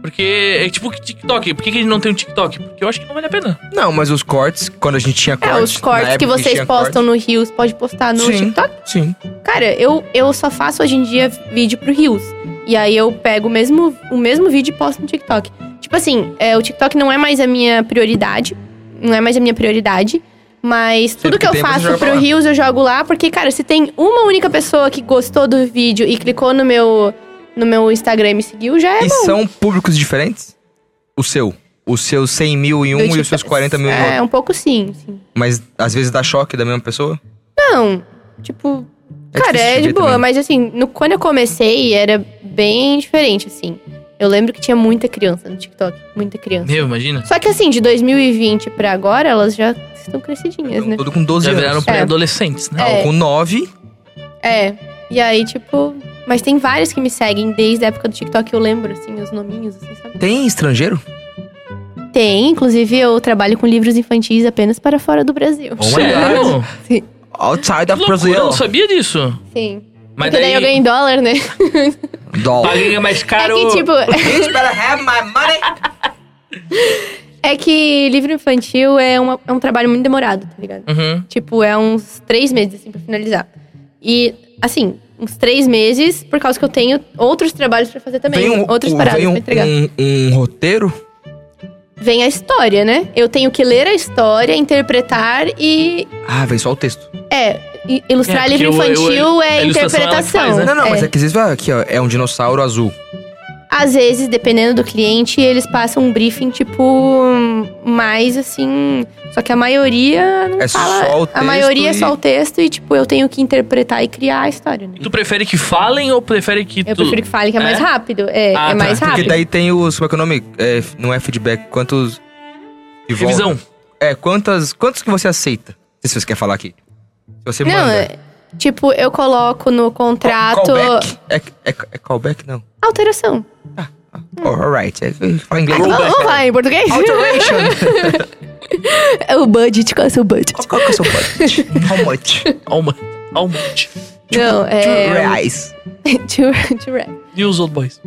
Speaker 1: Porque é tipo que TikTok. Por que, que a gente não tem um TikTok? Porque eu acho que não vale a pena.
Speaker 3: Não, mas os cortes, quando a gente tinha
Speaker 2: É,
Speaker 3: cortes.
Speaker 2: os cortes
Speaker 3: na
Speaker 2: que
Speaker 3: época
Speaker 2: vocês
Speaker 3: tinha
Speaker 2: postam no Rios, pode postar no
Speaker 3: Sim.
Speaker 2: TikTok.
Speaker 3: cortes- Sim.
Speaker 2: Cara, eu, eu só faço hoje em dia vídeo pro Rios. E aí eu pego o mesmo, o mesmo vídeo e posto no TikTok. Tipo assim, é, o TikTok não é mais a minha prioridade. Não é mais a minha prioridade. Mas tudo
Speaker 3: porque
Speaker 2: que eu
Speaker 3: tem, você
Speaker 2: faço
Speaker 3: joga pra
Speaker 2: pro
Speaker 3: lá.
Speaker 2: Rios eu jogo lá, porque, cara, se tem uma única pessoa que gostou do vídeo e clicou no meu, no meu Instagram e me seguiu, já é
Speaker 3: e
Speaker 2: bom.
Speaker 3: são públicos diferentes? O seu. Os seus 100 mil em um
Speaker 2: Do
Speaker 3: e os
Speaker 2: TikTok.
Speaker 3: seus 40 mil em outro.
Speaker 2: É, um pouco sim, sim.
Speaker 3: Mas às vezes dá choque da mesma pessoa?
Speaker 2: Não, tipo.
Speaker 3: É
Speaker 2: cara,
Speaker 3: difícil
Speaker 2: é
Speaker 3: de
Speaker 2: de
Speaker 3: ver
Speaker 2: boa,
Speaker 3: também.
Speaker 2: mas assim, no- quando eu comecei era bem diferente, assim. Eu lembro que tinha muita criança no TikTok, muita criança.
Speaker 1: Meu, imagina.
Speaker 2: Só que assim, de 2020 pra agora, elas já estão crescidinhas, né?
Speaker 3: Tudo com 12
Speaker 1: Já viraram
Speaker 3: anos.
Speaker 1: pré-adolescentes, né?
Speaker 3: Não,
Speaker 2: É.
Speaker 3: com 9.
Speaker 2: É. E aí, tipo. Mas tem várias que me seguem desde a época do TikTok, eu lembro, assim, os nominhos, assim, sabe?
Speaker 3: Tem estrangeiro?
Speaker 2: Tem, inclusive eu trabalho com livros infantis apenas para fora do Brasil.
Speaker 3: Oh my Tá
Speaker 1: Sério?
Speaker 3: Outside
Speaker 1: Que loucura,
Speaker 3: of
Speaker 1: eu
Speaker 3: Brazil.
Speaker 1: não sabia disso.
Speaker 2: Sim.
Speaker 1: Mas
Speaker 2: Porque daí, eu ganho em dólar, né?
Speaker 3: Doll.
Speaker 1: Paguei mais caro.
Speaker 2: É que, tipo,
Speaker 3: Bitch better have my money.
Speaker 2: Ah, É que livro infantil é, uma- é um trabalho muito demorado, tá ligado?
Speaker 1: Uhum.
Speaker 2: Tipo, é uns três meses, assim, pra finalizar. E, assim, uns três meses, por causa que eu tenho outros trabalhos pra fazer também.
Speaker 3: Vem um,
Speaker 2: outros
Speaker 3: um-
Speaker 2: paradas
Speaker 3: vem
Speaker 2: pra
Speaker 3: um,
Speaker 2: entregar.
Speaker 3: um- um roteiro?
Speaker 2: Vem a história, né? Eu tenho que ler a história, interpretar e.
Speaker 3: Ah, vem só o texto.
Speaker 2: É, e- ilustrar
Speaker 1: É,
Speaker 2: livro
Speaker 1: porque eu- eu-
Speaker 2: infantil é
Speaker 1: a ilustração é ela que
Speaker 2: interpretação.
Speaker 1: faz, né?
Speaker 3: Não, não,
Speaker 2: É.
Speaker 3: mas é que às vezes, ah, aqui, ó, é um dinossauro azul.
Speaker 2: Às vezes, dependendo do cliente, eles passam um briefing, tipo, mais assim. Só que a maioria não
Speaker 3: É
Speaker 2: fala.
Speaker 3: só o
Speaker 2: a
Speaker 3: texto
Speaker 2: maioria é
Speaker 3: e-
Speaker 2: só o texto e, tipo, eu tenho que interpretar e criar a história, né?
Speaker 1: Tu prefere que falem ou prefere que
Speaker 2: Eu
Speaker 1: tu.
Speaker 2: prefiro que fale que é, mais
Speaker 1: É?
Speaker 2: rápido. É,
Speaker 1: Ah,
Speaker 2: é
Speaker 1: tá.
Speaker 2: mais
Speaker 3: Porque
Speaker 2: rápido.
Speaker 3: daí tem os. Como é que é o nome? É, f- não é feedback. Quantos. que voltam?
Speaker 1: Revisão.
Speaker 3: É, quantas, quantos que você aceita? Não sei se você quer falar aqui. Se você
Speaker 2: Não,
Speaker 3: manda.
Speaker 2: é- tipo, eu coloco no contrato
Speaker 3: Callback. É, é, é callback, não.
Speaker 2: alteração.
Speaker 3: Oh, alright. É, fala em inglês.
Speaker 2: Vamos vamos falar em português?
Speaker 3: Alteration.
Speaker 2: o budget, qual é o seu budget?
Speaker 3: Qual que é o seu budget? How much?
Speaker 1: Alma. Almonte.
Speaker 2: Não,
Speaker 3: Two
Speaker 2: é.
Speaker 3: reais.
Speaker 2: Two- two reais.
Speaker 1: E os old boys?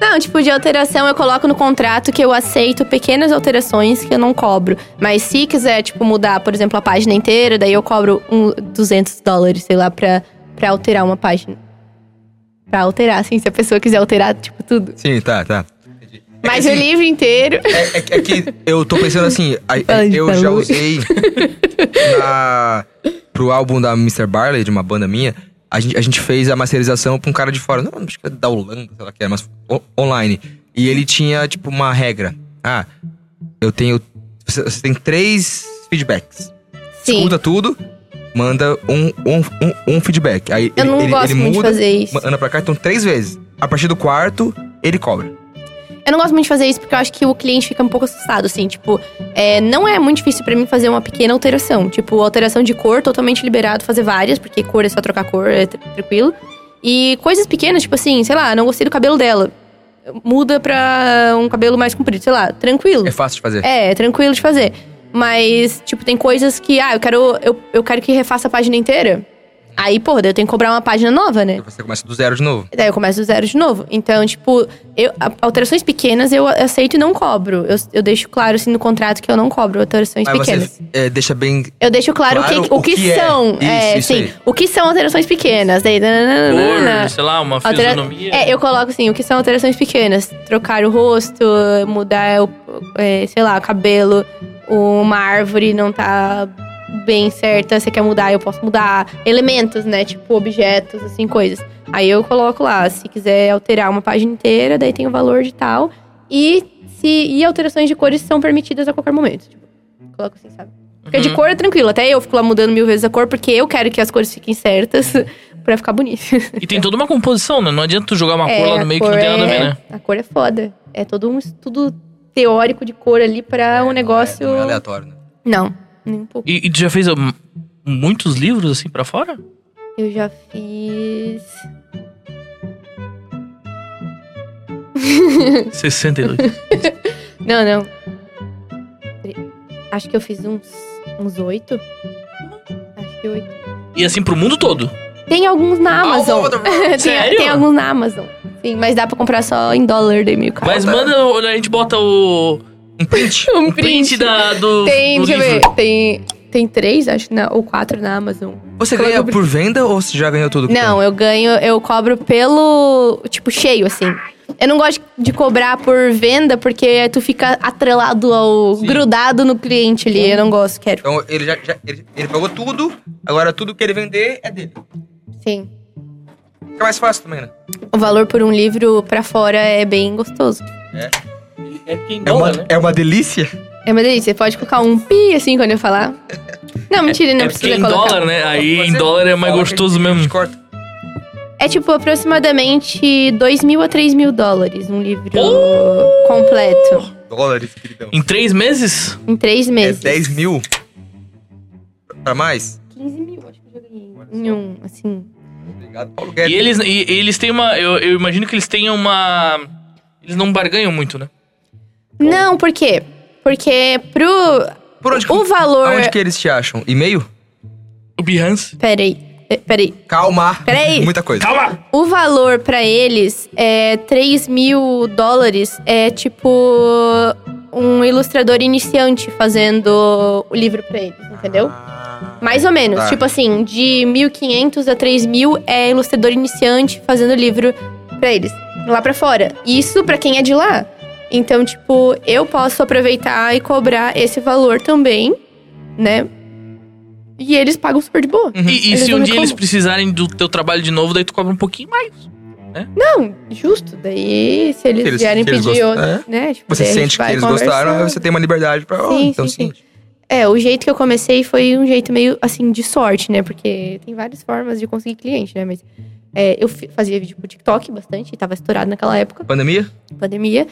Speaker 2: Não, tipo, de alteração eu coloco no contrato que eu aceito pequenas alterações que eu não cobro. Mas se quiser, tipo, mudar, por exemplo, a página inteira, daí eu cobro um, 200 dólares, sei lá, pra, pra alterar uma página. Pra alterar, assim, se a pessoa quiser alterar, tipo, tudo.
Speaker 3: Sim, tá, tá.
Speaker 2: Mas o livro inteiro.
Speaker 3: É, é que- é que eu tô pensando assim, a- a-
Speaker 2: tá
Speaker 3: eu já usei na, pro álbum da Mr. Barley, de uma banda minha, a gente, a gente fez a masterização pra um cara de fora. Não, acho que é da Holanda, sei lá que era, mas o- online. E ele tinha, tipo, uma regra. Ah, eu tenho. Você, você tem três feedbacks.
Speaker 2: Sim.
Speaker 3: Escuta tudo, manda um, um, um, um feedback. Aí
Speaker 2: Eu
Speaker 3: ele,
Speaker 2: não
Speaker 3: ele-
Speaker 2: gosto
Speaker 3: ele
Speaker 2: muito de
Speaker 3: muda,
Speaker 2: fazer isso.
Speaker 3: Anda pra cá, então três vezes. A partir do quarto, ele cobra.
Speaker 2: Eu não gosto muito de fazer isso porque eu acho que o cliente fica um pouco assustado, assim. Tipo, é, não é muito difícil pra mim fazer uma pequena alteração. Tipo, alteração de cor, totalmente liberado fazer várias, porque cor é só trocar cor, é tr- tranquilo. E coisas pequenas, tipo assim, sei lá, não gostei do cabelo dela. Muda pra um cabelo mais comprido, sei lá, tranquilo.
Speaker 3: É fácil de fazer.
Speaker 2: É, é tranquilo de fazer. Mas, tipo, tem coisas que, ah, eu quero, eu, eu quero que refaça a página inteira. Aí, pô, daí eu tenho que cobrar uma página nova, né?
Speaker 3: Você começa do zero de novo.
Speaker 2: Daí eu começo do zero de novo. Então, tipo, eu, a- alterações pequenas eu aceito e não cobro. Eu, eu deixo claro, assim, no contrato que eu não cobro alterações
Speaker 3: Mas
Speaker 2: pequenas.
Speaker 3: você é, deixa bem.
Speaker 2: Eu deixo claro, o que,
Speaker 3: Claro
Speaker 2: o que,
Speaker 3: o que é.
Speaker 2: são. É,
Speaker 3: Isso, isso
Speaker 2: sim.
Speaker 3: aí.
Speaker 2: O que são alterações pequenas. Daí, nananana.
Speaker 1: Cor, sei lá, uma
Speaker 2: Né? É. Altera-
Speaker 1: fisionomia.
Speaker 2: É, eu coloco assim, o que são alterações pequenas. Trocar o rosto, mudar, o, é, sei lá, cabelo, uma árvore não tá bem certa, você quer mudar, eu posso mudar. Elementos, né? Tipo objetos, assim, coisas. Aí eu coloco lá, se quiser alterar uma página inteira, daí tem o valor de tal. E, se, e alterações de cores são permitidas a qualquer momento. Tipo, coloco assim, sabe? Porque de
Speaker 1: Uhum.
Speaker 2: cor é tranquilo, até eu fico lá mudando mil vezes a cor, porque eu quero que as cores fiquem certas pra ficar bonito.
Speaker 1: E tem toda uma composição, né? Não adianta tu jogar uma cor lá no meio que não tem nada a ver, né?
Speaker 2: A É, cor é foda. É todo um estudo teórico de cor ali pra um negócio.
Speaker 3: Não é aleatório, né?
Speaker 2: Não, nem um pouco.
Speaker 1: E, e tu já fez hum, muitos livros assim pra fora?
Speaker 2: Eu já fiz.
Speaker 1: 62.
Speaker 2: Não, não. Peraí. Acho que eu fiz uns. uns oito. Acho que oito.
Speaker 1: E assim pro mundo todo.
Speaker 2: Tem alguns na
Speaker 3: Ah, o
Speaker 2: Amazon.
Speaker 3: Voldemort.
Speaker 2: tem,
Speaker 1: Sério?
Speaker 2: tem alguns na Amazon. Sim, mas dá pra comprar só em dólar, daí meio caro.
Speaker 1: Mas manda, olha, a gente bota o,
Speaker 3: Um print.
Speaker 2: um
Speaker 1: o print da, do,
Speaker 2: Tem,
Speaker 1: do
Speaker 2: deixa eu
Speaker 1: livro.
Speaker 2: ver. Tem, tem três, acho, na, ou quatro na Amazon.
Speaker 3: Você
Speaker 2: Coloca
Speaker 3: ganha
Speaker 2: o print.
Speaker 3: por venda ou você já ganhou tudo? que
Speaker 2: Não, eu ganho, eu cobro pelo. Tipo, cheio, assim. Eu não gosto de cobrar por venda, porque tu fica atrelado ao.
Speaker 3: Sim.
Speaker 2: grudado no cliente ali. Eu não gosto, quero.
Speaker 3: Então ele já, já- ele, ele pagou tudo, agora tudo que ele vender é dele.
Speaker 2: Sim.
Speaker 3: Fica mais fácil também, né?
Speaker 2: O valor por um livro pra fora é bem gostoso.
Speaker 1: É porque em dólar, né?
Speaker 3: é uma delícia?
Speaker 2: É uma delícia. Você pode colocar um pi assim quando eu falar. Não, mentira, não
Speaker 1: É porque
Speaker 2: precisa
Speaker 1: em
Speaker 2: colocar.
Speaker 1: dólar, né? Aí em
Speaker 3: Você
Speaker 1: dólar é mais
Speaker 3: fala
Speaker 1: gostoso
Speaker 3: que um a gente- a gente
Speaker 1: mesmo.
Speaker 3: corta.
Speaker 2: É tipo aproximadamente 2 mil a 3 mil dólares um livro
Speaker 1: Oh!
Speaker 2: completo.
Speaker 3: Dólares, queridão.
Speaker 1: Em três meses?
Speaker 2: Em três
Speaker 3: É
Speaker 2: meses.
Speaker 3: 10 mil? Pra mais?
Speaker 2: 15 mil, acho que eu já ganhei. Em um, assim.
Speaker 3: Obrigado, Paulo
Speaker 1: E
Speaker 3: Guedes.
Speaker 1: eles, e, e eles têm uma. Eu, eu imagino que eles tenham uma. Eles não barganham muito, né?
Speaker 2: Não, por quê? Porque pro.
Speaker 3: Por onde que,
Speaker 2: o valor.
Speaker 3: aonde que é? eles te acham? E-mail?
Speaker 1: O Behance.
Speaker 2: Peraí, pe- peraí.
Speaker 3: Calma.
Speaker 2: Peraí.
Speaker 3: Muita coisa.
Speaker 1: Calma!
Speaker 2: O valor pra eles é 3 mil dólares. É tipo um ilustrador iniciante fazendo o livro pra eles, entendeu?
Speaker 3: Ah.
Speaker 2: Mais ou menos.
Speaker 3: Tá.
Speaker 2: Tipo assim, de 1.500 a 3.000 é ilustrador iniciante fazendo livro pra eles. Lá pra fora. Isso pra quem é de lá. Então, tipo, eu posso aproveitar e cobrar esse valor também, né? E eles pagam super de boa.
Speaker 1: E, e
Speaker 2: Eles
Speaker 1: se
Speaker 2: não
Speaker 1: um
Speaker 2: me
Speaker 1: dia eles
Speaker 2: cobram.
Speaker 1: precisarem do teu trabalho de novo, daí tu cobra um pouquinho mais.
Speaker 2: Não, justo. Daí, se eles,
Speaker 3: Se eles-
Speaker 2: vierem
Speaker 3: se eles
Speaker 2: pedir
Speaker 3: gostam-
Speaker 2: outro,
Speaker 3: é.
Speaker 2: né? Tipo,
Speaker 3: Você
Speaker 2: daí a gente
Speaker 3: sente que
Speaker 2: vai
Speaker 3: eles gostaram,
Speaker 2: conversando.
Speaker 3: aí você tem uma liberdade pra. ó,
Speaker 2: Sim,
Speaker 3: então
Speaker 2: sim,
Speaker 3: sim.
Speaker 2: É, o jeito que eu comecei foi um jeito meio, assim, de sorte, né? Porque tem várias formas de conseguir cliente, né? Mas é, eu fi- fazia vídeo pro TikTok bastante, tava estourado naquela época,
Speaker 3: Pandemia?
Speaker 2: pandemia.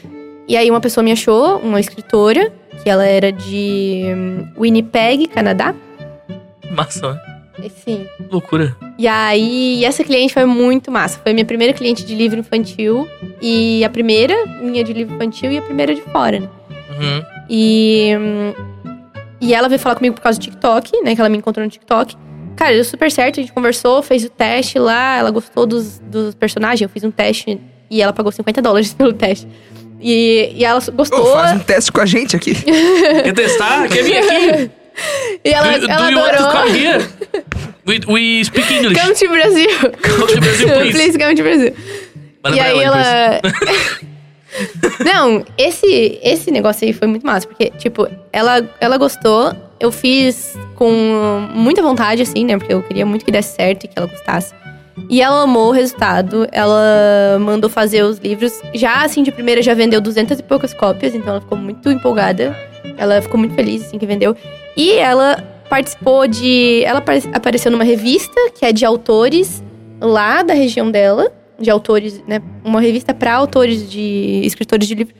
Speaker 2: E aí uma pessoa me achou, uma escritora, que ela era de hum, Winnipeg, Canadá.
Speaker 1: Massa, né?
Speaker 2: E, Sim.
Speaker 1: Loucura.
Speaker 2: E aí, e essa cliente foi muito massa. Foi minha primeira cliente de livro infantil. E a primeira minha de livro infantil e a primeira de fora, né?
Speaker 1: Uhum.
Speaker 2: E, hum, e ela veio falar comigo por causa do TikTok, né? Que ela me encontrou no TikTok. Cara, deu super certo, a gente conversou, fez o teste lá, ela gostou dos, dos personagens, eu fiz um teste e ela pagou 50 dólares pelo teste. E, e ela
Speaker 3: Ô,
Speaker 2: gostou.
Speaker 3: faz um teste com a gente aqui.
Speaker 1: Quer testar? Quer vir aqui?
Speaker 2: e ela,
Speaker 1: do,
Speaker 2: ela
Speaker 1: do you want to
Speaker 2: adorou.
Speaker 1: come here? We, we speak English.
Speaker 2: Come to Brasil.
Speaker 1: Come to Brazil, please.
Speaker 2: please come to Brasil.
Speaker 1: Manda
Speaker 2: e
Speaker 1: pra
Speaker 2: aí
Speaker 1: ela depois.
Speaker 2: ela. Não, esse, esse negócio aí foi muito massa, porque, tipo, ela, ela gostou, eu fiz com muita vontade, assim, né? Porque eu queria muito que desse certo e que ela gostasse. E ela amou o resultado, ela mandou fazer os livros. Já, assim, de primeira já vendeu duzentas e poucas cópias, então ela ficou muito empolgada. Ela ficou muito feliz, assim, que vendeu. E ela participou de. Ela apare- apareceu numa revista que é de autores lá da região dela, de autores, né? Uma revista pra autores de. escritores de livro.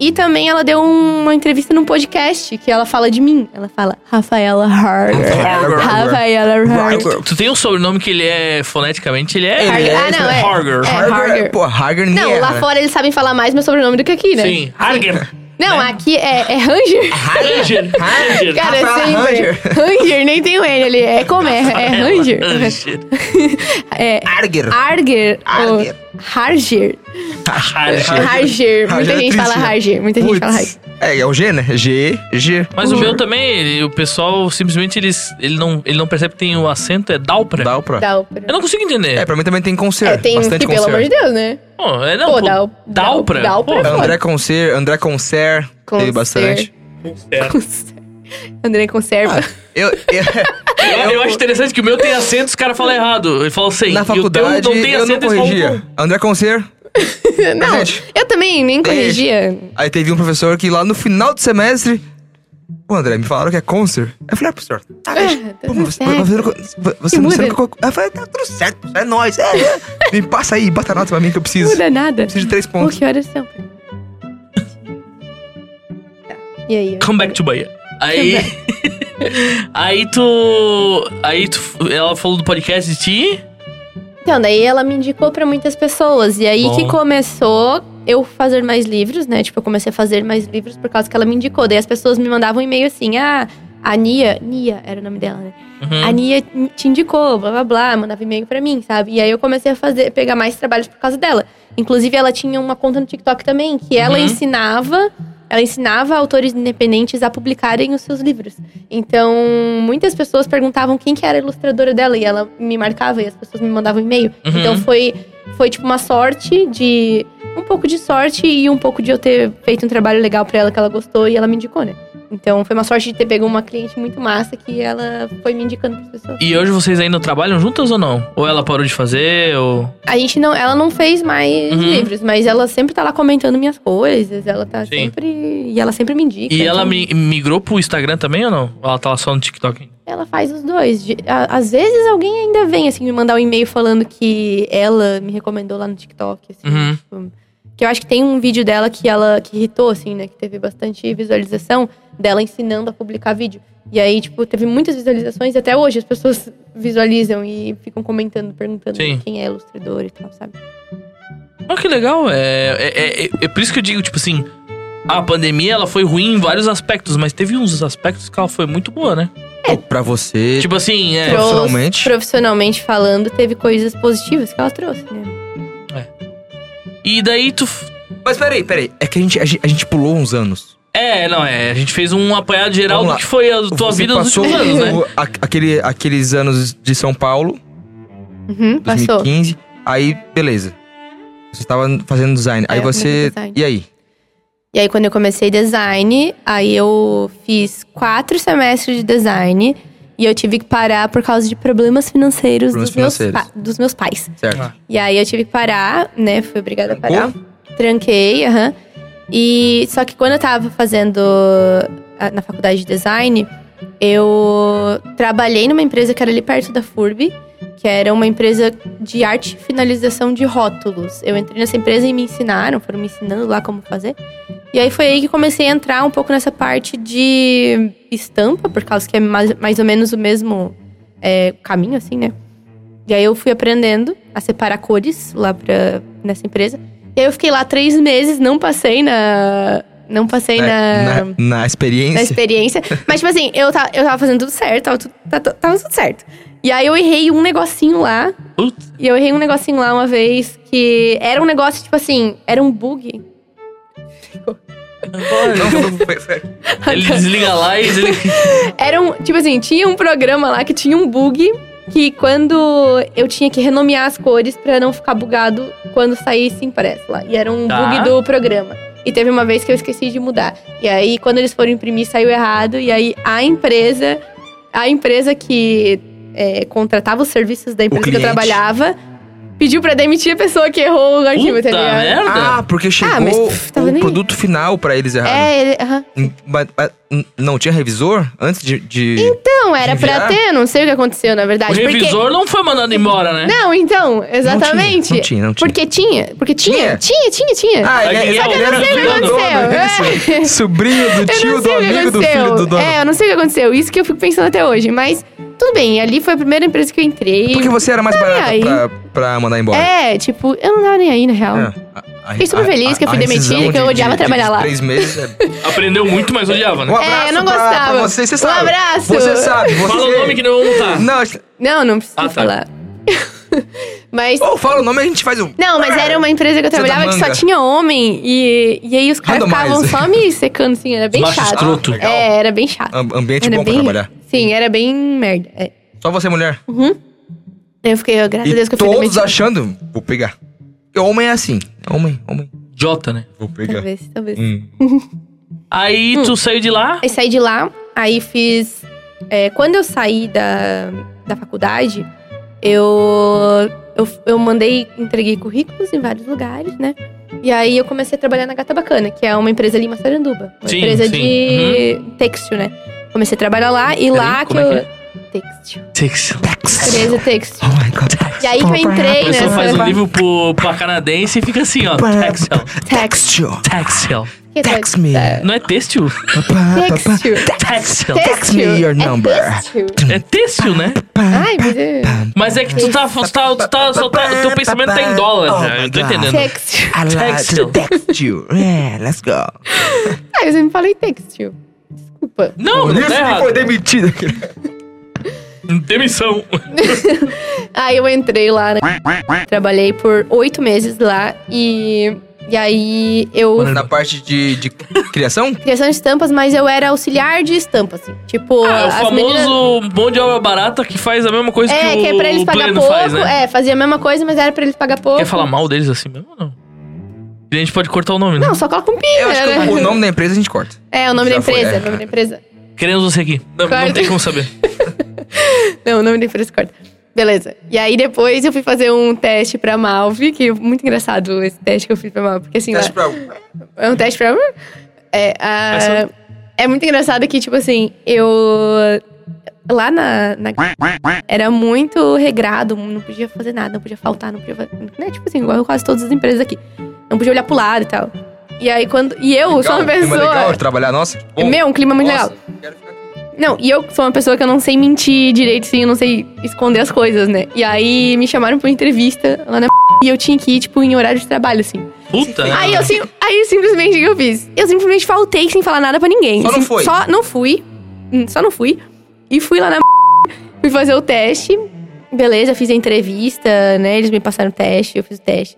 Speaker 2: E também ela deu um, uma entrevista num podcast que ela fala de mim. Ela fala Rafaela Harger. Rafaela Harger.
Speaker 1: Tu tem um sobrenome que ele é foneticamente, ele é.
Speaker 3: Ele é-
Speaker 2: Ah, não, é.
Speaker 1: Harger.
Speaker 2: É,
Speaker 3: Harger.
Speaker 2: Harger.
Speaker 3: Pô, Harger nem
Speaker 2: Não,
Speaker 3: erra,
Speaker 2: lá
Speaker 3: né?
Speaker 2: fora eles sabem falar mais meu sobrenome do que aqui, né?
Speaker 1: Sim, Harger.
Speaker 2: Não,
Speaker 1: né?
Speaker 2: aqui é, é Ranger.
Speaker 1: Harger. Harger.
Speaker 2: Cara, é
Speaker 3: Rafaela
Speaker 2: sempre.
Speaker 3: Ranger.
Speaker 2: Ranger. nem tem o N ali. É como é? É Ranger. É
Speaker 3: Harger.
Speaker 2: Arger.
Speaker 3: Harger.
Speaker 2: ou Harger.
Speaker 1: Tá, Harger.
Speaker 2: Harger.
Speaker 3: Harger
Speaker 2: Muita
Speaker 3: é
Speaker 2: gente fala
Speaker 3: triste, né?
Speaker 2: Harger. Muita gente fala Harger.
Speaker 3: Putz. É, é o G, né? G, G.
Speaker 1: Mas o meu também, ele- o pessoal simplesmente eles, ele, não, ele não percebe que tem o acento, é Dalpra.
Speaker 3: Dá o pra.
Speaker 2: Da ópera.
Speaker 1: Eu não consigo entender.
Speaker 3: É, pra mim também tem Concer.
Speaker 2: É, tem
Speaker 3: bastante
Speaker 2: que, pelo amor
Speaker 3: Concer.
Speaker 2: de Deus, né?
Speaker 1: Pô, é não,
Speaker 2: Pô,
Speaker 1: pô,
Speaker 2: Dal-
Speaker 1: Dalpra.
Speaker 2: Dalpra. é
Speaker 1: Pô,
Speaker 2: Deus.
Speaker 3: André Concer, André Concer.
Speaker 2: Concer.
Speaker 3: Teve bastante.
Speaker 1: Conserva.
Speaker 2: Conserva. Andrei conserva.
Speaker 3: Eu, eu-
Speaker 1: Eu, eu acho interessante que o meu tem acento os caras falam errado. Ele fala sei.
Speaker 3: na
Speaker 1: e o
Speaker 3: faculdade
Speaker 1: teu não tem
Speaker 3: eu não
Speaker 1: acento, eles falam
Speaker 3: corrigia. André Conser,
Speaker 2: não,
Speaker 3: Ah, gente,
Speaker 2: eu também nem corrigia.
Speaker 3: aí teve um professor que lá no final do semestre. Pô, André, me falaram que é Conser. Aí eu falei, ah, professor, tá, deixa.
Speaker 2: Ah, tá
Speaker 3: Pô,
Speaker 2: tudo
Speaker 3: mas você,
Speaker 2: certo.
Speaker 3: você, não- você não
Speaker 2: muda.
Speaker 3: sabe qual. Aí eu falei, tá tudo certo, professor, é nóis. É, é. Me passa aí, bota a nota pra mim que eu
Speaker 2: Não
Speaker 3: preciso.
Speaker 2: muda nada.
Speaker 3: Preciso de um três
Speaker 2: Pô,
Speaker 3: pontos.
Speaker 2: que horas são? tá. E aí?
Speaker 1: Come back to Bahia. Aí. aí tu. Aí tu. Ela falou do podcast de ti.
Speaker 2: Então, daí ela me indicou pra muitas pessoas. E aí
Speaker 1: Bom.
Speaker 2: que começou eu fazer mais livros, né? Tipo, eu comecei a fazer mais livros por causa que ela me indicou. Daí as pessoas me mandavam um e-mail assim, ah, a Nia, Nia era o nome dela, né?
Speaker 1: Uhum.
Speaker 2: A Nia te indicou, blá blá blá, mandava e-mail pra mim, sabe? E aí eu comecei a fazer, pegar mais trabalhos por causa dela. Inclusive, ela tinha uma conta no TikTok também, que ela
Speaker 1: Uhum.
Speaker 2: ensinava. Ela ensinava autores independentes a publicarem os seus livros. Então, muitas pessoas perguntavam quem que era a ilustradora dela e ela me marcava e as pessoas me mandavam e-mail.
Speaker 1: Uhum.
Speaker 2: Então foi foi tipo uma sorte de um pouco de sorte e um pouco de eu ter feito um trabalho legal pra ela que ela gostou e ela me indicou, né? Então foi uma sorte de ter pego uma cliente muito massa que ela foi me indicando para pessoas.
Speaker 1: E hoje vocês ainda trabalham juntas ou não? Ou ela parou de fazer, ou.
Speaker 2: A gente não, ela não fez mais
Speaker 1: Uhum.
Speaker 2: livros, mas ela sempre tá lá comentando minhas coisas, ela tá
Speaker 1: Sim.
Speaker 2: sempre e ela sempre me indica.
Speaker 1: E ela
Speaker 2: então,
Speaker 1: mi- migrou pro Instagram também ou não? Ou ela tá lá só no TikTok?
Speaker 2: Ela faz os dois. De- a- Às vezes alguém ainda vem, assim, me mandar um e-mail falando que ela me recomendou lá no TikTok, assim.
Speaker 1: Uhum.
Speaker 2: tipo, que eu acho que tem um vídeo dela que ela que irritou, assim, né? Que teve bastante visualização dela ensinando a publicar vídeo. E aí, tipo, teve muitas visualizações e até hoje as pessoas visualizam e ficam comentando, perguntando
Speaker 1: Sim.
Speaker 2: quem é ilustrador e tal, sabe?
Speaker 1: Ah, que legal. É, é, é- é- é por isso que eu digo, tipo assim. A pandemia, ela foi ruim em vários aspectos, mas teve uns aspectos que ela foi muito boa, né?
Speaker 3: Pô, Pra você.
Speaker 1: Tipo assim, é.
Speaker 2: Trouxe-
Speaker 3: profissionalmente.
Speaker 2: Profissionalmente falando, teve coisas positivas que ela trouxe, né?
Speaker 1: E daí tu. f-
Speaker 3: Mas peraí, peraí. É que a gente, a gente, a gente pulou uns anos.
Speaker 1: É, não, é. A gente fez um apanhado geral
Speaker 3: Vamos
Speaker 1: do
Speaker 3: lá.
Speaker 1: que foi a tua
Speaker 3: Você
Speaker 1: vida nos
Speaker 3: passou um
Speaker 1: últimos anos, né?
Speaker 3: o- a- aquele, aqueles anos de São Paulo,
Speaker 2: Uhum, passou.
Speaker 3: 2015. Aí, beleza. Você estava fazendo design.
Speaker 2: É,
Speaker 3: aí
Speaker 2: eu comecei
Speaker 3: você.
Speaker 2: design.
Speaker 3: E aí?
Speaker 2: E aí, quando eu comecei design, aí eu fiz quatro semestres de design. E eu tive que parar por causa de problemas financeiros,
Speaker 3: Problemas
Speaker 2: dos, meus
Speaker 3: financeiros.
Speaker 2: pa- dos meus pais.
Speaker 3: Certo.
Speaker 1: Ah.
Speaker 2: E aí eu tive que parar, né? Fui obrigada a parar.
Speaker 3: Trancou?
Speaker 2: Tranquei, aham. E só que quando eu tava fazendo a- na faculdade de design, eu trabalhei numa empresa que era ali perto da FURB, que era uma empresa de arte e finalização de rótulos. Eu entrei nessa empresa e me ensinaram, foram me ensinando lá como fazer. E aí foi aí que comecei a entrar um pouco nessa parte de estampa, por causa que é mais, mais ou menos o mesmo é, caminho, assim, né? E aí eu fui aprendendo a separar cores lá pra, nessa empresa. E aí eu fiquei lá três meses, não passei na. Não passei
Speaker 3: É,
Speaker 2: na
Speaker 3: na, na experiência.
Speaker 2: da experiência. Mas, tipo assim, eu tava, eu tava fazendo tudo certo, tava tudo, tá- tá- tava tudo certo. E aí eu errei um negocinho lá.
Speaker 1: Putz.
Speaker 2: E eu errei um negocinho lá uma vez que era um negócio, tipo assim, era um bug.
Speaker 3: Não, tá foi- foi- foi-
Speaker 1: Ele desliga lá e desliga.
Speaker 2: Era um. Tipo assim, tinha um programa lá que tinha um bug que quando eu tinha que renomear as cores pra não ficar bugado quando saísse impresso lá. E era um
Speaker 1: Tá.
Speaker 2: bug do programa. E teve uma vez que eu esqueci de mudar. E aí, quando eles foram imprimir, saiu errado. E aí a empresa. A empresa que é, contratava os serviços da empresa que eu
Speaker 3: cliente.
Speaker 2: trabalhava pediu pra demitir a pessoa que errou o arquivo,
Speaker 1: Puta
Speaker 2: tá ligado?
Speaker 1: merda.
Speaker 3: Ah, porque chegou
Speaker 2: mas, pff, tava
Speaker 3: o
Speaker 2: nem aí.
Speaker 3: produto final pra eles errado.
Speaker 2: É, ele, aham.
Speaker 3: Hum, mas- mas, hum, não tinha revisor antes de. de-
Speaker 2: Não, Então, era pra
Speaker 3: Enviar?
Speaker 2: ter, não sei o que aconteceu, na
Speaker 1: o
Speaker 2: verdade. porque-
Speaker 1: revisor não foi mandado embora, né?
Speaker 2: Não, então, exatamente.
Speaker 3: Não tinha, não tinha.
Speaker 2: Porque tinha, porque tinha,
Speaker 3: Tinha?
Speaker 2: tinha, tinha, tinha.
Speaker 3: Ah,
Speaker 1: Aí
Speaker 3: ele,
Speaker 1: eu
Speaker 3: ele era
Speaker 1: não sei o que
Speaker 3: filho do
Speaker 2: aconteceu, É.
Speaker 3: dono, isso. assim, Sobrinho do
Speaker 2: eu
Speaker 3: tio,
Speaker 2: não
Speaker 3: do
Speaker 2: sei o que
Speaker 3: amigo, do
Speaker 2: aconteceu.
Speaker 3: filho do dono.
Speaker 2: É, eu não sei o que aconteceu. Isso que eu fico pensando até hoje. Mas tudo bem, ali foi a primeira empresa que eu entrei.
Speaker 3: É Porque você era mais barata
Speaker 2: tá aí.
Speaker 3: pra, pra mandar embora. É.
Speaker 2: É, tipo, eu não tava nem aí, na real.
Speaker 3: Fiquei
Speaker 2: super feliz que eu fui demitida, que eu odiava trabalhar lá.
Speaker 3: Três meses. é-
Speaker 1: Aprendeu muito, mas odiava, né?
Speaker 3: Um abraço
Speaker 2: É, eu não
Speaker 3: pra-
Speaker 2: gostava.
Speaker 3: pra você, você
Speaker 2: Um
Speaker 3: sabe.
Speaker 2: abraço.
Speaker 3: Você sabe, você...
Speaker 1: Fala o nome que não vamos montar.
Speaker 3: Não,
Speaker 2: Não, não preciso
Speaker 1: Ah, tá.
Speaker 2: falar. mas.
Speaker 3: ou fala o nome e a gente faz um...
Speaker 2: Não, mas era uma empresa que eu
Speaker 3: Oh! Você dá
Speaker 2: trabalhava que só
Speaker 3: manga.
Speaker 2: tinha homem. E, e aí os caras ficavam
Speaker 3: Randomizer.
Speaker 2: só me secando, assim, era bem
Speaker 1: Macho
Speaker 2: chato.
Speaker 1: escroto.
Speaker 3: legal.
Speaker 2: É, era bem chato.
Speaker 3: Am- Ambiente
Speaker 2: era
Speaker 3: bom
Speaker 2: bem...
Speaker 3: pra trabalhar.
Speaker 2: Sim, era bem merda. é.
Speaker 3: Só você, mulher.
Speaker 2: Eu fiquei, ó, graças a Deus que
Speaker 3: e
Speaker 2: eu fui
Speaker 3: todos
Speaker 2: demitida.
Speaker 3: achando... Vou pegar. Porque homem é assim. Homem, homem.
Speaker 1: Idiota, né?
Speaker 3: Vou pegar.
Speaker 2: Talvez, talvez.
Speaker 3: Hum.
Speaker 1: Aí tu saiu de lá.
Speaker 2: Aí saí de lá, aí fiz. é, quando eu saí da, da faculdade, eu, eu, eu mandei, entreguei currículos em vários lugares, né? E aí eu comecei a trabalhar na Gata Bacana, que é uma empresa ali em Massaranduba. Uma
Speaker 1: Sim,
Speaker 2: empresa
Speaker 1: sim, Uhum.
Speaker 2: de têxtil, né? Comecei a trabalhar lá e lá que
Speaker 1: como
Speaker 2: eu.
Speaker 1: é
Speaker 2: Têxtil.
Speaker 1: Texas.
Speaker 2: Empresa têxtil.
Speaker 3: Oh my god.
Speaker 2: E aí que eu entrei,
Speaker 1: A pessoa
Speaker 2: né?
Speaker 3: é
Speaker 1: faz um
Speaker 2: Vai.
Speaker 1: livro pro, pra canadense e fica assim, ó. Texel.
Speaker 2: Text.
Speaker 1: Texel.
Speaker 2: Que
Speaker 3: Text me.
Speaker 2: É.
Speaker 1: Não é têxtil?
Speaker 2: Têxtil.
Speaker 1: Texel.
Speaker 3: Text me your number.
Speaker 2: É têxtil.
Speaker 1: É têxtil, né?
Speaker 2: Ai, meu Deus.
Speaker 1: Mas é que tu tá. Tu tá, tu tá, só tá teu pensamento tá em dólar.
Speaker 3: Oh
Speaker 1: né?
Speaker 3: my
Speaker 1: eu tô
Speaker 3: God.
Speaker 1: entendendo.
Speaker 2: Têxtil.
Speaker 3: I like to
Speaker 1: Textil.
Speaker 3: text you. Yeah, let's go.
Speaker 2: Ah, eu sempre falei têxtil. Desculpa.
Speaker 1: Não, não tá errado.
Speaker 3: demitido.
Speaker 1: Demissão.
Speaker 2: Aí eu entrei lá, né? Trabalhei por oito meses lá e. E aí eu.
Speaker 3: Na parte de, de criação?
Speaker 2: Criação de estampas, mas eu era auxiliar de estampas. assim. Tipo,
Speaker 1: Ah, é o
Speaker 2: as meninas.
Speaker 1: famoso bom de obra barata que faz a mesma coisa
Speaker 2: É,
Speaker 1: que,
Speaker 2: que é
Speaker 1: o
Speaker 2: pra eles pagar
Speaker 1: pleno
Speaker 2: pouco.
Speaker 1: faz, né?
Speaker 2: É, fazia a mesma coisa, mas era pra eles pagar pouco.
Speaker 1: Quer falar mal deles assim mesmo ou não? E a gente pode cortar o nome, né?
Speaker 2: Não, só coloca um pi,
Speaker 3: Eu acho que
Speaker 2: né?
Speaker 3: o nome da empresa a gente corta.
Speaker 2: É, o nome da
Speaker 3: Já foi,
Speaker 2: empresa.
Speaker 1: né?
Speaker 3: é.
Speaker 2: O nome da empresa.
Speaker 1: Queremos você aqui. Não,
Speaker 2: Claro.
Speaker 1: não tem como saber.
Speaker 2: Não, o nome da empresa corta. Beleza. E aí depois eu fui fazer um teste pra Malve, que é muito engraçado esse teste que eu fiz pra Malve. Porque assim, lá-
Speaker 3: Teste pra-
Speaker 2: É um teste pra. É, a-
Speaker 1: Essa-
Speaker 2: é muito engraçado que, tipo assim, eu. Lá na, na- Era muito regrado, não podia fazer nada, não podia faltar, não podia. fa- Né? Tipo assim, igual quase todas as empresas aqui. Não podia olhar pro lado e tal. E aí quando. E eu sou uma
Speaker 3: Legal, clima
Speaker 2: pessoa.
Speaker 3: legal de trabalhar, nossa. que é bom.
Speaker 2: Meu, um clima muito
Speaker 3: Nossa,
Speaker 2: legal.
Speaker 3: quero ficar aqui.
Speaker 2: Não, e eu sou uma pessoa que eu não sei mentir direito, assim, eu não sei esconder as coisas, né? E aí me chamaram pra uma entrevista lá na. E eu tinha que ir, tipo, em horário de trabalho, assim.
Speaker 1: Puta.
Speaker 3: Então.
Speaker 1: né?
Speaker 2: Aí eu, sim, aí simplesmente o que eu fiz? Eu simplesmente faltei sem falar nada pra ninguém.
Speaker 3: Só não
Speaker 2: Assim,
Speaker 3: foi?
Speaker 2: Só não fui. Hum, Só não fui. E fui lá na fui fazer o teste. Beleza, fiz a entrevista, né? Eles me passaram o teste, eu fiz o teste.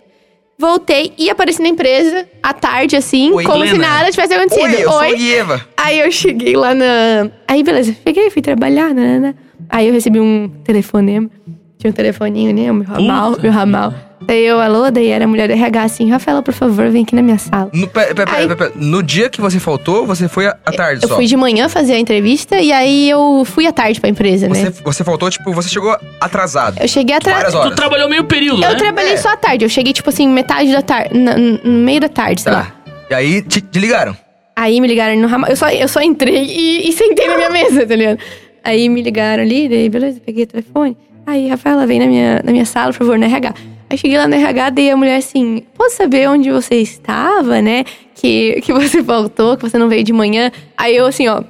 Speaker 2: Voltei e apareci na empresa à tarde, assim,
Speaker 3: Oi,
Speaker 2: como se
Speaker 1: Helena.
Speaker 2: nada tivesse acontecido.
Speaker 3: Oi, eu sou o Ieva.
Speaker 2: Aí eu cheguei lá na. Aí beleza, peguei, fui trabalhar, né? Aí eu recebi um telefonema. Tinha um telefoninho, né? Meu ramal,
Speaker 1: Puta
Speaker 2: meu ramal. Daí eu, alô, daí era a mulher do RH assim, Rafaela, por favor, vem aqui na minha sala.
Speaker 3: No, pe- pe- pe-
Speaker 2: Ai.
Speaker 3: pe- pe- no dia que você faltou, você foi à à tarde
Speaker 2: Eu
Speaker 3: só.
Speaker 2: fui de manhã fazer a entrevista e aí eu fui à tarde pra empresa,
Speaker 3: Você,
Speaker 2: né?
Speaker 3: você faltou, tipo, você chegou atrasado.
Speaker 2: Eu cheguei
Speaker 3: Várias
Speaker 2: atrás.
Speaker 1: Tu
Speaker 3: horas.
Speaker 1: trabalhou meio período,
Speaker 2: Eu
Speaker 1: né?
Speaker 2: trabalhei
Speaker 3: É.
Speaker 2: só à tarde. Eu cheguei, tipo assim, metade da tarde. na- No, no meio da tarde, sei lá.
Speaker 3: Tá. E aí te, te ligaram.
Speaker 2: Aí me ligaram no ramal. Eu só, eu só entrei e, e sentei na minha mesa, tá ligado? Aí me ligaram ali, daí beleza, peguei o telefone. Aí, Rafaela, vem na minha, na minha sala, por favor, no RH. Aí cheguei lá no RH, dei a mulher assim: Posso saber onde você estava, né? Que, que você voltou, que você não veio de manhã. Aí eu, assim, ó.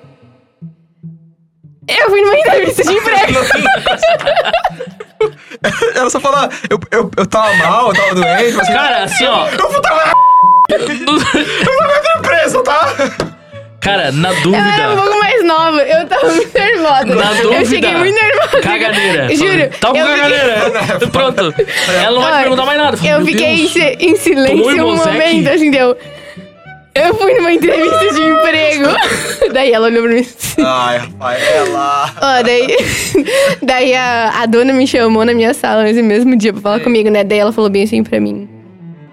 Speaker 2: Eu fui numa entrevista de emprego.
Speaker 3: Ela só falou, eu, eu, eu tava mal, eu tava doente, mas
Speaker 1: Cara, assim, ó.
Speaker 3: eu vou trabalhar
Speaker 1: no-
Speaker 3: na empresa, tá?
Speaker 1: Cara, na
Speaker 2: Eu era um
Speaker 1: dúvida.
Speaker 2: pouco mais nova, eu tava muito nervosa.
Speaker 1: Na dúvida.
Speaker 2: Eu cheguei muito nervosa.
Speaker 1: Caganeira.
Speaker 2: Juro.
Speaker 1: Tá com
Speaker 2: eu
Speaker 1: caganeira. Pronto. Ela não vai te
Speaker 2: Olha,
Speaker 1: perguntar mais nada. Fala,
Speaker 2: Eu
Speaker 1: meu
Speaker 2: fiquei em,
Speaker 1: Deus.
Speaker 2: si- em
Speaker 1: Tomou
Speaker 2: silêncio um
Speaker 1: Imbosec?
Speaker 2: momento, assim, deu. Eu fui numa entrevista de emprego. daí ela olhou pra mim assim.
Speaker 3: Ai, Rafaela.
Speaker 2: Ó, daí daí a, a dona me chamou na minha sala nesse mesmo dia pra falar comigo, né? Daí ela falou bem assim pra mim.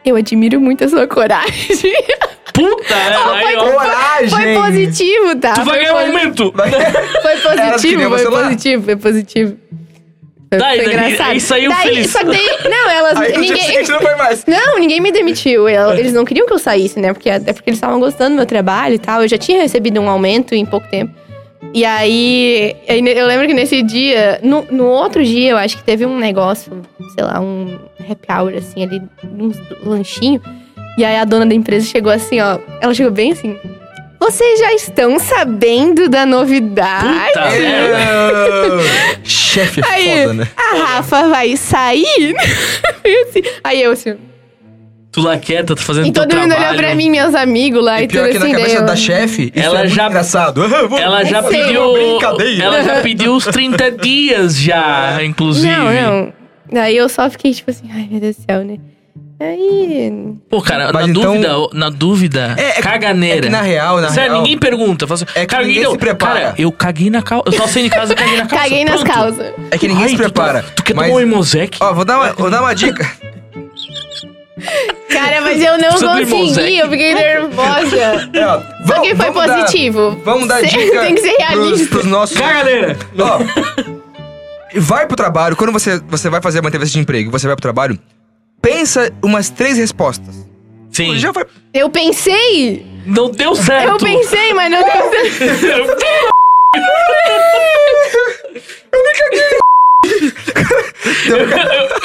Speaker 2: Eu admiro muito a sua coragem.
Speaker 1: Puta, é, aí, ó.
Speaker 3: Coragem!
Speaker 2: Foi positivo, tá?
Speaker 1: Tu vai
Speaker 2: Foi
Speaker 1: ganhar um
Speaker 2: posi-
Speaker 1: aumento.
Speaker 2: Foi
Speaker 3: Era que nem
Speaker 2: positivo,
Speaker 3: o
Speaker 2: foi
Speaker 3: celular.
Speaker 2: positivo, foi positivo. Foi,
Speaker 1: Daí,
Speaker 2: foi
Speaker 1: daí,
Speaker 2: engraçado.
Speaker 1: aí saiu
Speaker 2: daí,
Speaker 1: feliz.
Speaker 2: Só que daí, não, elas.
Speaker 3: Aí no dia
Speaker 2: ninguém,
Speaker 3: seguinte não foi mais.
Speaker 2: Não, ninguém me demitiu. Eu- Eles não queriam que eu saísse, né? Porque até porque eles estavam gostando do meu trabalho e tal. Eu já tinha recebido um aumento em pouco tempo. E aí, aí ne- eu lembro que nesse dia, no, no outro dia, eu acho que teve um negócio, sei lá, um happy hour, assim, ali, um lanchinho. E aí a dona da empresa chegou assim, ó. Ela chegou bem assim. Vocês já estão sabendo da novidade?
Speaker 1: Puta merda.
Speaker 3: Eu- Chefe é
Speaker 2: Aí,
Speaker 3: foda, né?
Speaker 2: a Rafa vai sair? Assim. aí eu assim.
Speaker 1: Tu lá quieta, tu fazendo
Speaker 2: E
Speaker 1: teu
Speaker 2: todo mundo Então olhou
Speaker 1: trabalho.
Speaker 2: pra mim, meus amigos lá e,
Speaker 3: E pior é
Speaker 2: tudo
Speaker 3: que na
Speaker 2: assim.
Speaker 3: cabeça
Speaker 2: daí eu-
Speaker 3: da chefe, isso
Speaker 1: Ela
Speaker 3: é muito
Speaker 1: já-
Speaker 3: engraçado.
Speaker 1: Ela já
Speaker 2: Sim.
Speaker 1: pediu.
Speaker 3: Brincadeira.
Speaker 1: Ela já pediu os 30 dias já, inclusive.
Speaker 2: É. Não, não. Daí eu só fiquei tipo assim, ai meu Deus do céu, né? Aí.
Speaker 1: Pô, cara,
Speaker 3: Mas
Speaker 1: na
Speaker 3: então-
Speaker 1: dúvida, na dúvida,
Speaker 3: É, é que-
Speaker 1: caganeira.
Speaker 3: é que na real, na
Speaker 1: Sério,
Speaker 3: real-
Speaker 1: ninguém pergunta. Fala assim,
Speaker 3: É que
Speaker 1: cara,
Speaker 3: ninguém
Speaker 1: ninguém
Speaker 3: se prepara.
Speaker 1: Cara, eu caguei na calça. Eu tava saindo de casa, eu caguei na calça.
Speaker 2: Caguei nas
Speaker 1: Pronto.
Speaker 2: calças.
Speaker 3: É que ninguém
Speaker 1: Ai,
Speaker 3: se Ah,
Speaker 1: tu tá-
Speaker 3: prepara.
Speaker 1: Tu, quer
Speaker 3: mas-
Speaker 1: tomar um Imosec?
Speaker 3: Ó, vou dar uma, vou dar uma dica.
Speaker 2: Cara, mas eu não
Speaker 1: Precisa do
Speaker 2: consegui,
Speaker 1: Imosec.
Speaker 2: eu fiquei nervosa.
Speaker 3: É, ó,
Speaker 2: Só
Speaker 3: vamos-
Speaker 2: que foi
Speaker 3: vamos dar-
Speaker 2: positivo.
Speaker 3: vamos dar
Speaker 2: Cê-
Speaker 3: dica
Speaker 2: Tem que ser
Speaker 3: pros,
Speaker 2: realista.
Speaker 3: pros nossos...
Speaker 1: Cá, galera!
Speaker 3: Ó, vai pro trabalho, quando você, você vai fazer a entrevista de emprego, você vai pro trabalho, pensa umas três respostas.
Speaker 1: Sim.
Speaker 3: Já vai...
Speaker 2: Eu pensei,
Speaker 1: Não deu certo.
Speaker 2: eu pensei, mas não deu certo.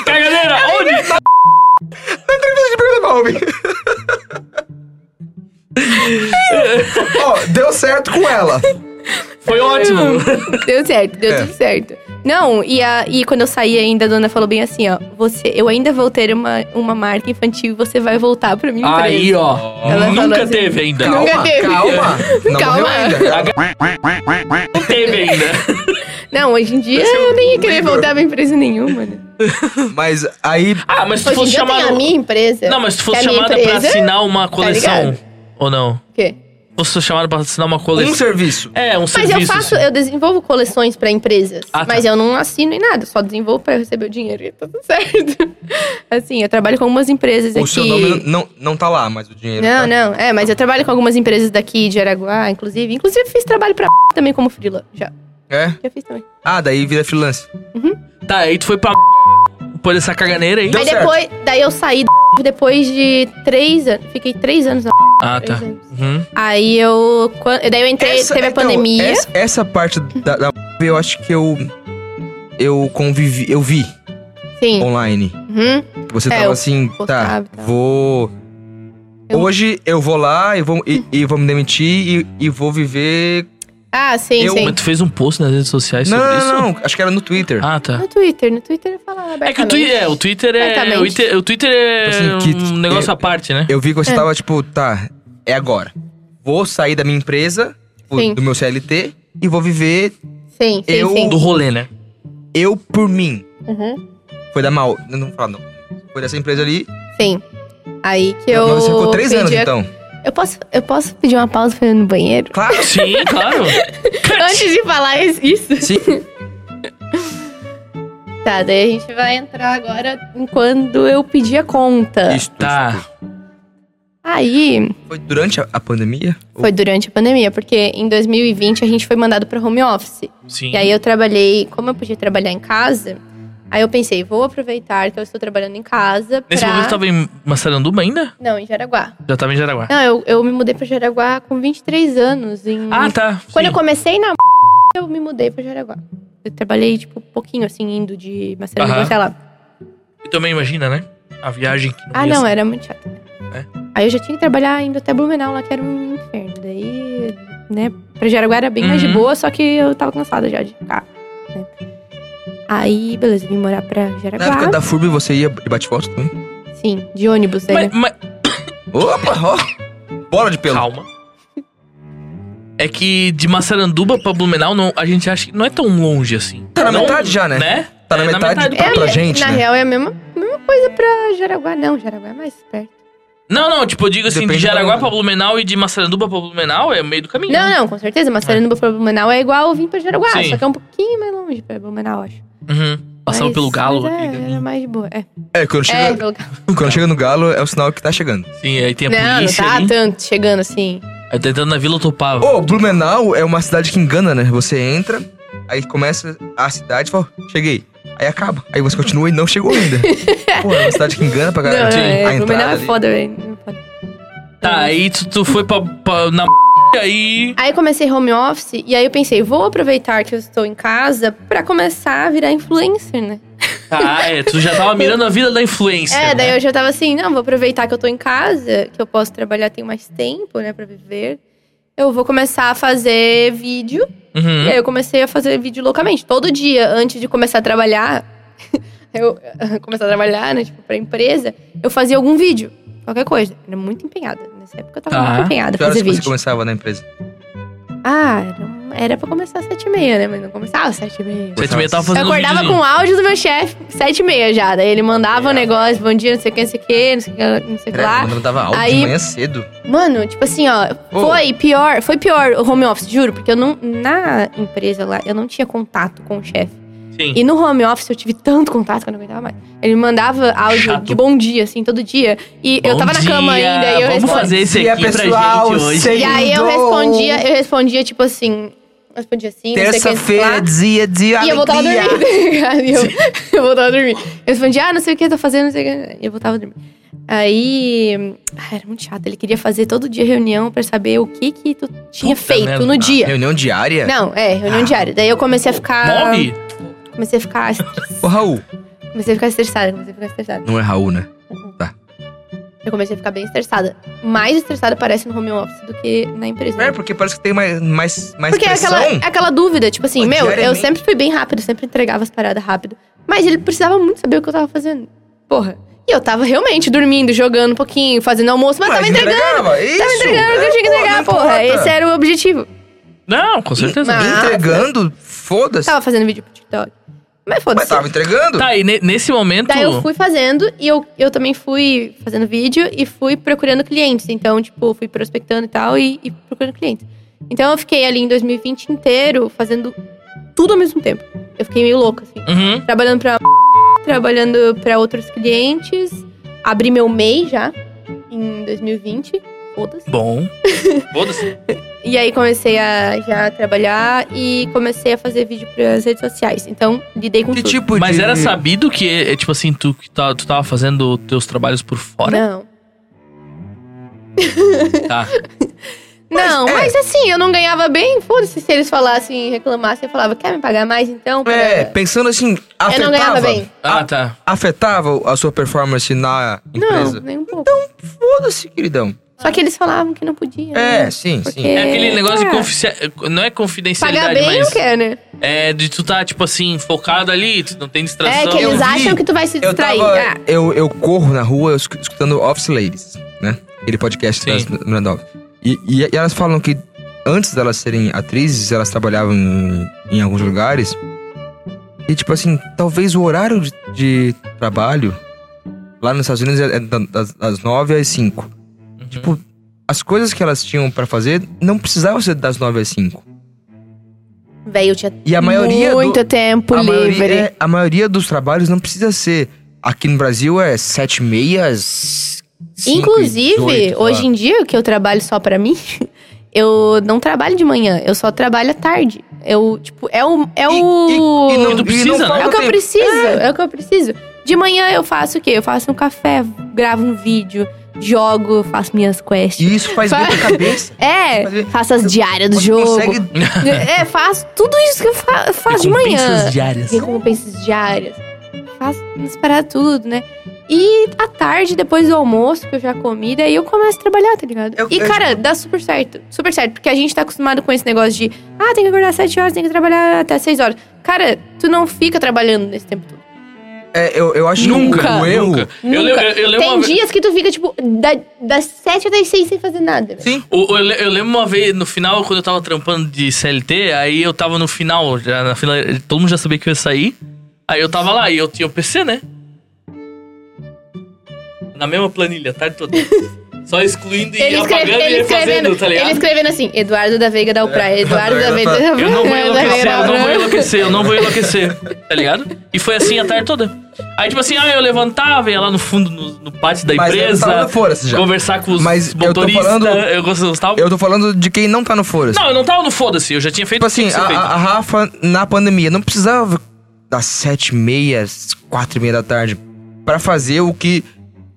Speaker 1: Cá, galera! Onde tá?
Speaker 3: Entrevista de emprego da Valve. Ó, deu certo com ela.
Speaker 1: Foi ótimo.
Speaker 2: Deu certo, deu
Speaker 3: É.
Speaker 2: tudo certo. Não, e, a, e quando eu saí ainda, a dona falou bem assim, ó. Você, eu ainda vou ter uma, uma marca infantil e você vai voltar pra minha empresa.
Speaker 1: Aí, ó.
Speaker 2: Ela falou
Speaker 1: Nunca
Speaker 2: assim,
Speaker 1: teve ainda.
Speaker 2: Nunca teve.
Speaker 3: calma. Não
Speaker 2: Calma.
Speaker 3: morreu ainda.
Speaker 1: Não teve ainda.
Speaker 2: Não, hoje em dia eu nem ia querer voltar pra empresa nenhuma, né?
Speaker 3: Mas aí...
Speaker 1: Ah, mas se tu
Speaker 2: Hoje em
Speaker 1: fosse
Speaker 2: dia eu
Speaker 1: chamada.
Speaker 2: tenho a minha empresa.
Speaker 1: Não, mas se tu fosse
Speaker 2: que a minha
Speaker 1: chamada pra
Speaker 2: empresa- tá
Speaker 1: assinar uma coleção.
Speaker 2: ligado?
Speaker 1: ou não?
Speaker 2: O quê?
Speaker 1: Se fosse chamada pra assinar uma
Speaker 3: Um
Speaker 1: coleção.
Speaker 3: serviço.
Speaker 1: É, um
Speaker 2: Mas
Speaker 1: serviço.
Speaker 3: né?
Speaker 2: eu faço, eu desenvolvo coleções pra empresas.
Speaker 1: Ah, tá.
Speaker 2: Mas eu não assino em nada, só desenvolvo pra eu receber o dinheiro e tá tudo certo. Assim, eu trabalho com algumas empresas
Speaker 3: O
Speaker 2: aqui.
Speaker 3: seu nome não, não tá lá, mas o dinheiro
Speaker 2: é Não,
Speaker 3: tá.
Speaker 2: não. É, mas eu trabalho com algumas empresas daqui de Araguá, inclusive. Inclusive, eu fiz trabalho pra também como frila. Já,
Speaker 3: É?
Speaker 2: já fiz também.
Speaker 3: Ah, daí vira freelance.
Speaker 1: Tá, aí tu foi pra. Por essa caganeira aí.
Speaker 3: Deu
Speaker 2: Aí
Speaker 3: certo.
Speaker 2: depois, daí eu saí da depois de três anos. Fiquei três anos na
Speaker 1: Ah, tá.
Speaker 2: três anos.
Speaker 1: Uhum.
Speaker 2: Aí eu. quan- Daí eu entrei,
Speaker 3: Essa-
Speaker 2: teve a
Speaker 3: então,
Speaker 2: pandemia.
Speaker 3: Essa, essa parte da, da eu acho que eu eu convivi, eu vi é
Speaker 2: Sim.
Speaker 3: online.
Speaker 2: Uhum.
Speaker 3: Você
Speaker 2: É,
Speaker 3: tava
Speaker 2: eu
Speaker 3: assim, tá,
Speaker 2: postava e tal.
Speaker 3: vou
Speaker 2: Eu-
Speaker 3: Hoje eu vou lá e vou, e, e vou me demitir e, e vou viver.
Speaker 2: Ah, sim,
Speaker 3: Eu-
Speaker 2: sim.
Speaker 1: Mas tu fez um post nas redes sociais
Speaker 3: Não,
Speaker 1: sobre
Speaker 3: não,
Speaker 1: isso?
Speaker 3: não, acho que era no Twitter.
Speaker 1: Ah, tá.
Speaker 2: No Twitter, no Twitter eu falava
Speaker 1: É que o Twitter é. O Twitter é,
Speaker 2: Exatamente.
Speaker 1: o Twitter, o Twitter é
Speaker 3: Assim, que-
Speaker 1: um negócio à parte, né?
Speaker 3: Eu vi que você
Speaker 2: É.
Speaker 3: tava tipo, tá, é agora. Vou sair da minha empresa, tipo,
Speaker 2: Sim.
Speaker 3: do meu CLT e vou viver
Speaker 2: Sim, sim,
Speaker 3: eu-
Speaker 2: sim.
Speaker 1: Do rolê, né?
Speaker 3: eu por mim.
Speaker 2: Uhum.
Speaker 3: Foi da mal, não vou falar não. Foi dessa empresa ali.
Speaker 2: Sim. Aí que eu.
Speaker 3: Nossa, ficou três
Speaker 2: pedi
Speaker 3: anos
Speaker 2: a-
Speaker 3: então.
Speaker 2: Eu posso, eu posso pedir uma pausa pra eu ir no banheiro?
Speaker 3: Claro.
Speaker 1: Sim, claro.
Speaker 2: Antes de falar es- isso.
Speaker 3: Sim.
Speaker 2: Tá, daí a gente vai entrar agora em quando eu pedi a conta.
Speaker 3: Isso,
Speaker 1: Tá.
Speaker 2: Aí
Speaker 3: Foi durante a, a pandemia?
Speaker 2: foi durante a pandemia, porque em 2020 a gente foi mandado pra home office.
Speaker 1: Sim.
Speaker 2: E aí eu trabalhei, como eu podia trabalhar em casa, aí eu pensei, vou aproveitar que eu estou trabalhando em casa
Speaker 1: Nesse
Speaker 2: pra...
Speaker 1: momento tu tava em Massaranduba ainda?
Speaker 2: Não, em Jaraguá.
Speaker 1: Já tava em Jaraguá.
Speaker 2: Não, eu, eu me mudei pra Jaraguá com 23 anos. Em...
Speaker 1: Ah, tá.
Speaker 2: Quando
Speaker 1: Sim.
Speaker 2: eu comecei na eu me mudei pra Jaraguá. Eu trabalhei, tipo, pouquinho, assim, indo de Macedonia,
Speaker 1: Aham.
Speaker 2: sei lá.
Speaker 1: E também imagina, né? A viagem. que
Speaker 2: Ah,
Speaker 1: ia
Speaker 2: não,
Speaker 1: ser-
Speaker 2: era muito chato.
Speaker 1: É?
Speaker 2: Aí eu já tinha que trabalhar indo até Blumenau lá, que era um inferno. Daí, né, pra Jaraguá era bem mais de
Speaker 1: Uhum.
Speaker 2: boa, só que eu tava cansada já de ficar, né. Aí, beleza, vim morar pra
Speaker 3: Na época
Speaker 2: Jaraguá.
Speaker 3: da FURB você ia de bate-volta também?
Speaker 2: Sim, de ônibus, né?
Speaker 1: Mas, mas-
Speaker 3: Opa, ó. Bola de pelo.
Speaker 1: calma. É que de Massaranduba pra Blumenau, não, a gente acha que não é tão longe assim.
Speaker 3: Tá na
Speaker 1: Não-
Speaker 3: metade já, né?
Speaker 1: Né?
Speaker 3: Tá na
Speaker 1: É,
Speaker 3: metade,
Speaker 1: pra-
Speaker 3: pra, pra gente,
Speaker 2: Na
Speaker 3: né?
Speaker 2: real, é a mesma, mesma coisa pra Jaraguá. Não, Jaraguá é mais perto.
Speaker 1: Não, não, tipo, eu digo assim,
Speaker 3: Depende
Speaker 1: de Jaraguá
Speaker 3: da-
Speaker 1: pra Blumenau e de Massaranduba pra Blumenau é meio do caminho.
Speaker 2: Não, não, com certeza. Massaranduba pra Blumenau é igual vir pra Jaraguá,
Speaker 1: Sim.
Speaker 2: só que é um pouquinho mais longe pra Blumenau, acho.
Speaker 1: Uhum. Passava
Speaker 2: Mas-
Speaker 1: pelo galo. né?
Speaker 2: mas
Speaker 1: aquele
Speaker 2: É, era
Speaker 1: caminho.
Speaker 2: mais de boa. É,
Speaker 3: É, quando
Speaker 2: é
Speaker 3: chega,
Speaker 2: pelo galo.
Speaker 3: quando chega no galo é o sinal que tá chegando.
Speaker 1: Sim, aí tem a
Speaker 2: Não, não
Speaker 1: polícia
Speaker 2: tá
Speaker 1: ali.
Speaker 2: tanto chegando assim.
Speaker 1: Aí tá entrando na Vila eu Topava.
Speaker 3: Ô, Blumenau é uma cidade que engana, né? Você entra, aí começa a cidade e fala, cheguei. Aí acaba. Aí você continua e não chegou ainda. Pô, é uma cidade que engana pra
Speaker 2: não,
Speaker 3: garantir
Speaker 2: é,
Speaker 3: a
Speaker 2: Blumenau
Speaker 3: entrada.
Speaker 2: é
Speaker 3: ali.
Speaker 2: foda, velho. É foda.
Speaker 1: Tá, aí tu, tu foi pra, pra- na aí.
Speaker 2: Aí eu comecei home office e aí eu pensei, vou aproveitar que eu estou em casa pra começar a virar influencer, né?
Speaker 1: Ah, é, tu já tava mirando a vida da influência. né?
Speaker 2: É, daí eu já tava assim, não, vou aproveitar que eu tô em casa, que eu posso trabalhar, tenho mais tempo, né, pra viver. Eu vou começar a fazer vídeo E
Speaker 1: Uhum.
Speaker 2: aí eu comecei a fazer vídeo loucamente. Todo dia, antes de começar a trabalhar, eu começar a trabalhar, né? Tipo, pra empresa, eu fazia algum vídeo. Qualquer coisa. Era muito empenhada. Nessa época eu tava
Speaker 1: Tá.
Speaker 2: muito empenhada a
Speaker 3: Que horas
Speaker 2: fazer
Speaker 3: que você
Speaker 2: vídeo.
Speaker 3: começava na empresa?
Speaker 2: Ah, era, um- era pra começar às sete e meia, né? Mas não começava às sete e meia.
Speaker 1: Sete e meia tava
Speaker 2: Eu
Speaker 1: fazendo um
Speaker 2: acordava com
Speaker 1: videozinho.
Speaker 2: o áudio do meu chefe, sete e meia já. Daí ele mandava o negócio, bom dia, não sei o que, não sei o que, não sei o que, não sei o que lá.
Speaker 3: Credo, Não dava aula de
Speaker 2: Aí-
Speaker 3: manhã cedo.
Speaker 2: Mano, tipo assim, ó,
Speaker 3: Ô.
Speaker 2: foi pior, foi pior o home office, juro, porque eu não na empresa lá, eu não tinha contato com o chefe.
Speaker 1: Sim.
Speaker 2: E no home office eu tive tanto contato que eu não aguentava mais. Ele me mandava áudio
Speaker 1: Chato.
Speaker 2: de bom dia, assim, todo dia. E eu
Speaker 1: Bom
Speaker 2: tava na cama
Speaker 1: dia,
Speaker 2: ainda e eu
Speaker 1: Vamos
Speaker 2: respondi.
Speaker 1: fazer esse
Speaker 4: Dia,
Speaker 1: aqui pra
Speaker 4: pessoal,
Speaker 1: gente hoje.
Speaker 4: sem-
Speaker 2: E aí eu
Speaker 4: Lindo.
Speaker 2: respondia, eu respondia tipo assim, eu respondia assim, não sei o que, lá.
Speaker 3: é
Speaker 4: Terça-feira, dia, dia,
Speaker 2: E eu voltava a
Speaker 4: alegria.
Speaker 2: dormir. tá ligado? E eu, eu voltava a dormir. Eu respondia, ah, não sei o que, tô fazendo, não sei o que. E eu voltava a dormir. Aí. ah, era muito chato. Ele queria fazer todo dia reunião pra saber o que que tu tinha
Speaker 1: Puta
Speaker 2: feito
Speaker 1: merda.
Speaker 2: no dia.
Speaker 3: Reunião diária?
Speaker 2: Não, é, reunião diária. Daí eu comecei a ficar.
Speaker 1: Nove?
Speaker 2: Comecei a ficar.
Speaker 3: Ô, Raul.
Speaker 2: Comecei a ficar estressada, comecei a ficar estressada.
Speaker 3: Não é Raul, né?
Speaker 2: Eu comecei a ficar bem estressada. Mais estressada parece no home office do que na empresa.
Speaker 3: É, porque parece que tem mais, mais, mais
Speaker 2: Porque é
Speaker 3: pressão.
Speaker 2: aquela, é aquela dúvida, tipo assim,
Speaker 3: Pô,
Speaker 2: meu, eu
Speaker 3: diariamente.
Speaker 2: sempre fui bem rápido, sempre entregava as paradas rápido. Mas ele precisava muito saber o que eu tava fazendo. Porra. E eu tava realmente dormindo, jogando um pouquinho, fazendo almoço, mas, tava entregando.
Speaker 3: Entregava, isso. é,
Speaker 2: Tava entregando o que eu tinha que
Speaker 3: pô,
Speaker 2: entregar,
Speaker 3: não
Speaker 2: porra.
Speaker 3: importa.
Speaker 2: Esse era o objetivo.
Speaker 1: Não, com certeza.
Speaker 2: Mas- Ah,
Speaker 3: Entregando? Foda-se.
Speaker 2: Tava fazendo vídeo pro TikTok. Mas
Speaker 3: Mas
Speaker 2: foda-se.
Speaker 3: tava entregando?
Speaker 1: Tá, e ne- nesse momento.
Speaker 2: Daí eu fui fazendo e eu, eu também fui fazendo vídeo e fui procurando clientes. Então, tipo, fui prospectando e tal e, e procurando clientes. Então eu fiquei ali em 2020 inteiro fazendo tudo ao mesmo tempo. Eu fiquei meio louca, assim.
Speaker 1: Uhum.
Speaker 2: Trabalhando pra trabalhando pra outros clientes. Abri meu MEI já em 2020. Foda-se.
Speaker 1: Bom. Foda-se.
Speaker 2: E aí comecei a já trabalhar e comecei a fazer vídeo pras redes sociais. Então, lidei com
Speaker 3: Que
Speaker 2: tudo.
Speaker 3: tipo
Speaker 1: Mas
Speaker 3: de...
Speaker 1: era sabido que, é, tipo assim, tu, que tá- tu tava fazendo teus trabalhos por fora?
Speaker 2: Não.
Speaker 1: Tá.
Speaker 2: Não,
Speaker 3: é.
Speaker 2: mas assim, eu não ganhava bem. Foda-se se eles falassem, reclamassem. Eu falava, quer me pagar mais então? pra-
Speaker 3: É, pensando assim, afetava,
Speaker 2: eu não ganhava bem.
Speaker 1: Ah, tá.
Speaker 3: afetava a sua performance na
Speaker 2: Não,
Speaker 3: empresa? Então,
Speaker 2: nem um pouco.
Speaker 3: Foda-se, queridão.
Speaker 2: Só que eles falavam que não podia. né?
Speaker 3: É, sim,
Speaker 2: Porque-
Speaker 3: sim.
Speaker 1: É aquele negócio de
Speaker 2: Ah,
Speaker 1: confici- Não é
Speaker 2: Pagar
Speaker 1: confidencialidade,
Speaker 2: bem
Speaker 1: mas.
Speaker 2: eu quero, né?
Speaker 1: É de tu tá, tipo assim, focado ali, tu não tem
Speaker 2: É
Speaker 1: distração. Uhum.
Speaker 2: que
Speaker 3: Eu
Speaker 2: eles
Speaker 3: vi-
Speaker 2: acham que tu vai se
Speaker 3: Eu
Speaker 2: distrair.
Speaker 3: tava-
Speaker 2: Ah,
Speaker 3: eu, eu corro na rua eu escu- escutando Office Ladies, né? Aquele podcast
Speaker 1: Sim.
Speaker 3: das meninas novas. E, e- e elas falam que antes delas serem atrizes, elas trabalhavam em, em alguns lugares. E tipo assim, talvez o horário de, de trabalho lá nos Estados Unidos é é da- das, das 9 às 5.
Speaker 1: Uhum.
Speaker 3: Tipo, as coisas que elas tinham pra fazer não precisavam ser das 9 às 5.
Speaker 2: Velho, eu tinha
Speaker 3: E a maioria do-
Speaker 2: muito tempo
Speaker 3: a
Speaker 2: livre.
Speaker 3: Maioria, é, a maioria dos trabalhos não precisa ser. Aqui no Brasil é sete e meia. às cinco e
Speaker 2: Inclusive,
Speaker 3: dezoito, sei lá.
Speaker 2: hoje em dia, que eu trabalho só pra mim, eu não trabalho de manhã, eu só trabalho à tarde. Eu, tipo, é o. É,
Speaker 3: E-
Speaker 2: o,
Speaker 3: E, e, não,
Speaker 1: E tu
Speaker 3: e
Speaker 1: precisa,
Speaker 3: não
Speaker 1: né?
Speaker 3: falta
Speaker 2: é o que eu
Speaker 3: tempo.
Speaker 2: preciso, é. o que eu preciso. De manhã eu faço o quê? Eu faço um café, gravo um vídeo, jogo, faço minhas quests.
Speaker 3: E isso faz bem pra cabeça.
Speaker 2: É, faço as diárias do
Speaker 3: Você
Speaker 2: jogo.
Speaker 3: consegue
Speaker 2: É, faço tudo isso que eu fa- eu faço de manhã
Speaker 1: Recompensas diárias.
Speaker 2: recompensas diárias. Faço esperar tudo, né? E à tarde, depois do almoço, que eu já comi, daí eu começo a trabalhar, tá ligado?
Speaker 3: Eu-
Speaker 2: e,
Speaker 3: eu-
Speaker 2: cara, dá super certo. Super certo. Porque a gente tá acostumado com esse negócio de ah, tem que acordar às 7 horas, tem que trabalhar até 6 horas. Cara, tu não fica trabalhando nesse tempo todo.
Speaker 3: É, eu, eu acho que
Speaker 2: Nunca.
Speaker 3: o erro.
Speaker 1: Nunca. Eu lembro, eu, eu lembro
Speaker 2: Tem
Speaker 1: uma vez.
Speaker 2: dias que tu fica, tipo, da- das 7 até as 6 sem fazer nada. velho.
Speaker 3: Sim.
Speaker 1: o- o- Eu, le- eu lembro uma vez, no final, quando eu tava trampando de CLT, aí eu tava no final, já na fila, todo mundo já sabia que eu ia sair. Aí eu tava lá e eu tinha o PC, né? Na mesma planilha, a tarde toda. Só excluindo e
Speaker 2: Ele, escreve,
Speaker 1: apagando
Speaker 2: ele,
Speaker 1: e
Speaker 2: escrevendo,
Speaker 1: refazendo, tá ligado?
Speaker 2: ele escrevendo assim, Eduardo da Veiga da Alpraia, Eduardo da Veiga da
Speaker 1: Eu não vou
Speaker 2: Alpraia, da Veiga
Speaker 1: enlouquecer,
Speaker 2: da
Speaker 1: eu não vou
Speaker 2: Alpraia.
Speaker 1: enlouquecer, eu não vou enlouquecer, tá ligado? E foi assim a tarde toda. Aí, tipo assim, ah, eu levantava, ia lá no fundo, no, no pátio da
Speaker 3: Mas eu tava
Speaker 1: empresa,
Speaker 3: no Foda-se já.
Speaker 1: conversar com os
Speaker 3: Mas eu tô
Speaker 1: motoristas. Eu,
Speaker 3: falando-
Speaker 1: gostava.
Speaker 3: Eu tô falando de quem não tá no fora.
Speaker 1: Não, eu não tava no foda-se, eu já tinha feito
Speaker 3: Tipo
Speaker 1: o que tinha
Speaker 3: assim,
Speaker 1: que ser
Speaker 3: a,
Speaker 1: feito.
Speaker 3: a- a Rafa na pandemia não precisava das sete e meia, às quatro e meia da tarde pra fazer o que,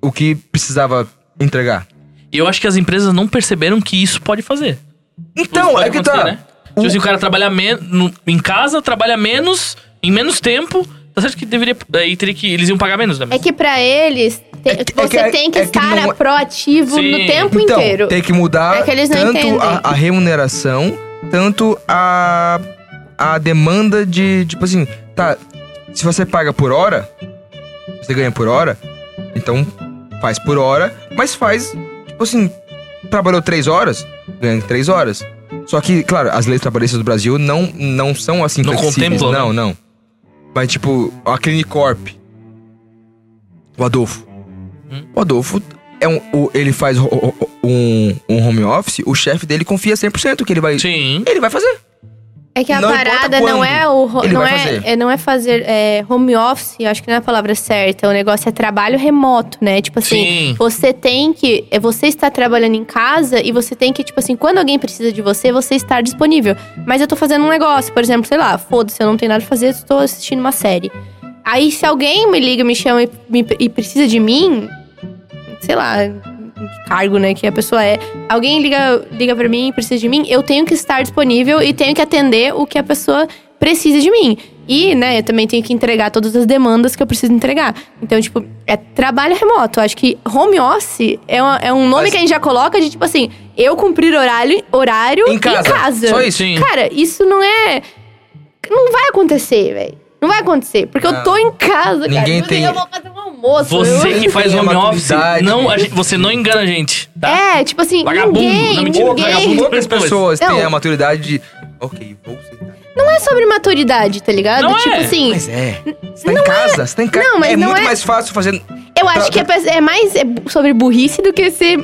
Speaker 3: o que precisava entregar.
Speaker 1: E eu acho que as empresas não perceberam que isso pode fazer.
Speaker 3: Então,
Speaker 1: Pode
Speaker 3: é que
Speaker 1: acontecer,
Speaker 3: tá.
Speaker 1: Né? Tipo assim, o cara trabalha men no- em casa, trabalha menos, em menos tempo. Tá certo que deveria. Aí teria que. Eles iam pagar menos, né?
Speaker 2: É que pra eles, te-
Speaker 3: É que- é
Speaker 2: você
Speaker 3: que-
Speaker 2: tem que
Speaker 3: é que
Speaker 2: estar
Speaker 3: não é-
Speaker 2: proativo
Speaker 1: Sim.
Speaker 2: no tempo
Speaker 3: então,
Speaker 2: inteiro.
Speaker 3: Tem que mudar
Speaker 2: É que eles não entendem.
Speaker 3: tanto a, a remuneração, tanto a, a demanda de. Tipo assim, tá. Se você paga por hora, você ganha por hora, então faz por hora, mas faz, tipo assim, trabalhou três horas, ganha três horas. Só que, claro, as leis trabalhistas do Brasil não, não são assim
Speaker 1: Não
Speaker 3: flexíveis,
Speaker 1: contemplam, né?
Speaker 3: Não, não. Mas, tipo, a Clinicorp, o Adolfo.
Speaker 1: Hum.
Speaker 3: O Adolfo é um, o- ele faz o- o- um, um home office, o chefe dele confia 100% que ele vai,
Speaker 1: Sim.
Speaker 3: ele vai fazer.
Speaker 2: É que a
Speaker 3: Não importa
Speaker 2: parada não
Speaker 3: quando
Speaker 2: é o ro-
Speaker 3: ele
Speaker 2: não
Speaker 3: vai
Speaker 2: é,
Speaker 3: fazer.
Speaker 2: é- não é fazer é, home office, eu acho que não é a palavra certa. O negócio é trabalho remoto, né? Tipo assim,
Speaker 1: Sim.
Speaker 2: você tem que é, você está trabalhando em casa e você tem que tipo assim, quando alguém precisa de você, você estar disponível. Mas eu tô fazendo um negócio, por exemplo, sei lá, foda-se, eu não tenho nada pra fazer, estou assistindo uma série. Aí se alguém me liga, me chama e, me- e precisa de mim, sei lá, que cargo, né, que a pessoa é. Alguém liga, liga para mim e precisa de mim, eu tenho que estar disponível e tenho que atender o que a pessoa precisa de mim. E, né, eu também tenho que entregar todas as demandas que eu preciso entregar. Então, tipo, é trabalho remoto. Eu Acho que home office é, uma- é um nome
Speaker 3: Mas-
Speaker 2: que a gente já coloca de, tipo assim, eu cumprir horário, horário
Speaker 3: Em casa.
Speaker 1: Só isso, hein?
Speaker 2: Cara, isso não é. Não vai acontecer, velho. Não vai acontecer. Porque eu
Speaker 3: Não.
Speaker 2: tô em casa, cara.
Speaker 3: Ninguém
Speaker 2: Inclusive,
Speaker 3: tem-
Speaker 2: Eu vou fazer um almoço. eu-
Speaker 1: Você que faz
Speaker 3: Tem a
Speaker 1: home office,
Speaker 3: maturidade.
Speaker 1: não, a gente- você não engana a gente, tá?
Speaker 2: É, tipo assim,
Speaker 1: Vagabundo,
Speaker 2: ninguém,
Speaker 1: não, é mentira,
Speaker 2: ninguém.
Speaker 1: vagabundo.
Speaker 3: Poucas
Speaker 1: Depois.
Speaker 3: pessoas têm
Speaker 2: Não.
Speaker 3: a maturidade de. Ok, vou sentar.
Speaker 2: Não é sobre maturidade, tá ligado?
Speaker 1: Não
Speaker 2: tipo
Speaker 1: é,
Speaker 2: assim,
Speaker 3: Mas é. Você tá em casa, você tá em casa.
Speaker 2: Não, mas
Speaker 3: é
Speaker 2: não
Speaker 3: muito
Speaker 2: é-
Speaker 3: mais fácil fazer.
Speaker 2: eu acho que é, pe- é mais é bu- sobre burrice do que ser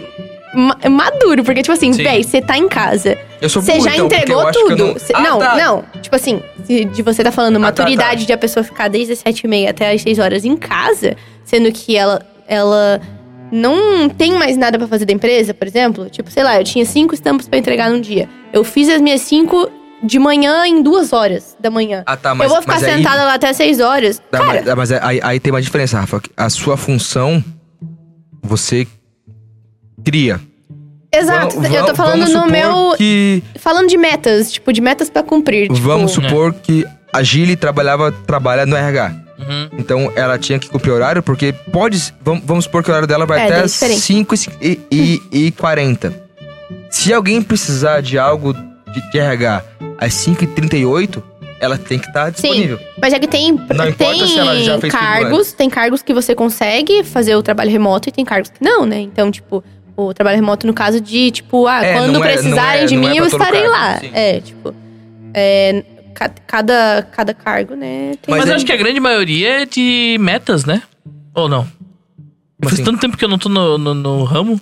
Speaker 2: ma- maduro. Porque, tipo assim,
Speaker 1: Sim.
Speaker 2: véi, você tá em casa.
Speaker 3: Eu sou
Speaker 2: Você
Speaker 3: burro,
Speaker 2: já
Speaker 3: então, porque eu
Speaker 2: entregou
Speaker 3: acho que eu
Speaker 2: tudo.
Speaker 3: não-
Speaker 2: Cê-
Speaker 3: Ah,
Speaker 2: não,
Speaker 3: tá.
Speaker 2: não. Tipo assim, se de você tá
Speaker 1: Ah,
Speaker 2: falando
Speaker 3: tá,
Speaker 2: maturidade
Speaker 3: tá.
Speaker 2: de a pessoa ficar desde as 7h30 até as 6 horas em casa, sendo que ela, ela não tem mais nada pra fazer da empresa, por exemplo. Tipo, sei lá, eu tinha cinco estampas pra entregar num dia. Eu fiz as minhas cinco de manhã em duas horas da manhã.
Speaker 3: Ah, tá, mas.
Speaker 2: eu vou ficar
Speaker 3: mas aí-
Speaker 2: sentada lá até 6 horas.
Speaker 3: Dá
Speaker 2: Cara,
Speaker 3: mais- dá- mas aí, aí tem uma diferença, Rafa. A sua função, você cria.
Speaker 2: exato.
Speaker 3: Va- va-
Speaker 2: eu tô falando
Speaker 3: vamos
Speaker 2: no
Speaker 3: supor
Speaker 2: meu.
Speaker 3: Que,
Speaker 2: Falando de metas, tipo, de metas pra cumprir. Tipo,
Speaker 3: vamos supor que a Gili trabalhava, trabalha no RH.
Speaker 2: É.
Speaker 1: Uhum.
Speaker 3: Então ela tinha que cumprir horário, porque pode. Vamos, vamos supor que o horário dela vai
Speaker 2: É, daí
Speaker 3: até
Speaker 2: é diferente.
Speaker 3: 5 e, e, e 40. Se alguém precisar de algo de, de RH às 5h38, ela tem que estar disponível.
Speaker 2: Mas é que tem,
Speaker 3: importa
Speaker 2: tem
Speaker 3: se ela já fez tudo
Speaker 2: cargos, tem cargos que você consegue fazer o trabalho remoto e tem cargos que não, né? Então, tipo, o trabalho remoto no caso de, tipo, ah,
Speaker 3: É,
Speaker 2: quando
Speaker 3: não é-
Speaker 2: precisarem
Speaker 3: não é-
Speaker 2: de
Speaker 3: não é
Speaker 2: mim,
Speaker 3: pra
Speaker 2: eu
Speaker 3: todo
Speaker 2: estarei
Speaker 3: cargo,
Speaker 2: lá.
Speaker 1: sim.
Speaker 2: É, tipo, é, ca- cada, cada cargo, né? Tem
Speaker 1: Mas,
Speaker 3: Mas
Speaker 1: eu
Speaker 3: é-
Speaker 1: acho que a grande maioria é de metas, né? Ou não?
Speaker 3: Como
Speaker 1: Faz
Speaker 3: assim?
Speaker 1: tanto tempo que eu não tô no, no- no ramo.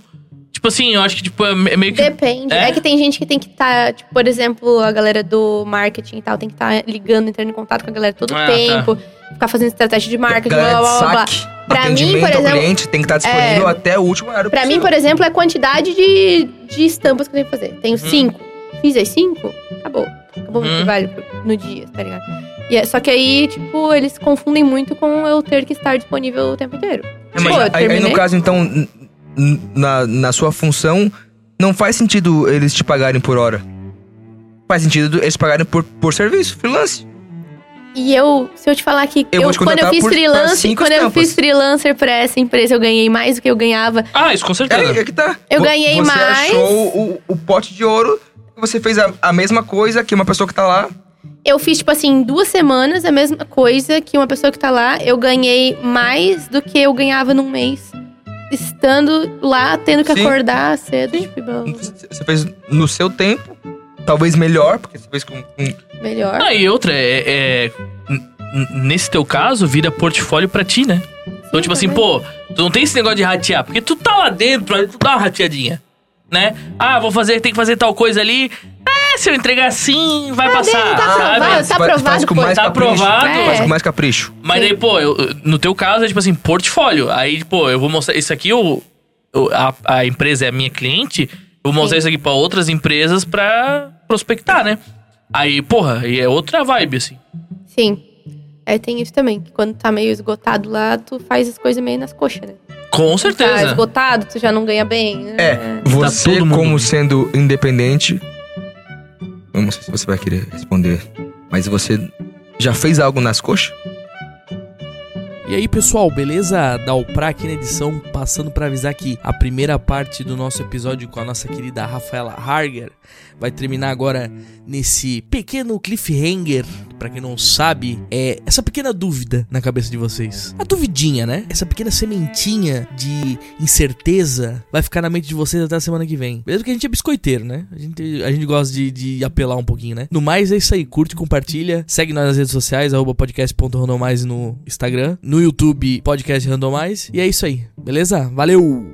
Speaker 1: Tipo assim, eu acho que tipo, é me- meio que.
Speaker 2: Depende.
Speaker 1: É?
Speaker 2: É? que tem gente que tem que estar, tipo, por exemplo, a galera do marketing e tal, tem que estar ligando, entrando em contato com a galera todo
Speaker 1: Ah,
Speaker 2: tempo, ficar fazendo estratégia de marketing, blá
Speaker 3: Galera
Speaker 2: blá
Speaker 3: é de
Speaker 2: blá blá. blá.
Speaker 3: saque,
Speaker 2: Pra mim,
Speaker 3: atendimento
Speaker 2: por
Speaker 3: ao
Speaker 2: exemplo, é,
Speaker 3: cliente tem que estar disponível até o último horário.
Speaker 2: Pra mim,
Speaker 3: possível.
Speaker 2: por exemplo, é a quantidade de, de estampas que eu tenho que fazer.
Speaker 1: Uhum.
Speaker 2: Tenho cinco. Fiz as cinco, acabou. Acabou o meu
Speaker 1: Hum.
Speaker 2: trabalho pro- no dia, tá ligado? E é- só que aí, tipo, eles confundem muito com eu ter que estar disponível o tempo inteiro.
Speaker 3: É,
Speaker 2: Pô,
Speaker 3: mas
Speaker 2: eu
Speaker 3: aí- aí,
Speaker 2: terminei.
Speaker 3: no caso, então, n- n- na, na sua função, não faz sentido eles te pagarem por hora. Faz sentido eles pagarem por, por serviço, freelance.
Speaker 2: E eu, se eu te falar que
Speaker 3: Eu
Speaker 2: eu,
Speaker 3: vou te
Speaker 2: quando eu
Speaker 3: contratar
Speaker 2: fiz
Speaker 3: por- pra
Speaker 2: freelance,
Speaker 3: cinco
Speaker 2: quando eu
Speaker 3: estampas.
Speaker 2: fiz freelancer pra essa empresa, eu ganhei mais do que eu ganhava.
Speaker 1: Ah, isso com
Speaker 3: É,
Speaker 1: certeza.
Speaker 3: é que tá.
Speaker 2: Eu
Speaker 3: Vo-
Speaker 2: ganhei
Speaker 3: você
Speaker 2: mais.
Speaker 3: achou o, o pote de ouro, você fez a, a mesma coisa que uma pessoa que tá lá.
Speaker 2: Eu fiz, tipo assim, em duas semanas a mesma coisa que uma pessoa que tá lá. Eu ganhei mais do que eu ganhava num mês. Estando lá, tendo que
Speaker 3: Sim.
Speaker 2: acordar cedo, tipo, blá, blá, blá.
Speaker 3: Você fez no seu tempo, talvez melhor, porque você fez com... com-
Speaker 2: melhor.
Speaker 1: Ah, e outra, é. é- n- n- nesse teu caso, vira portfólio pra ti, né? Então,
Speaker 2: Sim,
Speaker 1: tipo assim,
Speaker 2: também.
Speaker 1: pô, tu não tem esse negócio de ratear, porque tu tá lá dentro, aí tu dá uma rateadinha, né? Ah, vou fazer, tem que fazer tal coisa ali. É, se eu entregar assim, vai passar, Ah,
Speaker 2: tá
Speaker 1: sabe?
Speaker 2: aprovado, tá
Speaker 3: Ah, faz- faz
Speaker 2: aprovado,
Speaker 3: com
Speaker 2: pô.
Speaker 3: mais
Speaker 1: Tá
Speaker 3: capricho.
Speaker 1: aprovado.
Speaker 3: Faz
Speaker 2: É.
Speaker 3: com mais capricho.
Speaker 1: Mas
Speaker 2: Sim.
Speaker 1: daí, pô, eu- eu- no teu caso é tipo assim, portfólio. Aí, pô, eu vou mostrar. Isso aqui eu, eu- a, a empresa é a minha cliente, eu vou mostrar isso aqui pra outras empresas pra prospectar, né? Aí, porra, aí é outra vibe, assim.
Speaker 2: Sim. É, tem isso também, que quando tá meio esgotado lá, tu faz as coisas meio nas coxas, né?
Speaker 1: Com
Speaker 2: Tá
Speaker 1: certeza.
Speaker 2: esgotado, tu já não ganha bem. né?
Speaker 3: É,
Speaker 1: Tá todo
Speaker 3: você
Speaker 1: mundo
Speaker 3: como
Speaker 1: bem.
Speaker 3: sendo independente, eu não sei se você vai querer responder, mas você já fez algo nas coxas?
Speaker 4: E aí, pessoal, beleza? Dalprá aqui na edição, passando para avisar que a primeira parte do nosso episódio com a nossa querida Rafaela Harger vai terminar agora nesse pequeno cliffhanger. Pra quem não sabe, é essa pequena dúvida na cabeça de vocês. A duvidinha, né? Essa pequena sementinha de incerteza vai ficar na mente de vocês até a semana que vem. Beleza? Porque a gente é biscoiteiro, né? A gente, a gente gosta de, de apelar um pouquinho, né? No mais, é isso aí. Curte, compartilha. Segue nós nas redes sociais, arroba podcast.randomize no Instagram. No YouTube, podcast randomize. E é isso aí. Beleza? Valeu!